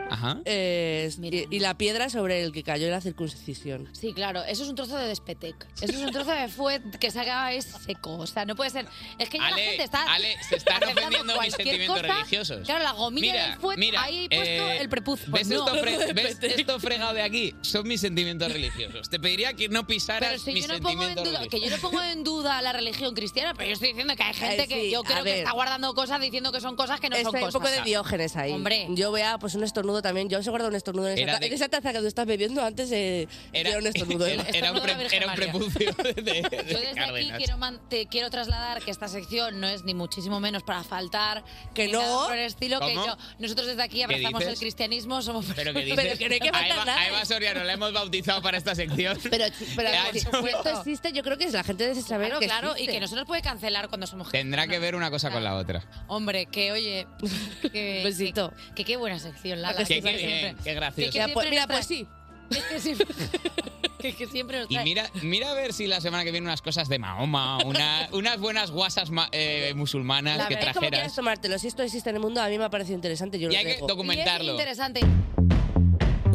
S3: Ajá.
S21: eh, y, y la piedra sobre el que cayó la circuncisión.
S2: Sí, claro, eso es un trozo de despetec. Eso es un trozo de fuet que se acaba es seco. O sea, no puede ser. Es que ya la
S3: Ale,
S2: gente está.
S3: Ale, se están
S2: aceptando
S3: ofendiendo mis
S2: cualquier
S3: sentimientos
S2: cosa.
S3: religiosos.
S2: Claro, la gomilla
S3: Mira,
S2: del fuet,
S3: mira,
S2: ahí puesto
S3: eh,
S2: el prepucio. Pues
S3: ¿Ves,
S2: no.
S3: esto fre- ves esto fregado de aquí? Son mis sentimientos religiosos. Te pediría que no pisaras
S2: Pero si
S3: mis
S2: yo no pongo en
S3: sentimientos
S2: duda, que yo no
S3: religiosos.
S2: pongo en duda la religión cristiana, pero yo estoy diciendo que hay gente
S21: Ay,
S2: que
S21: sí,
S2: yo creo
S21: a
S2: que
S21: ver.
S2: está guardando cosas diciendo que son cosas que no
S21: Está
S2: son
S21: Este un
S2: cosas.
S21: poco de diógenes ahí.
S2: Hombre.
S21: Yo vea pues un estornudo también. Yo se guarda un estornudo en esa,
S3: Era
S21: ta-
S3: de-
S21: en esa taza que tú estás bebiendo antes eh,
S3: Era-
S21: era un estornudo.
S3: era- era un pre- Estornudo de Virgen era un María. prepucio de- de
S2: Yo desde aquí
S21: Cárdenas.
S2: quiero man- te quiero trasladar que esta sección no es ni muchísimo menos para faltar
S21: Que
S2: ni
S21: no.
S2: nada por el estilo que
S3: ¿Cómo?
S2: yo. Nosotros desde aquí abrazamos
S3: dices?
S2: el cristianismo, somos
S3: Pero que dices, a, Eva, a Eva Soriano la hemos bautizado para esta sección.
S21: Pero, pero
S3: Le ha
S21: por
S3: hecho-
S21: supuesto existe, yo creo que la gente debe saber
S2: Claro,
S21: que
S2: claro, y
S21: existe.
S2: que no se nos puede cancelar cuando somos gente.
S3: Tendrá que ver una cosa con la otra.
S2: Hombre, que oye, que, Besito. Que, que qué buena sección, la
S3: Que qué bien, qué gracioso.
S2: mira, pues sí. Que siempre, que- que siempre nos
S3: Y
S2: trae.
S3: mira, mira a ver si la semana que viene unas cosas de Mahoma, una- unas buenas guasas ma- eh, musulmanas
S21: La
S3: que
S21: verdad es como quieras
S3: trajeras.
S21: tomártelo. Si esto existe en el mundo, a mí me ha parecido interesante. Yo
S3: Y
S21: lo
S3: hay que
S21: dejo.
S3: documentarlo.
S2: Interesante.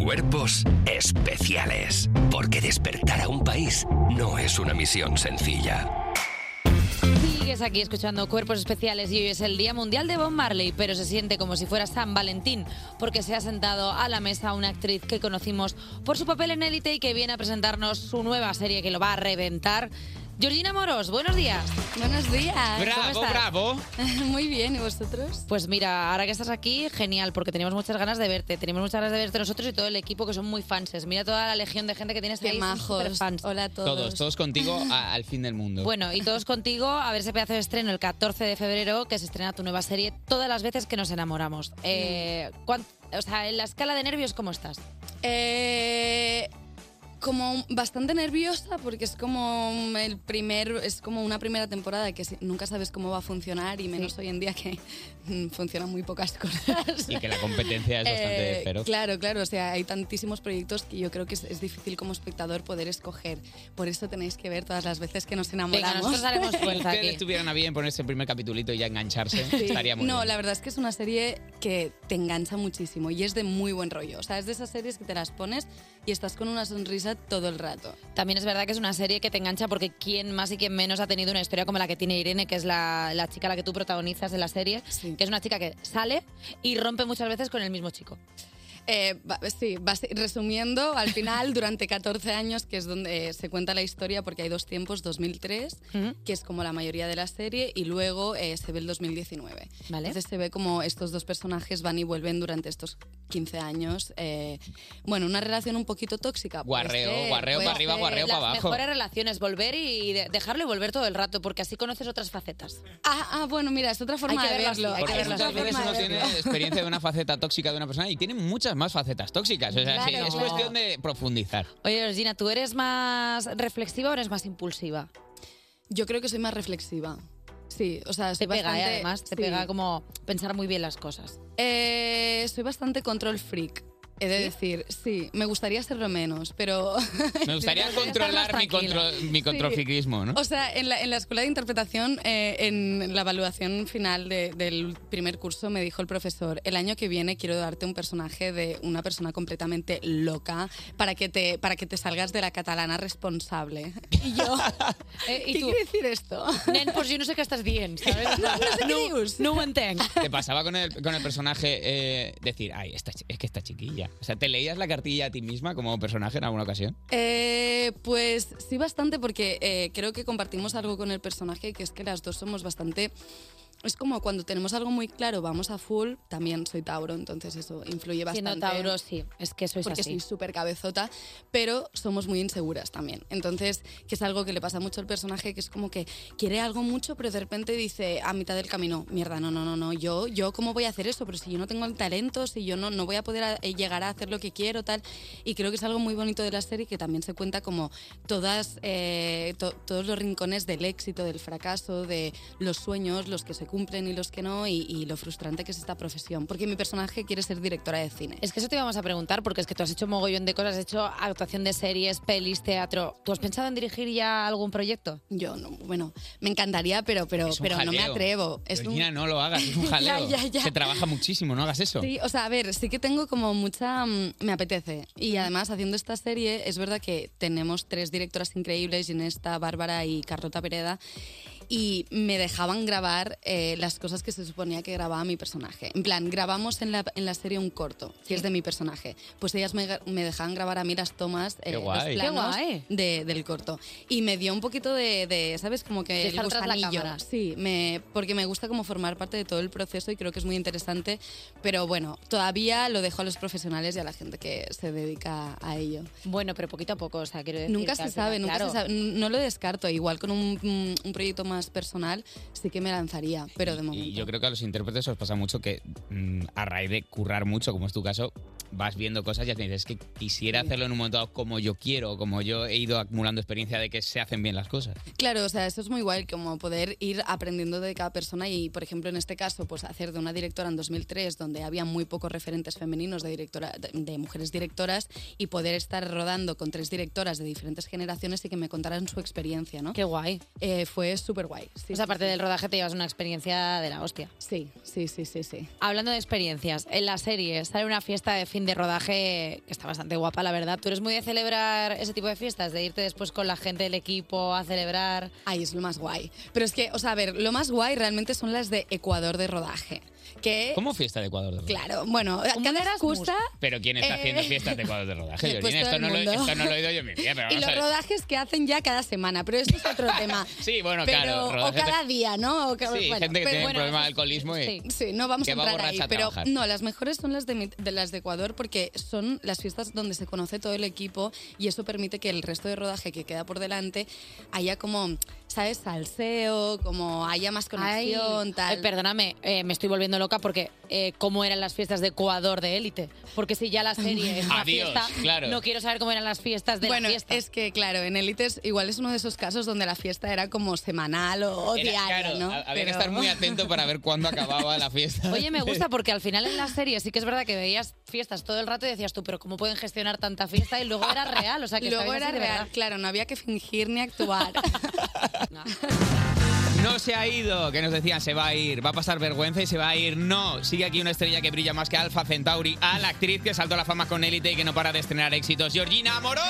S1: Cuerpos especiales. Porque despertar a un país no es una misión sencilla.
S2: Sigues aquí escuchando Cuerpos Especiales y hoy es el Día Mundial de Bob Marley, pero se siente como si fuera San Valentín, porque se ha sentado a la mesa una actriz que conocimos por su papel en Élite y que viene a presentarnos su nueva serie que lo va a reventar. Georgina Moros, buenos días.
S8: Buenos días.
S3: Bravo, bravo.
S8: Muy bien, ¿y vosotros?
S2: Pues mira, ahora que estás aquí, genial, porque tenemos muchas ganas de verte. Tenemos muchas ganas de verte nosotros y todo el equipo que son muy fanses. Mira toda la legión de gente que tienes
S8: Qué
S2: ahí. son
S8: majos.
S2: superfans.
S8: Hola a todos.
S3: Todos, todos contigo a- al fin del mundo.
S2: Bueno, y todos contigo a ver ese pedazo de estreno el 14 de febrero, que se estrena tu nueva serie, todas las veces que nos enamoramos. Eh, ¿cuán- o sea, en la escala de nervios, ¿cómo estás?
S8: Eh, como bastante nerviosa porque es como el primer es como una primera temporada que si- nunca sabes cómo va a funcionar y menos hoy en día que mm, funcionan muy pocas cosas.
S3: Y que la competencia es bastante
S8: Eh,
S3: feroz.
S8: Claro, claro, o sea, hay tantísimos proyectos que yo creo que es, es difícil como espectador poder escoger. Por eso tenéis que ver todas las veces que nos enamoramos.
S3: si ustedes tuvieran a bien ponerse el primer capitulito y ya engancharse,
S8: Sí.
S3: estaría muy
S8: no,
S3: bien.
S8: la verdad es que es una serie que te engancha muchísimo y es de muy buen rollo. O sea, es de esas series que te las pones y estás con una sonrisa todo el rato.
S2: También es verdad que es una serie que te engancha porque quién más y quién menos ha tenido una historia como la que tiene Irene, que es la, la chica a la que tú protagonizas en la serie, que es una chica que sale y rompe muchas veces con el mismo chico.
S8: Eh, ba- sí, basi- resumiendo, al final, durante 14 años, que es donde eh, se cuenta la historia, porque hay dos tiempos, 2003, que es como la mayoría de la serie, y luego eh, se ve el 2019.
S2: Vale.
S8: Entonces se ve como estos dos personajes van y vuelven durante estos 15 años. eh, bueno, una relación un poquito tóxica. puede
S3: Guarreo,
S8: ser,
S3: guarreo
S8: puede
S3: para arriba,
S8: ser.
S3: guarreo para
S2: Las
S3: abajo.
S2: mejores relaciones, volver y de- dejarlo y volver todo el rato, porque así conoces otras facetas.
S8: Ah, ah, bueno, mira, es otra forma
S2: Hay que
S8: de
S2: verlo
S8: verlo. hay que
S3: Porque
S8: verlo, es
S3: muchas
S8: otra
S3: veces
S8: forma
S3: uno
S8: de
S3: tiene
S8: verlo.
S3: experiencia de una faceta tóxica de una persona y tiene muchas más facetas tóxicas. O sea, sí,
S2: Claro.
S3: es cuestión de profundizar.
S2: Oye, Georgina, ¿tú eres más reflexiva o eres más impulsiva?
S8: Yo creo que soy más reflexiva. Sí, o sea,
S2: Te
S8: soy
S2: pega, ¿eh?
S8: bastante-
S2: además, te
S8: sí.
S2: pega como pensar muy bien las cosas.
S8: Eh, soy bastante control freak. He de decir, sí, me gustaría hacerlo menos, pero...
S3: Me gustaría
S8: Estar más
S3: controlar mi,
S8: tranquila.
S3: control, mi controlfiquismo, ¿no?
S8: O sea, en la, en la escuela de interpretación, eh, en la evaluación final de- del primer curso, me dijo el profesor, el año que viene quiero darte un personaje de una persona completamente loca para que te, para que te salgas de la catalana responsable. Y yo, ¿qué quiere decir esto?
S2: Eh, Nen, pues yo no sé qué estás bien, ¿sabes?
S8: No, no sé qué dius.
S2: No ho entenc.
S3: ¿Te pasaba con el, con el personaje eh, decir, ay, esta chi- es que esta chiquilla? O sea, ¿te leías la cartilla a ti misma como personaje en alguna ocasión?
S8: Eh, pues sí, bastante, porque eh, creo que compartimos algo con el personaje, que es que las dos somos bastante... Es como cuando tenemos algo muy claro, vamos a full, también soy Tauro, entonces eso influye
S2: Siendo
S8: bastante.
S2: Tauro, sí, es que sois
S8: porque
S2: así.
S8: soy súper cabezota, pero somos muy inseguras también. Entonces, que es algo que le pasa mucho al personaje, que es como que quiere algo mucho, pero de repente dice a mitad del camino, mierda, no, no, no, no, yo, yo cómo voy a hacer eso, pero si yo no tengo el talento, si yo no, no voy a poder a- eh, llegar a hacer lo que quiero, tal. Y creo que es algo muy bonito de la serie que también se cuenta como todas, eh, to- todos los rincones del éxito, del fracaso, de los sueños, los que se cumplen y los que no y, y lo frustrante que es esta profesión. Porque mi personaje quiere ser directora de cine.
S2: Es que eso te íbamos a preguntar, porque es que tú has hecho mogollón de cosas, has hecho actuación de series, pelis, teatro. ¿Tú has pensado en dirigir ya algún proyecto?
S8: Yo no, bueno, me encantaría, pero, pero,
S3: Es un
S8: pero no me
S3: jaleo.
S8: atrevo. Es un-
S3: Georgina, no lo hagas, es un
S8: Ya,
S3: jaleo.
S8: ya, ya.
S3: Se trabaja muchísimo, no hagas eso.
S8: Sí, o sea, a ver, sí que tengo como mucha... mm, me apetece. Y además, haciendo esta serie, es verdad que tenemos tres directoras increíbles, Inesta, Bárbara y Carlota Pereda, y me dejaban grabar eh, las cosas que se suponía que grababa mi personaje. En plan, grabamos en la, en la serie un corto, que es de mi personaje. Pues ellas me, gra- me dejaban grabar a mí las tomas, eh,
S2: Qué
S8: los
S2: guay. Qué
S8: planos
S2: guay.
S8: de- del corto. Y me dio un poquito de, de, ¿sabes? Como que
S2: De estar
S8: el
S2: tras la
S8: gusanillo.
S2: cámara.
S8: Sí, me, porque me gusta como formar parte de todo el proceso y creo que es muy interesante, pero bueno, todavía lo dejo a los profesionales y a la gente que se dedica a ello.
S2: Bueno, pero poquito a poco, o sea, quiero decir
S8: Nunca
S2: que
S8: se
S2: al final,
S8: sabe, nunca
S2: claro.
S8: se sabe, n- no lo descarto, igual con un, mm, un proyecto más personal sí que me lanzaría, pero de momento.
S3: Y yo creo que a los intérpretes os pasa mucho que mm, a raíz de currar mucho, como es tu caso, vas viendo cosas y al final dices "Es que quisiera hacerlo en un momento dado como yo quiero, como yo he ido acumulando experiencia de que se hacen bien las cosas.
S8: Claro, o sea, eso es muy guay, como poder ir aprendiendo de cada persona y, por ejemplo, en este caso, pues hacer de una directora en 2003, donde había muy pocos referentes femeninos de, directora, de, de mujeres directoras, y poder estar rodando con tres directoras de diferentes generaciones y que me contaran su experiencia, ¿no? Qué
S2: guay.
S8: fue súper guay.
S2: O sea, aparte del rodaje te llevas una experiencia de la hostia.
S8: Sí, sí, sí, sí, sí.
S2: Hablando de experiencias, en la serie sale una fiesta de fin de rodaje que está bastante guapa, la verdad. ¿Tú eres muy de celebrar ese tipo de fiestas? De irte después con la gente del equipo a celebrar.
S8: Ay, es lo más guay. Pero es que, o sea, a ver, lo más guay realmente son las de Ecuador de rodaje. Que,
S3: ¿Cómo fiesta de Ecuador de rodaje?
S8: claro, bueno, cada excusa...
S3: Pero ¿quién está
S8: Eh,
S3: haciendo fiestas de Ecuador de rodaje?
S8: pues
S3: Georgina?
S8: todo
S3: esto,
S8: el
S3: no lo,
S8: mundo.
S3: esto no lo he oído yo en mi vida, pero vamos
S8: Y los
S3: a ver.
S8: rodajes que hacen ya cada semana, pero eso es otro tema.
S3: Sí, bueno,
S8: pero,
S3: claro.
S8: o
S3: rodajes de-
S8: cada día, ¿no? O que-
S3: Sí,
S8: bueno,
S3: gente que
S8: pero
S3: tiene
S8: bueno,
S3: problemas de alcoholismo y...
S8: Sí, sí, no vamos a
S3: que va
S8: entrar ahí,
S3: borracha a
S8: pero
S3: trabajar.
S8: no, las mejores son las de, mi- de las de Ecuador porque son las fiestas donde se conoce todo el equipo y eso permite que el resto de rodaje que queda por delante haya como, ¿sabes? Salseo, como haya más conexión,
S2: Ay,
S8: tal.
S2: ay, perdóname, eh, me estoy volviendo loca porque eh, cómo eran las fiestas de Ecuador de élite. Porque si ya la serie es una
S8: Adiós,
S2: fiesta,
S8: claro.
S2: no quiero saber cómo eran las fiestas de
S8: bueno,
S2: la fiesta.
S8: es que claro, en Elites igual es uno de esos casos donde la fiesta era como semanal o, o
S3: Era-
S8: diaria,
S3: claro,
S8: ¿no?
S3: ha- había que
S8: Pero-
S3: estar muy atento para ver cuándo acababa la fiesta.
S2: Oye, me gusta porque al final en la serie sí que es verdad que veías fiestas todo el rato y decías tú, pero ¿cómo pueden gestionar tanta fiesta? Y luego era real, o sea que
S8: Luego
S2: estabais
S8: era
S2: así de
S8: real,
S2: verdad.
S8: claro, no había que fingir ni actuar.
S3: No se ha ido, que nos decían se va a ir, va a pasar vergüenza y se va a ir. No, sigue aquí una estrella que brilla más que Alpha Centauri, a la actriz que saltó a la fama con Élite y que no para de estrenar éxitos, Georgina Moros.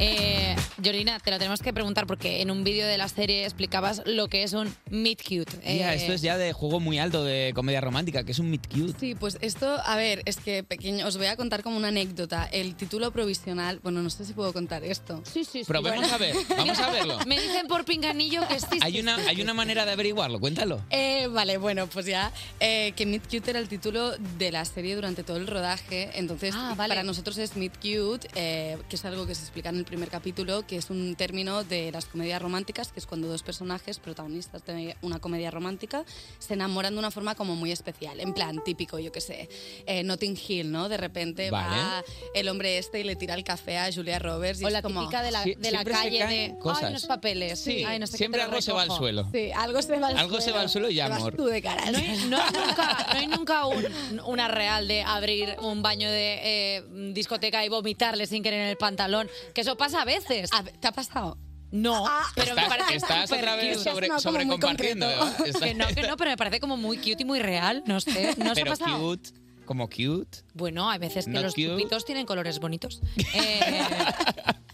S2: Eh, Georgina, te lo tenemos que preguntar porque en un vídeo de la serie explicabas lo que es un meet cute. Eh,
S3: Tía, esto es ya de juego muy alto de comedia romántica, que es un meet cute.
S8: Sí, pues esto, a ver, es que pequeño, os voy a contar como una anécdota. El título provisional, bueno, no sé si puedo contar esto.
S2: Sí, sí, sí.
S3: Probemos a ver, vamos a verlo.
S2: Me dicen por pinganillo que sí.
S3: Hay una, hay una manera de averiguarlo, cuéntalo.
S8: Eh, vale, bueno, pues ya eh, que Meet Cute era el título de la serie durante todo el rodaje, entonces
S2: Ah,
S8: para nosotros es Meet Cute, eh, que es algo que se explica en el primer capítulo, que es un término de las comedias románticas, que es cuando dos personajes protagonistas de una comedia romántica se enamoran de una forma como muy especial, en plan típico, yo qué sé, eh, Notting Hill, ¿no? De repente va
S2: Vale.
S8: el hombre este y le tira el café a Julia Roberts y
S2: O
S8: es
S2: la
S8: como-
S2: típica de la,
S3: Sie-
S2: de la
S3: siempre se
S2: calle
S3: caen
S2: de.
S3: cosas.
S2: Ay, unos papeles. Sí,
S3: Sí,
S2: ay, no sé qué,
S3: siempre
S2: te lo
S3: algo se va al
S2: recojo".
S3: suelo.
S8: Sí, algo se va al
S3: Algo se va al suelo y ya,
S8: Te vas
S3: amor.
S8: tú de cara al
S2: No hay, no hay nunca, no hay nunca un- una real de abrir un baño de eh, discoteca y vomitarle sin querer en el pantalón. Que eso pasa a veces.
S8: ¿Te ha pasado?
S2: No, pero me
S3: Ah, Estás-
S2: parece
S3: estás
S2: súper
S3: otra vez
S2: cute.
S3: sobre- No, como muy sobrecompartiendo, concreto. ¿verdad? Estás-
S2: Que no, que no, pero me parece como muy cute y muy real. No sé, ¿eh? no se ha
S3: Pero
S2: pasado.
S3: cute, como cute.
S2: Bueno, hay veces que
S3: Not
S2: los
S3: cute.
S2: chupitos tienen colores bonitos. Eh,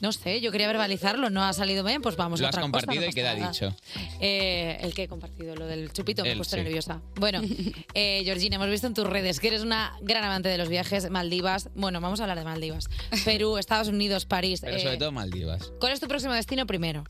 S2: no sé, yo quería verbalizarlo, no ha salido bien, pues vamos
S3: Lo
S2: a
S3: has
S2: otra cosa,
S3: compartido
S2: no
S3: y
S2: pasa
S3: queda
S2: nada.
S3: dicho.
S2: Eh, el que he compartido, lo del chupito, me he
S3: El,
S2: puesto
S3: sí.
S2: nerviosa. Bueno, eh, Georgina, hemos visto en tus redes que eres una gran amante de los viajes, Maldivas. Bueno, vamos a hablar de Maldivas. Perú, Estados Unidos, París.
S3: Pero
S2: eh,
S3: sobre todo Maldivas.
S2: ¿Cuál es tu próximo destino primero?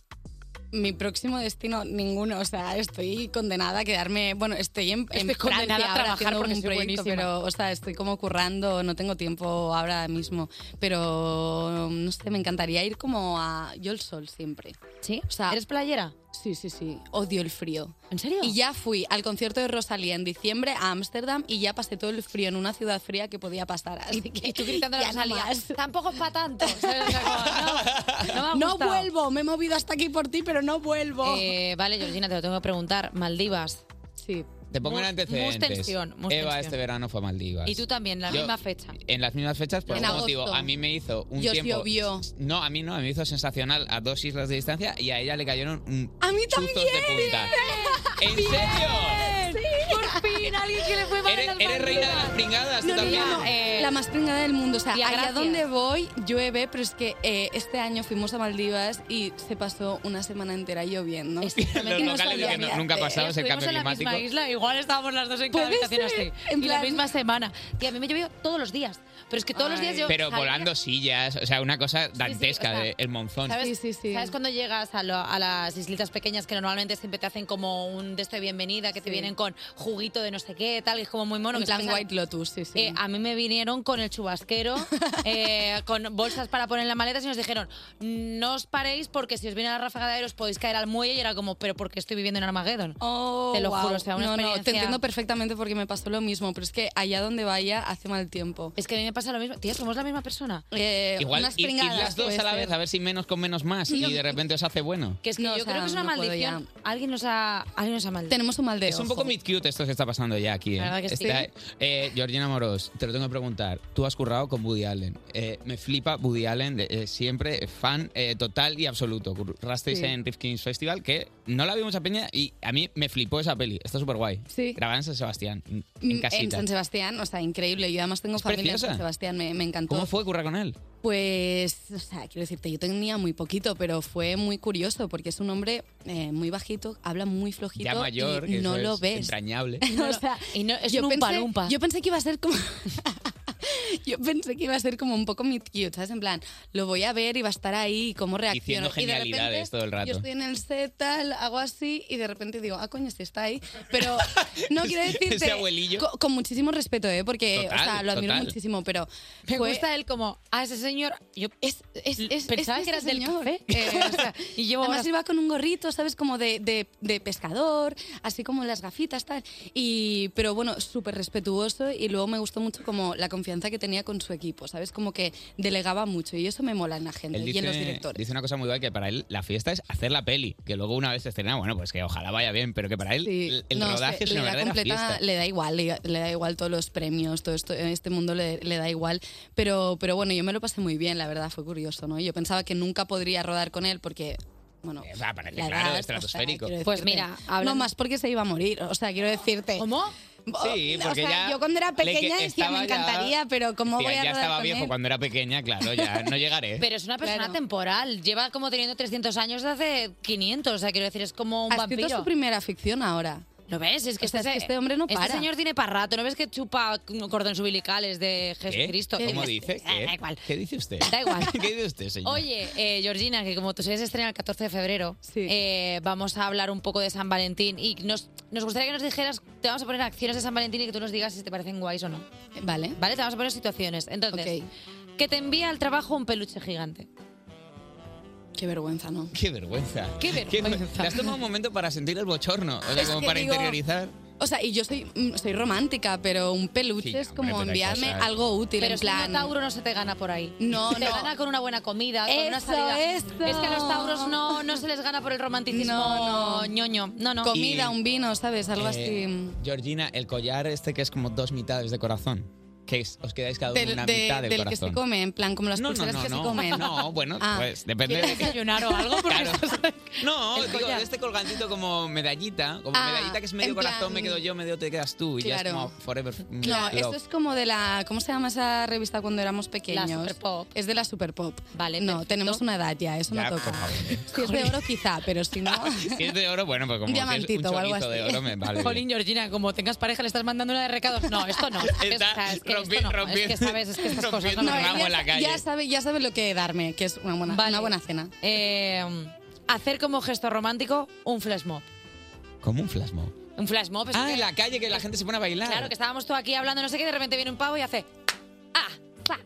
S8: Mi próximo destino, ninguno. O sea, estoy condenada a quedarme. Bueno, estoy en,
S2: Estoy
S8: en
S2: em- condenada
S8: Francia
S2: a
S8: ahora
S2: trabajar
S8: haciendo
S2: porque
S8: un
S2: soy
S8: proyecto,
S2: buenísima.
S8: pero, o sea, estoy como currando, no tengo tiempo ahora mismo. Pero, no sé, me encantaría ir como a. Yo el sol siempre.
S2: ¿Sí?
S8: O sea,
S2: ¿Eres playera?
S8: Sí, sí, sí. Odio el frío.
S2: ¿En serio?
S8: Y ya fui al concierto de Rosalía en diciembre a Ámsterdam y ya pasé todo el frío en una ciudad fría que podía pasar. Así que.
S2: Y tú gritando a
S8: ya no
S2: Rosalía,
S8: más.
S2: Tampoco es para tanto. ¿sabes? O sea, como, no, no me ha
S8: No
S2: gustado.
S8: vuelvo, me he movido hasta aquí por ti, pero no vuelvo.
S2: Eh, vale, Georgina, te lo tengo que preguntar. Maldivas,
S17: Sí.
S3: Te pongo en
S17: Mus-
S3: antecedentes.
S17: mus tensión, mus
S3: Eva
S17: tensión.
S3: este verano fue a Maldivas.
S2: Y tú también, la
S3: Yo-
S2: misma fecha.
S3: En las mismas fechas, por
S2: En
S3: algún motivo.
S2: agosto.
S3: A mí me hizo un
S2: Y os
S3: tiempo.
S2: llovió.
S3: No, a mí no, a mí me hizo sensacional a dos islas de distancia y a ella le cayeron un
S9: A mí
S3: chuzos de punta. ¿En serio?
S8: Por fin, alguien que le fue mal
S3: Eres-
S8: en las
S3: eres reina de las
S8: banderas.
S3: pringadas, tú
S8: No, no,
S3: también.
S8: no, no.
S3: Eh,
S8: la más pringada del mundo. O sea,
S2: tía,
S8: allá
S2: gracias.
S8: donde voy llueve, pero es que eh, este año fuimos a Maldivas y se pasó una semana entera lloviendo.
S3: Los locales diciendo, nunca ha pasado, es el
S2: Estuvimos
S3: cambio
S2: en la
S3: climático.
S2: misma isla, igual estábamos las dos en cada
S8: Puede
S2: habitación
S8: ser,
S2: así.
S8: en
S2: Y la
S8: plan-
S2: misma semana. Y a mí me llovió todos los días. Pero es que todos los días yo.
S3: Pero
S2: salía-
S3: volando sillas, o sea, una cosa dantesca, de- el monzón.
S2: ¿Sabes, ¿Sabes cuando llegas a, lo- a las islitas pequeñas que normalmente siempre te hacen como un de esto de bienvenida, que te
S8: Sí.
S2: vienen con juguito de no sé qué, tal, y es como muy mono.
S8: En
S2: que
S8: plan
S2: estás-
S8: White Lotus, sí, sí.
S2: Eh, a mí me vinieron con el chubasquero, eh, con bolsas para poner en las maletas y nos dijeron, no os paréis porque si os viene la ráfaga de aire os podéis caer al muelle y era como, pero porque estoy viviendo en Armageddon. te lo
S8: Oh, Guau.
S2: juro, o sea, una
S8: no,
S2: experiencia...
S8: no, te entiendo perfectamente porque me pasó lo mismo, pero es que allá donde vaya hace mal tiempo.
S2: Es que a mí me pasa lo mismo. Tía, somos la misma persona.
S8: Eh,
S3: Igual ir, ir las dos a la vez, a ver si menos con menos más y de repente os hace bueno.
S2: Que es que
S8: No,
S2: yo
S8: o sea,
S2: creo que es una
S8: no puedo
S2: maldición. Alguien nos ha, alguien nos ha maldito.
S8: Tenemos un mal de
S3: Es un poco mid-cute esto que está pasando ya aquí. ¿eh?
S2: La verdad que sí.
S3: Está- eh, Georgina Moros, te lo tengo que preguntar. Tú has currado con Woody Allen. Eh, me flipa Woody Allen, de- eh, siempre fan eh, total y absoluto. Currasteis
S17: Sí.
S3: en Rifkin's Festival, que no la vi mucha peña y a mí me flipó esa peli. Está súper guay.
S8: Sí.
S3: Grabada en San Sebastián, en
S8: Mm,
S3: en casita.
S8: San Sebastián, o sea, increíble. Yo además tengo familia
S3: preciosa.
S8: en San Sebastián, me, me encantó.
S3: ¿Cómo fue currar con él?
S8: Pues, o sea, quiero decirte, yo tenía muy poquito, pero fue muy curioso porque es un hombre eh, muy bajito, habla muy flojito
S3: Ya mayor,
S8: y
S3: que
S8: no
S3: eso
S8: lo
S3: es
S8: ves.
S3: entrañable.
S8: O sea,
S2: y no, es
S8: yo,
S2: un
S8: pensé,
S2: umpalumpa.
S8: yo pensé que iba a ser como. yo pensé que iba a ser como un poco meet cute, ¿sabes? En plan, lo voy a ver y va a estar ahí, cómo reacciona.
S3: Diciendo genialidades todo el rato.
S8: Yo estoy en el set, tal, hago así y de repente digo, ah, coño, sí está ahí. Pero no quiero
S3: Ese
S8: decirte.
S3: abuelillo.
S8: co- Con, muchísimo respeto, ¿eh? Porque, o
S3: Total,
S8: sea, lo admiro
S3: total.
S8: muchísimo, pero.
S2: Me
S8: fue-
S2: gusta él como, a ese señor, yo es, es, es- pensaba
S8: es
S2: que eras
S8: este
S2: del
S8: señor.
S2: café. Eh, o sea, y llevo
S8: Además
S2: horas-
S8: iba con un gorrito, ¿sabes? Como de, de- de pescador, así como las gafitas, tal. Y, pero bueno, súper respetuoso y luego me gustó mucho como la confianza que tenía con su equipo, ¿sabes? Como que delegaba mucho y eso me mola en la gente
S3: Él
S8: y
S3: dice,
S8: en los directores.
S3: dice una cosa muy guay, que para él la fiesta es hacer la peli, que luego una vez se estrena, bueno, pues que ojalá vaya bien, pero que para él el- el
S8: No,
S3: rodaje
S8: se-
S3: es una
S8: le da
S3: verdadera
S8: completa-
S3: fiesta.
S8: Le da igual, le, le da igual todos los premios, todo esto, este mundo le, le da igual. Pero, pero bueno, yo me lo pasé muy bien, la verdad, fue curioso, ¿no? Yo pensaba que nunca podría rodar con él porque, bueno,
S3: O sea, parece
S8: La
S3: claro,
S8: edad,
S3: estratosférico.
S8: quiero
S2: Pues
S8: decirte.
S2: mira, hablando-
S8: No más porque se iba a morir, o sea, quiero decirte.
S2: ¿Cómo?
S3: Sí, porque
S8: o sea,
S3: ya
S8: yo cuando era
S3: le que-
S8: pequeña decía,
S3: estaba
S8: me
S3: ya-
S8: encantaría, pero ¿cómo
S3: Hostia,
S8: voy a
S3: ya
S8: rodar
S3: estaba
S8: con
S3: viejo
S8: él?
S3: cuando era pequeña, claro, ya no llegaré.
S2: Pero es una persona
S8: Claro.
S2: temporal, lleva como teniendo 300 años de hace 500, o sea, quiero decir, es como un
S8: Ha escrito
S2: vampiro.
S8: su primera ficción ahora.
S2: ¿Lo ves? Es que,
S8: O sea,
S2: este,
S8: es que este hombre no para.
S2: Este señor tiene para rato, ¿no ves que chupa cordones umbilicales de Jesucristo?
S3: ¿Cómo dice?
S2: Ah,
S3: ¿Qué?
S2: Da igual.
S3: ¿Qué dice usted?
S2: Da igual.
S3: ¿Qué dice usted, señor?
S2: Oye, eh, Georgina, que como tú sabes, se estrena el 14 de febrero. eh, vamos a hablar un poco de San Valentín y nos, nos gustaría que nos dijeras, te vamos a poner acciones de San Valentín y que tú nos digas si te parecen guays o no.
S8: Vale.
S2: Vale, te vamos a poner situaciones. Entonces, que te envía al trabajo un peluche gigante.
S8: Qué vergüenza, ¿no?
S3: Qué vergüenza.
S2: Qué vergüenza.
S3: Te has tomado un momento para sentir el bochorno, o sea,
S8: Es
S3: como
S8: que
S3: para
S8: digo-
S3: interiorizar.
S8: O sea, y yo soy, mm, soy romántica, pero un peluche
S3: Sí,
S8: es
S3: hombre,
S8: como
S3: pero hay
S8: enviarme
S3: cosas.
S8: algo útil,
S2: Pero
S8: en
S2: si un
S8: plan...
S2: Tauro no se te gana por ahí.
S8: No,
S2: se te
S8: no.
S2: gana con una buena comida, con una
S8: Eso,
S2: salida.
S8: eso.
S2: Es que a los Tauros no, no se les gana por el romanticismo
S8: No, no.
S2: ñoño. No, no.
S8: Comida,
S3: Y-
S8: un vino, ¿sabes? Algo
S3: Eh,
S8: así... mm.
S3: Georgina, el collar este que es como dos mitades de corazón, que es- os quedáis cada uno
S8: Del,
S3: una
S8: de-
S3: mitad del,
S8: del que
S3: corazón.
S8: se come, en plan, como las
S3: no, no,
S8: pulseras
S3: no,
S8: que
S3: no.
S8: se comen.
S3: No, bueno,
S8: Ah.
S3: pues depende de que-
S2: desayunar o algo? Porque
S3: Claro. No,
S2: El
S3: digo,
S2: collar.
S3: de este colgantito como medallita, como
S8: Ah,
S3: medallita que es medio
S8: en plan-
S3: corazón, me quedo yo, medio te quedas tú y ya es
S8: Claro.
S3: como forever. mm,
S8: No, esto
S3: love.
S8: es como de la. ¿Cómo se llama esa revista cuando éramos pequeños?
S2: Super
S8: Pop. Es de la Super Pop.
S2: Vale.
S8: No, tenemos una edad ya, eso
S3: Ya, pues.
S8: no
S3: por
S8: toca.
S3: favor.
S8: Si es de oro, quizá, pero si no.
S3: Si es de oro, bueno, pues como
S8: Un
S3: que es
S8: diamantito
S3: un
S8: o algo
S3: chorizo de
S8: así.
S3: oro, me vale.
S2: Jolín, Georgina, como tengas pareja, le estás mandando una de recados. No, esto no. ¿sabes? O sea, es que esto no.
S3: rompiendo-
S2: Es que
S3: rompiendo-
S2: sabes, es que estas cosas
S3: rompiendo
S2: no.
S3: el ramo en la calle.
S8: Ya sabe, ya sabe lo que darme, que es una buena,
S2: Vale.
S8: una buena cena.
S2: Eh, hacer como gesto romántico un flash mob.
S3: Como un flasmo.
S2: Un flash mob es
S3: Ah,
S2: que-
S3: en la calle que la gente se pone a bailar.
S2: Claro, que estábamos todos aquí hablando, no sé qué, y de repente viene un pavo y hace. ¡Ah!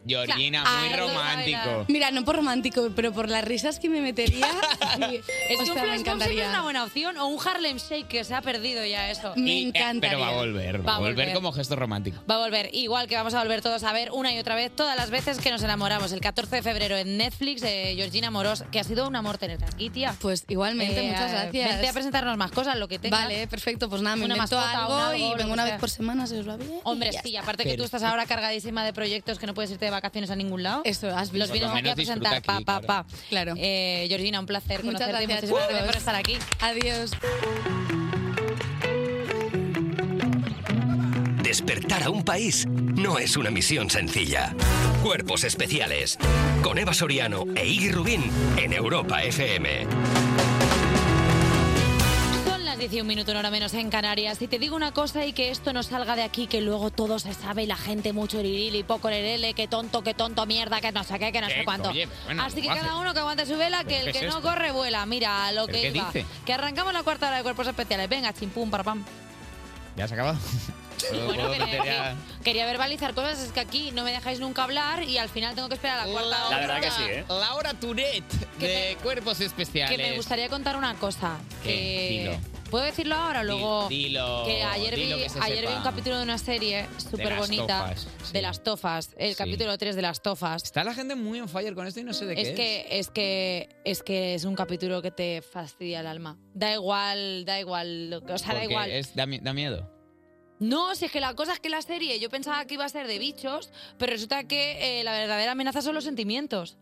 S3: Georgina, muy romántico.
S8: Mira, no por romántico, pero por las risas que me metería. sí.
S2: Es
S8: O
S2: que un
S8: sea, me
S2: flash mob siempre
S8: encantaría.
S2: es una buena opción o un Harlem Shake que se ha perdido ya eso.
S8: Me
S3: Y, eh, pero va a volver, va a volver como gesto romántico.
S2: Va a volver, igual que vamos a volver todos a ver una y otra vez todas las veces que nos enamoramos. El 14 de febrero en Netflix, eh, Georgina Moros, que ha sido un amor tenerte aquí, tía. Eh,
S8: Pues igualmente, muchas gracias.
S2: Vente a presentarnos más cosas, lo que tengas.
S8: Vale, perfecto, pues nada, me
S2: Una
S8: invento
S2: mascota,
S8: algo,
S2: un algo,
S8: y
S2: lo que
S8: vengo una
S2: sea.
S8: vez por semana, si os va bien.
S2: Hombre,
S8: y ya
S2: sí,
S8: está.
S2: aparte que tú estás ahora cargadísima de proyectos que no puedes irte de vacaciones a ningún lado.
S8: Eso, has
S2: Los vienes
S8: visto. Por lo
S2: aquí a
S8: menos
S2: presentar,
S8: disfruta
S2: pa, pa,
S8: aquí, claro.
S2: pa. Claro. Eh, Georgina, un placer
S8: Muchas
S2: conocerte y
S8: gracias,
S2: muchísimas gracias
S8: chicos.
S2: por estar aquí.
S8: Adiós.
S1: Despertar a un país no es una misión sencilla. Cuerpos especiales con Eva Soriano e Iggy Rubín en Europa FM.
S2: Son las 11 minutos, una hora menos en Canarias. Y te digo una cosa y que esto no salga de aquí, que luego todo se sabe y la gente mucho iril y poco lerele, que tonto, que tonto, mierda, que no sé qué, que no
S3: Eh,
S2: sé cuánto.
S3: oye, bueno,
S2: Así que
S3: guaje.
S2: cada uno que aguante su vela, que el
S3: ¿Pero qué
S2: que
S3: es
S2: no
S3: esto?
S2: corre vuela. Mira a lo
S3: ¿Pero
S2: que
S3: qué
S2: iba.
S3: dice?
S2: Que arrancamos la cuarta hora de cuerpos especiales. Venga, chim, pum, para pam.
S3: ¿Ya se ha acabado? ¿Puedo-
S2: Bueno,
S3: puedo
S2: quería
S3: meter ya?
S2: Quería verbalizar cosas, es que aquí no me dejáis nunca hablar y al final tengo que esperar a la cuarta hora.
S3: Laura Turet, de Cuerpos Especiales.
S2: Que me gustaría contar una cosa.
S3: ¿Qué?
S2: que-
S3: Dilo.
S2: ¿Puedo decirlo ahora o luego?
S3: Dilo,
S2: Que ayer, vi,
S3: dilo que se
S2: ayer
S3: sepa.
S2: vi un capítulo de una serie súper bonita
S3: Las Tofas,
S2: de las tofas, el
S3: Sí.
S2: capítulo 3 de las tofas.
S3: Está la gente muy on fire con esto y no sé de
S2: Es
S3: qué
S2: que, es que es que es un capítulo que te fastidia el alma. Da igual, da igual, lo que- o sea, da
S3: Porque
S2: igual.
S3: es- da, mi- da miedo.
S2: No, si es que la cosa es que la serie yo pensaba que iba a ser de bichos, pero resulta que eh, la verdadera amenaza son los sentimientos.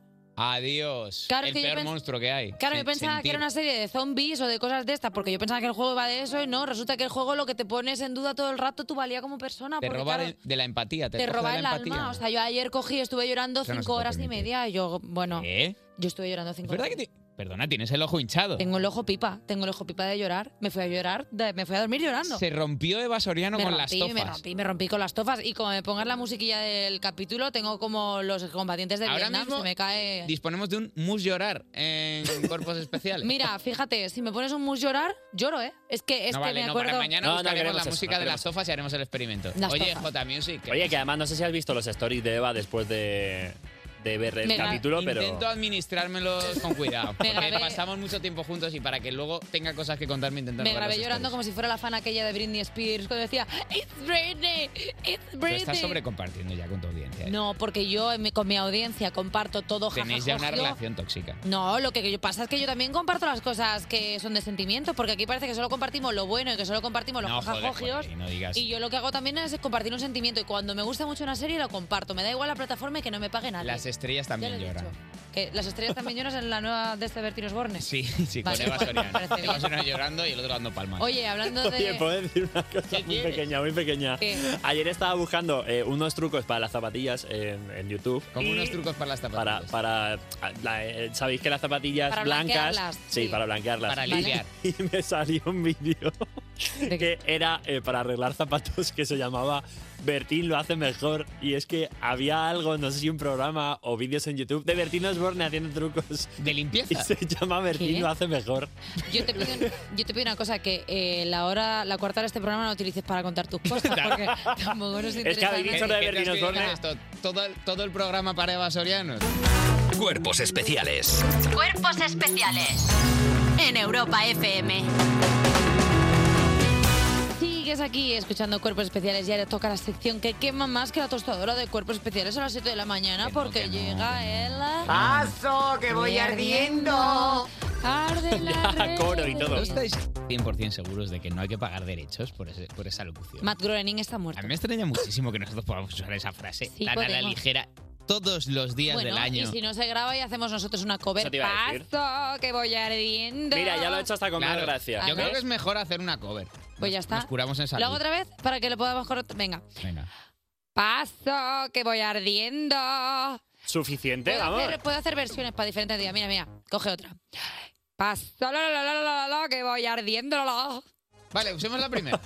S3: Adiós.
S2: Claro,
S3: el
S2: que yo
S3: peor
S2: pens-
S3: monstruo que hay.
S2: Claro, yo
S3: Sen-
S2: pensaba que
S3: sentir.
S2: era una serie de zombies o de cosas de estas, porque yo pensaba que el juego iba de eso y no, resulta que el juego lo que te pones en duda todo el rato tu valía como persona,
S3: Te
S2: porque
S3: roba
S2: claro,
S3: de, de la empatía. Te,
S2: te
S3: coge de
S2: roba
S3: la
S2: el
S3: empatía.
S2: alma. O sea, yo ayer cogí, estuve llorando
S3: Eso no se
S2: cinco
S3: puede
S2: horas y
S3: permitir.
S2: media, y yo, bueno,
S3: ¿Eh?
S2: yo estuve llorando cinco
S3: ¿Verdad
S2: horas.
S3: que ti- Perdona, tienes el ojo hinchado.
S2: Tengo el ojo pipa, tengo el ojo pipa de llorar, me fui a llorar, de- me fui a dormir llorando.
S3: Se rompió Eva Soriano
S2: me
S3: con
S2: rompí,
S3: las
S2: me
S3: tofas.
S2: rompí, me rompí con las tofas y como me pongas la musiquilla del capítulo, tengo como los combatientes de
S3: Ahora
S2: Vietnam,
S3: mismo
S2: se me cae...
S3: Disponemos de un mus llorar en cuerpos especiales.
S2: Mira, fíjate, si me pones un mus llorar, lloro, ¿eh? Es que, es
S3: no,
S2: que
S3: vale,
S2: me
S3: no,
S2: acuerdo...
S3: para mañana
S7: No, no
S3: buscaremos
S7: queremos
S3: la
S7: eso,
S3: música
S7: no
S3: de las
S7: queremos.
S3: tofas y haremos el experimento.
S2: Las
S3: Oye,
S2: tofas.
S3: J Music.
S7: Oye, que además no sé si has visto los stories de Eva después de, de ver el
S3: Mira,
S7: capítulo, pero.
S3: Intento administrármelos con cuidado.
S2: Me
S3: Porque
S2: grabé-
S3: pasamos mucho tiempo juntos y para que luego tenga cosas que contarme intentando
S2: Me
S3: ver
S2: grabé
S3: los
S2: llorando como si fuera la fan aquella de Britney Spears cuando decía It's Britney, it's
S3: stories. Tú
S2: Britney.
S3: estás sobrecompartiendo ya con tu audiencia. ¿eh?
S2: No, porque yo en mi- con mi audiencia comparto todo. jajaja,
S3: Tenéis ya una
S2: yo-
S3: relación tóxica.
S2: No, lo que yo- pasa es que yo también comparto las cosas que son de sentimientos, porque aquí parece que solo compartimos lo bueno y que solo compartimos los
S3: No, joder,
S2: jajajogios.
S3: Juanri, no digas.
S2: Y yo lo que hago también es compartir un sentimiento y cuando me gusta mucho una serie lo comparto. Me da igual la plataforma y que no me pague nadie.
S3: Las estrellas también
S2: lo he
S3: lloran.
S2: Que las estrellas también lloran en la nueva de este Bertín Osborne.
S3: Sí, sí, con
S2: Vale,
S3: Eva
S2: pues, me
S3: Soriano.
S2: parece
S3: Eva
S2: bien.
S3: Soriano llorando y el otro dando palmas.
S2: Oye, hablando de...
S7: Oye, pues- puedo decir una cosa muy pequeña, muy pequeña.
S2: ¿Qué?
S7: Ayer estaba buscando eh, unos trucos para las zapatillas en, en YouTube.
S3: Como
S7: y
S3: unos trucos para las
S7: Para, para la- eh, sabéis que las zapatillas
S2: Para
S7: blancas,
S2: blanquearlas,
S7: sí,
S2: sí.
S7: para blanquearlas.
S3: Para
S7: Y-
S3: limpiar.
S7: Y me salió un vídeo que era eh, para arreglar zapatos que se llamaba Bertín lo hace mejor y es que había algo, no sé si un programa o vídeos en YouTube de Bertín Osborne haciendo trucos
S3: de limpieza
S7: y se llama Bertín
S2: ¿Qué?
S7: lo hace mejor.
S2: Yo te pido, yo te pido una cosa, que eh, la hora, la cuarta hora de este programa no la utilices para contar tus cosas, porque tampoco nos interesa.
S7: Es que habéis dicho
S2: nada.
S7: lo de Bertín Osborne.
S3: Todo, el- todo el programa para Eva Soriano.
S1: Cuerpos especiales
S6: Cuerpos especiales en Europa FM.
S2: Sigues aquí escuchando Cuerpos Especiales y ahora toca la sección que quema más que la tostadora de Cuerpos Especiales a las 7 de la mañana porque llega el...
S7: Ah,
S13: ¡Paso, que voy ardiendo!
S2: Arde la red.
S3: ¿No estáis 100% seguros de que no hay que pagar derechos por, ese- por esa locución?
S2: Matt Groening está muerto.
S3: A mí me extraña muchísimo que nosotros podamos usar esa frase
S2: Sí,
S3: tan a la
S2: podemos.
S3: ligera todos los días
S2: Bueno,
S3: del año.
S2: y si no se graba y hacemos nosotros una cover.
S3: Eso te iba a decir.
S2: Paso, que voy ardiendo.
S3: Claro.
S2: A
S3: Yo
S2: ver.
S3: creo que es mejor hacer una cover.
S2: Pues ya
S3: Nos-
S2: está.
S3: Nos curamos en salud.
S2: Lo hago otra vez para que lo podamos cortar. Venga.
S3: Venga.
S2: Paso, que voy ardiendo.
S7: Suficiente,
S2: Puedo
S7: vamos.
S2: hacer, puedo hacer versiones para diferentes días. Mira, mira, coge otra. Paso, la, la, la, la, la, la, que voy ardiendo. la, la.
S3: Vale, usemos la primera.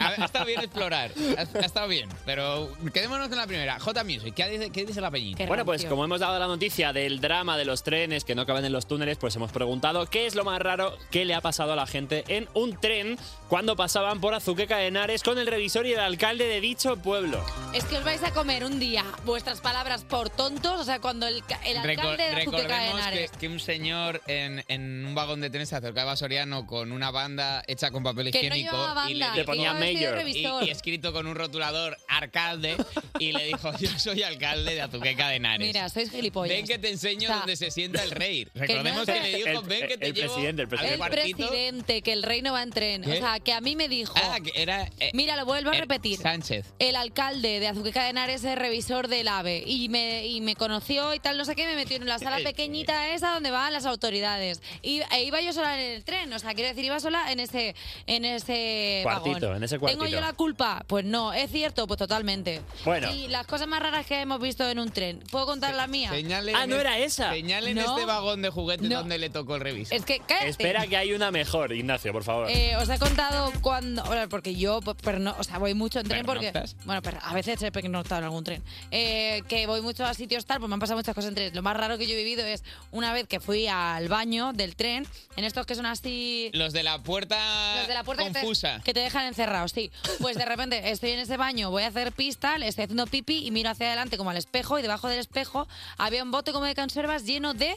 S3: A ver, ha estado bien explorar. Ha, ha estado bien. Pero quedémonos con la primera. J Music, ¿qué dice, qué dice la peñita?
S7: Bueno, pues como hemos dado la noticia del drama de los trenes que no caben en los túneles, pues hemos preguntado qué es lo más raro que le ha pasado a la gente en un tren cuando pasaban por Azuqueca de Henares con el revisor y el alcalde de dicho pueblo.
S2: Es que os vais a comer un día vuestras palabras por tontos, o sea, cuando el, ca- el
S3: Reco-
S2: alcalde de Azuqueca de
S3: recordemos
S2: Henares.
S3: que, que un señor en, en un vagón de tren se acercaba a Soriano con una banda hecha con
S2: Que
S3: papel
S2: no
S3: higiénico
S2: llevaba
S3: y
S2: banda,
S3: le,
S2: que
S3: ponía
S2: iba vestido de
S3: mayor y,
S2: revisor.
S3: y escrito con un rotulador alcalde y le dijo yo soy alcalde de Azuqueca de Henares.
S2: Mira, sois gilipollas.
S3: Ven que te enseño
S2: O sea,
S3: donde se sienta el rey.
S2: no
S3: Recordemos que,
S2: sé-
S3: le dijo,
S7: El-
S3: ven que te
S7: el
S3: llevo
S7: presidente, el
S3: al
S2: El
S3: cuartito".
S2: presidente, que el reino va en tren.
S3: ¿Qué?
S2: O sea, que a mí me dijo.
S3: Ah, que era... eh,
S2: Mira, lo vuelvo a
S3: eh,
S2: repetir.
S3: Sánchez.
S2: El alcalde de Azuqueca de Henares es revisor del AVE y me, y me conoció y tal, no sé qué, me metió en la sala
S3: El-
S2: pequeñita esa donde van las autoridades. Y, e iba yo sola en el tren, o sea, quiero decir, iba sola en ese, en ese
S7: Cuartito,
S2: vagón.
S7: en ese
S2: ¿Tengo
S7: cuartito.
S2: yo la culpa? Pues no, es cierto, pues totalmente.
S7: Bueno.
S2: Y las cosas más raras que hemos visto en un tren. ¿Puedo contar la mía?
S3: Señale
S7: Ah,
S3: en este- Señale en
S2: No.
S3: este vagón de juguetes donde le tocó el revisor.
S2: Es que, cállate.
S7: Espera que hay una mejor, Ignacio, por favor.
S2: Eh, os he contado cuando. bueno, porque yo, pero no, o sea, voy mucho en tren porque.
S7: ¿Pernoctas?
S2: Bueno, pero a veces he pernoctado en algún tren. Eh, que voy mucho a sitios tal, pues me han pasado muchas cosas en tren. Lo más raro que yo he vivido es una vez que fui al baño del tren, en estos que son así.
S3: Los de la puerta,
S2: Los de la puerta que te-
S3: confusa.
S2: Que, te, dejan encerrado, sí. Pues de repente estoy en ese baño, voy a hacer pista, le estoy haciendo pipi y miro hacia adelante como al espejo y debajo del espejo había un bote como de conservas lleno de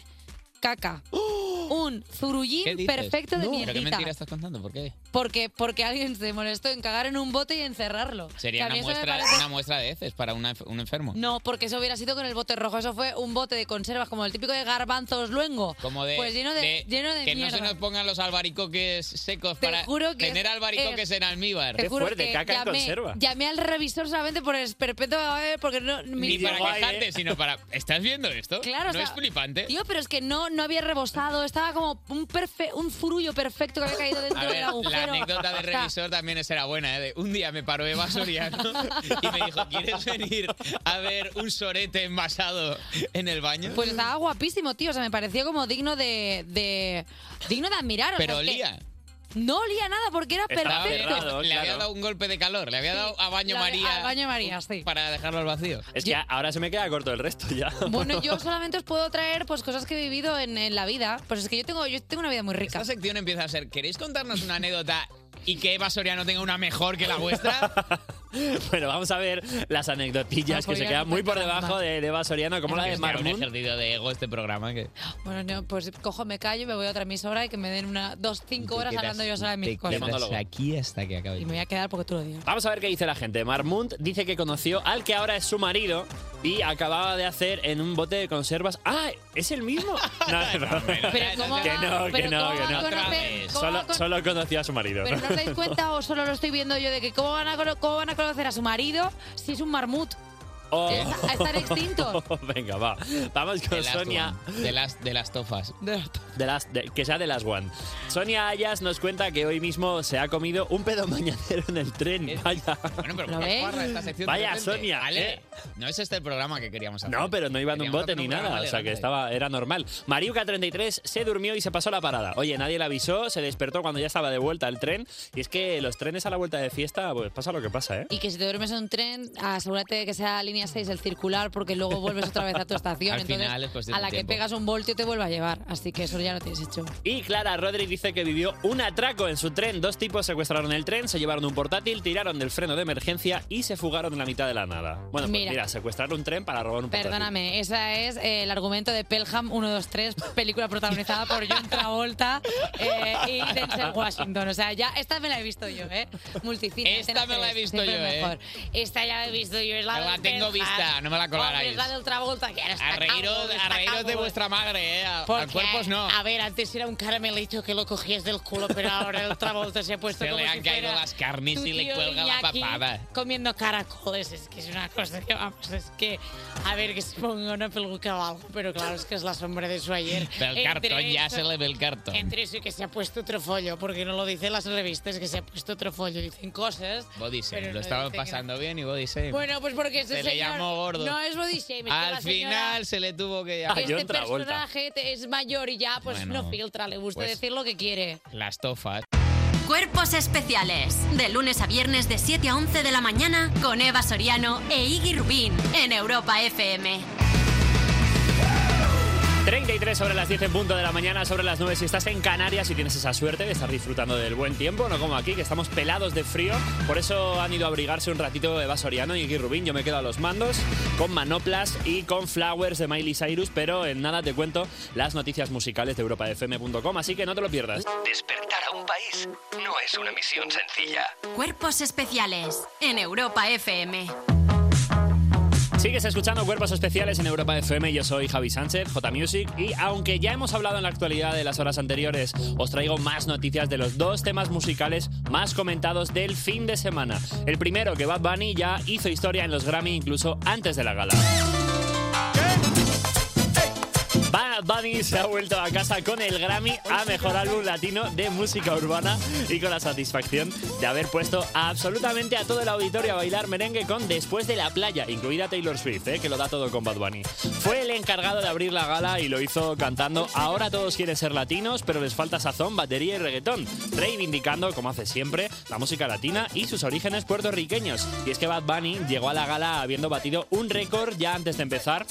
S2: caca. Un
S3: ¡Oh! ¿Qué
S2: zurullín
S3: dices?
S2: perfecto de
S3: No.
S2: mierdita.
S3: ¿Pero qué mentira estás contando? ¿Por qué?
S2: Porque, porque alguien se molestó en cagar en un bote y encerrarlo.
S3: Sería
S2: Que a mí
S3: una
S2: eso me
S3: muestra,
S2: parece-
S3: una muestra de heces para una- un enfermo.
S2: No, porque eso hubiera sido con el bote rojo. Eso fue un bote de conservas, como el típico de garbanzos luengo.
S3: Como de,
S2: Pues lleno de, lleno de
S3: que
S2: mierda.
S3: no se nos pongan los albaricoques secos para
S2: juro que
S3: tener
S2: es-
S3: albaricoques
S2: es-
S3: en almíbar.
S2: Te juro que llamé, llamé al revisor solamente por el perpetuo porque no...
S3: Ni
S2: mi-
S3: para quejarte, sino para... ¿Estás viendo esto?
S2: Claro, o
S3: ¿No
S2: sea,
S3: es flipante?
S2: Tío, pero es que no, no había rebosado. Estaba como un, perfe- un furullo perfecto que había caído dentro
S3: A
S2: del
S3: ver,
S2: agujero.
S3: la anécdota
S2: O
S3: del
S2: sea,
S3: revisor también será buena. ¿eh? De, un día me paró Eva Soriano y me dijo, ¿quieres venir a ver un sorete envasado en el baño?
S2: Pues estaba guapísimo, tío. O sea, me pareció como digno de. de- digno de admirar. o sea,
S3: Pero
S2: es que
S3: olía.
S2: No olía nada porque era perfecto.
S3: le había dado un golpe de calor, le había dado a baño
S2: la-
S3: María
S2: al baño María, sí.
S3: para dejarlo al vacío.
S7: Es que ahora se me queda corto el resto ya.
S2: Bueno, yo solamente os puedo traer pues cosas que he vivido en, en la vida. Pues es que yo tengo, yo tengo una vida muy rica.
S3: Esta sección empieza a ser, ¿queréis contarnos una anécdota y que Eva Soriano tenga una mejor que la vuestra?
S7: Bueno, vamos a ver las anecdotillas que se
S2: Apoyar
S7: quedan muy por
S2: la
S7: debajo
S2: banda.
S7: de, de Eva Soriano, como la de
S3: Hostia, un
S7: Marmon.
S3: ejercicio de ego este programa que...
S2: Bueno, no, pues cojo, me callo, me voy a otra emisora y que me den una, dos, cinco horas hablando yo sola de mis cosas.
S3: aquí hasta que acabe.
S2: Y me voy a quedar porque tú lo digas.
S7: Vamos a ver qué dice la gente. Marmont dice que conoció al que ahora es su marido y acababa de hacer en un bote de conservas. ¡Ah! ¿Es el mismo? No, no,
S2: Pero ¿cómo
S7: que
S2: va-
S7: no, que
S2: pero
S7: no,
S2: cómo
S7: que
S2: va a
S7: no.
S2: conocer- cómo va a
S7: Solo,
S2: con-
S7: solo conoció a su marido.
S2: Pero no os dais cuenta o solo lo estoy viendo yo de que cómo van a, cono- cómo van a conocer a su marido si es un marmut.
S7: Oh.
S2: Está- Están extintos.
S7: Venga, va. Vamos con
S3: The Last
S7: Sonia.
S3: De las, de las tofas.
S7: De las, de- que sea de las One. Sonia Ayas nos cuenta que hoy mismo se ha comido un pedo mañanero en el tren. Vaya.
S3: Bueno, pero
S7: ¿Lo
S3: qué
S7: ves?
S3: guarra esta sección de
S7: Vaya,
S3: repente.
S7: Sonia,
S3: Ale,
S7: ¿eh?
S3: no es este el programa que queríamos hacer.
S7: No, pero no iba en un
S3: Queríamos
S7: bote
S3: hacer
S7: ni
S3: un programa
S7: nada, o sea que
S3: elegante.
S7: estaba, era normal. Mariuca 33 se durmió y se pasó la parada. Oye, nadie le avisó, se despertó cuando ya estaba de vuelta el tren. Y es que los trenes a la vuelta de fiesta, pues pasa lo que pasa, ¿eh?
S2: Y que si te duermes en un tren, asegúrate de que sea línea 6, el circular, porque luego vuelves otra vez a tu estación.
S7: Al
S2: Entonces,
S7: final es
S3: pues,
S7: cuestión
S2: a
S7: de
S2: la que
S7: tiempo.
S2: pegas un voltio te vuelve a llevar. Así que eso ya lo tienes hecho.
S7: Y Clara Rodríguez dice que vivió un atraco en su tren. Dos tipos secuestraron el tren, se llevaron un portátil, tiraron del freno de emergencia y se fugaron en la mitad de la nada. Bueno, pues
S2: Mira.
S7: mira, secuestrar un tren para robar un portátil.
S2: Perdóname, ese es eh, el argumento de Pelham 123, película protagonizada por John Travolta eh, y Denzel Washington. O sea, ya esta me la he visto yo, ¿eh? Multicine.
S3: Esta me la he visto yo, ¿eh?
S2: Esta ya la he visto yo, es la
S3: Me la
S2: del
S3: tengo
S2: Pelham.
S3: vista, no me la
S2: Hombre,
S3: colaráis.
S2: Es la del Travolta, que ahora está
S3: A reíros,
S2: cabrón,
S3: a
S2: está
S3: reíros de
S2: cabrón.
S3: vuestra madre, ¿eh? A, a
S5: Porque,
S3: cuerpos no.
S5: A ver, antes era un caramelito que lo cogías del culo, pero ahora el Travolta se ha puesto
S3: Se
S5: como
S3: le
S5: si
S3: han caído
S5: fuera
S3: las carnes
S5: tu
S3: y le
S5: tío
S3: cuelga la
S5: Iñaki
S3: papada.
S5: Comiendo caracoles, es que es una cosa que vamos, es que a ver que se ponga una peluca o algo, pero claro, es que es la sombra de su ayer.
S3: Del
S5: Entre
S3: cartón, ya
S5: eso-
S3: se le ve el cartón.
S5: Entre eso y que se ha puesto otro follo, porque no lo dicen las revistas, que se ha puesto otro follo, dicen cosas.
S3: Body shame,
S5: pero
S3: lo
S5: no
S3: estaban
S5: dicen que-
S3: pasando bien y body shame.
S5: Bueno, pues porque ese
S3: se le
S5: señor
S3: llamó gordo.
S5: no es body shame, es que
S3: Al
S5: la señora-
S3: final se le tuvo que llamar.
S2: Este personaje te- es mayor y ya, pues
S3: Bueno,
S2: no filtra, le gusta
S3: pues- eh.
S2: decir lo que quiere.
S3: Las tofas.
S6: Cuerpos especiales. De lunes a viernes de 7 a 11 de la mañana con Eva Soriano e Iggy Rubín en Europa FM.
S7: 33 sobre las 10 en punto de la mañana, sobre las 9 si estás en Canarias y tienes esa suerte de estar disfrutando del buen tiempo, no como aquí, que estamos pelados de frío. Por eso han ido a abrigarse un ratito Eva Soriano y Iggy Rubín. Yo me quedo a los mandos con manoplas y con flowers de Miley Cyrus, pero en nada te cuento las noticias musicales de europafm.com, así que no te lo pierdas.
S1: Despertar a un país no es una misión sencilla.
S6: Cuerpos especiales en Europa FM.
S7: Sigues escuchando Cuerpos Especiales en Europa FM. Yo soy Javi Sánchez, J Music. Y aunque ya hemos hablado en la actualidad de las horas anteriores, os traigo más noticias de los dos temas musicales más comentados del fin de semana. El primero, que Bad Bunny ya hizo historia en los Grammy incluso antes de la gala. Bad Bunny se ha vuelto a casa con el Grammy a Mejor Álbum Latino de Música Urbana y con la satisfacción de haber puesto a absolutamente a todo el auditorio a bailar merengue con Después de la Playa, incluida Taylor Swift, eh, que lo da todo con Bad Bunny. Fue el encargado de abrir la gala y lo hizo cantando Ahora todos quieren ser latinos, pero les falta sazón, batería y reggaetón, reivindicando, como hace siempre, la música latina y sus orígenes puertorriqueños. Y es que Bad Bunny llegó a la gala habiendo batido un récord ya antes de empezar.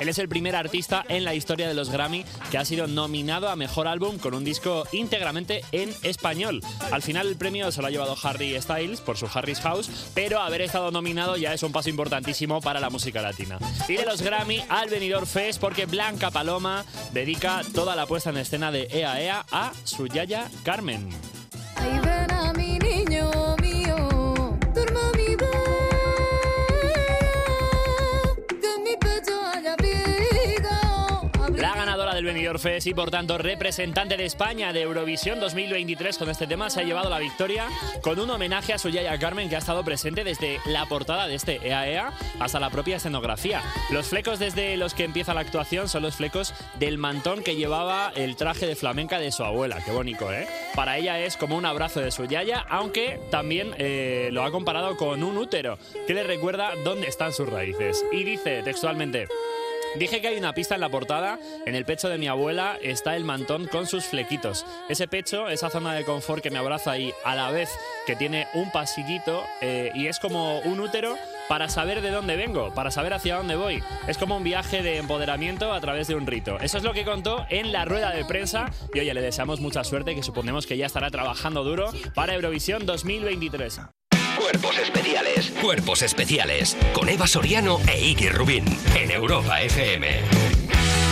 S7: Él es el primer artista en la historia de los Grammy que ha sido nominado a Mejor Álbum con un disco íntegramente en español. Al final el premio se lo ha llevado Harry Styles por su Harry's House, pero haber estado nominado ya es un paso importantísimo para la música latina. Y de los Grammy al Benidorm Fest porque Blanca Paloma dedica toda la puesta en escena de EAEA a su yaya Carmen.
S9: Ahí ven a mi niño mío, duerma mi bebé, que en mi pecho haya vida.
S7: La ganadora del Benidorm Fest y por tanto representante de España de Eurovisión 2023 con este tema se ha llevado la victoria con un homenaje a su yaya Carmen que ha estado presente desde la portada de este EAEA hasta la propia escenografía. Los flecos desde los que empieza la actuación son los flecos del mantón que llevaba el traje de flamenca de su abuela. Qué bonito, ¿eh? Para ella es como un abrazo de su yaya, aunque también eh, lo ha comparado con un útero que le recuerda dónde están sus raíces. Y dice textualmente... Dije que hay una pista en la portada. En el pecho de mi abuela está el mantón con sus flequitos. Ese pecho, esa zona de confort que me abraza y a la vez que tiene un pasillito eh, y es como un útero para saber de dónde vengo, para saber hacia dónde voy. Es como un viaje de empoderamiento a través de un rito. Eso es lo que contó en la rueda de prensa y oye, le deseamos mucha suerte que suponemos que ya estará trabajando duro para Eurovisión 2023.
S1: Cuerpos especiales. Cuerpos especiales. Con Eva Soriano e Iggy Rubín. En Europa FM.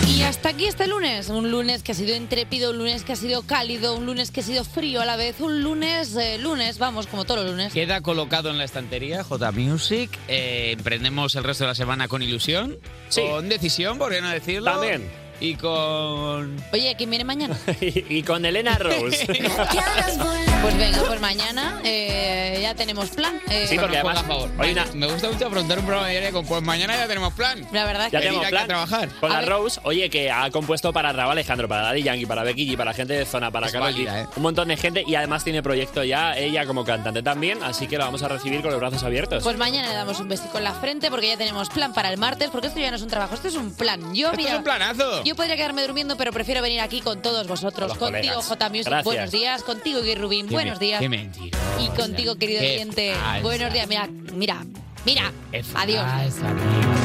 S2: Y hasta aquí este lunes, un lunes que ha sido intrépido, un lunes que ha sido cálido, un lunes que ha sido frío a la vez, un lunes, eh, lunes, vamos, como todos los lunes.
S3: Queda colocado en la estantería J Music. Eh, emprendemos el resto de la semana con ilusión, con decisión, por qué no decirlo. También. Y con.
S2: Oye, ¿quién viene mañana?
S7: y con Elena Rose.
S2: Pues venga, pues mañana eh, ya tenemos plan. eh,
S3: Sí, porque además, Oye, me gusta mucho afrontar un programa diario con pues mañana ya tenemos plan.
S2: La verdad es
S7: Ya
S2: que-
S7: tenemos plan trabajar. con la Rose, oye, que ha compuesto para Raúl Alejandro, para Daddy Yankee, para Becky G, para gente de zona, para
S3: Es
S7: Carol G,
S3: válida, ¿eh?
S7: un montón de gente y además tiene proyecto ya ella como cantante también, así que la vamos a recibir con los brazos abiertos.
S2: Pues mañana le damos un besico en la frente porque ya tenemos plan para el martes, porque esto ya no es un trabajo, esto es un plan. Yo,
S7: Esto es un planazo.
S2: Yo podría quedarme durmiendo, pero prefiero venir aquí con todos vosotros.
S3: Los
S2: contigo,
S3: colegas.
S2: J Music,
S3: Gracias.
S2: buenos días. Contigo, Gui Rubín,
S3: Qué
S2: buenos
S3: me-
S2: días.
S3: Qué mentira.
S2: Y contigo, querido
S3: Qué
S2: oyente,
S3: falsa.
S2: buenos días. Mira, mira, mira.
S3: Es
S2: Adiós.
S3: falsa, tío.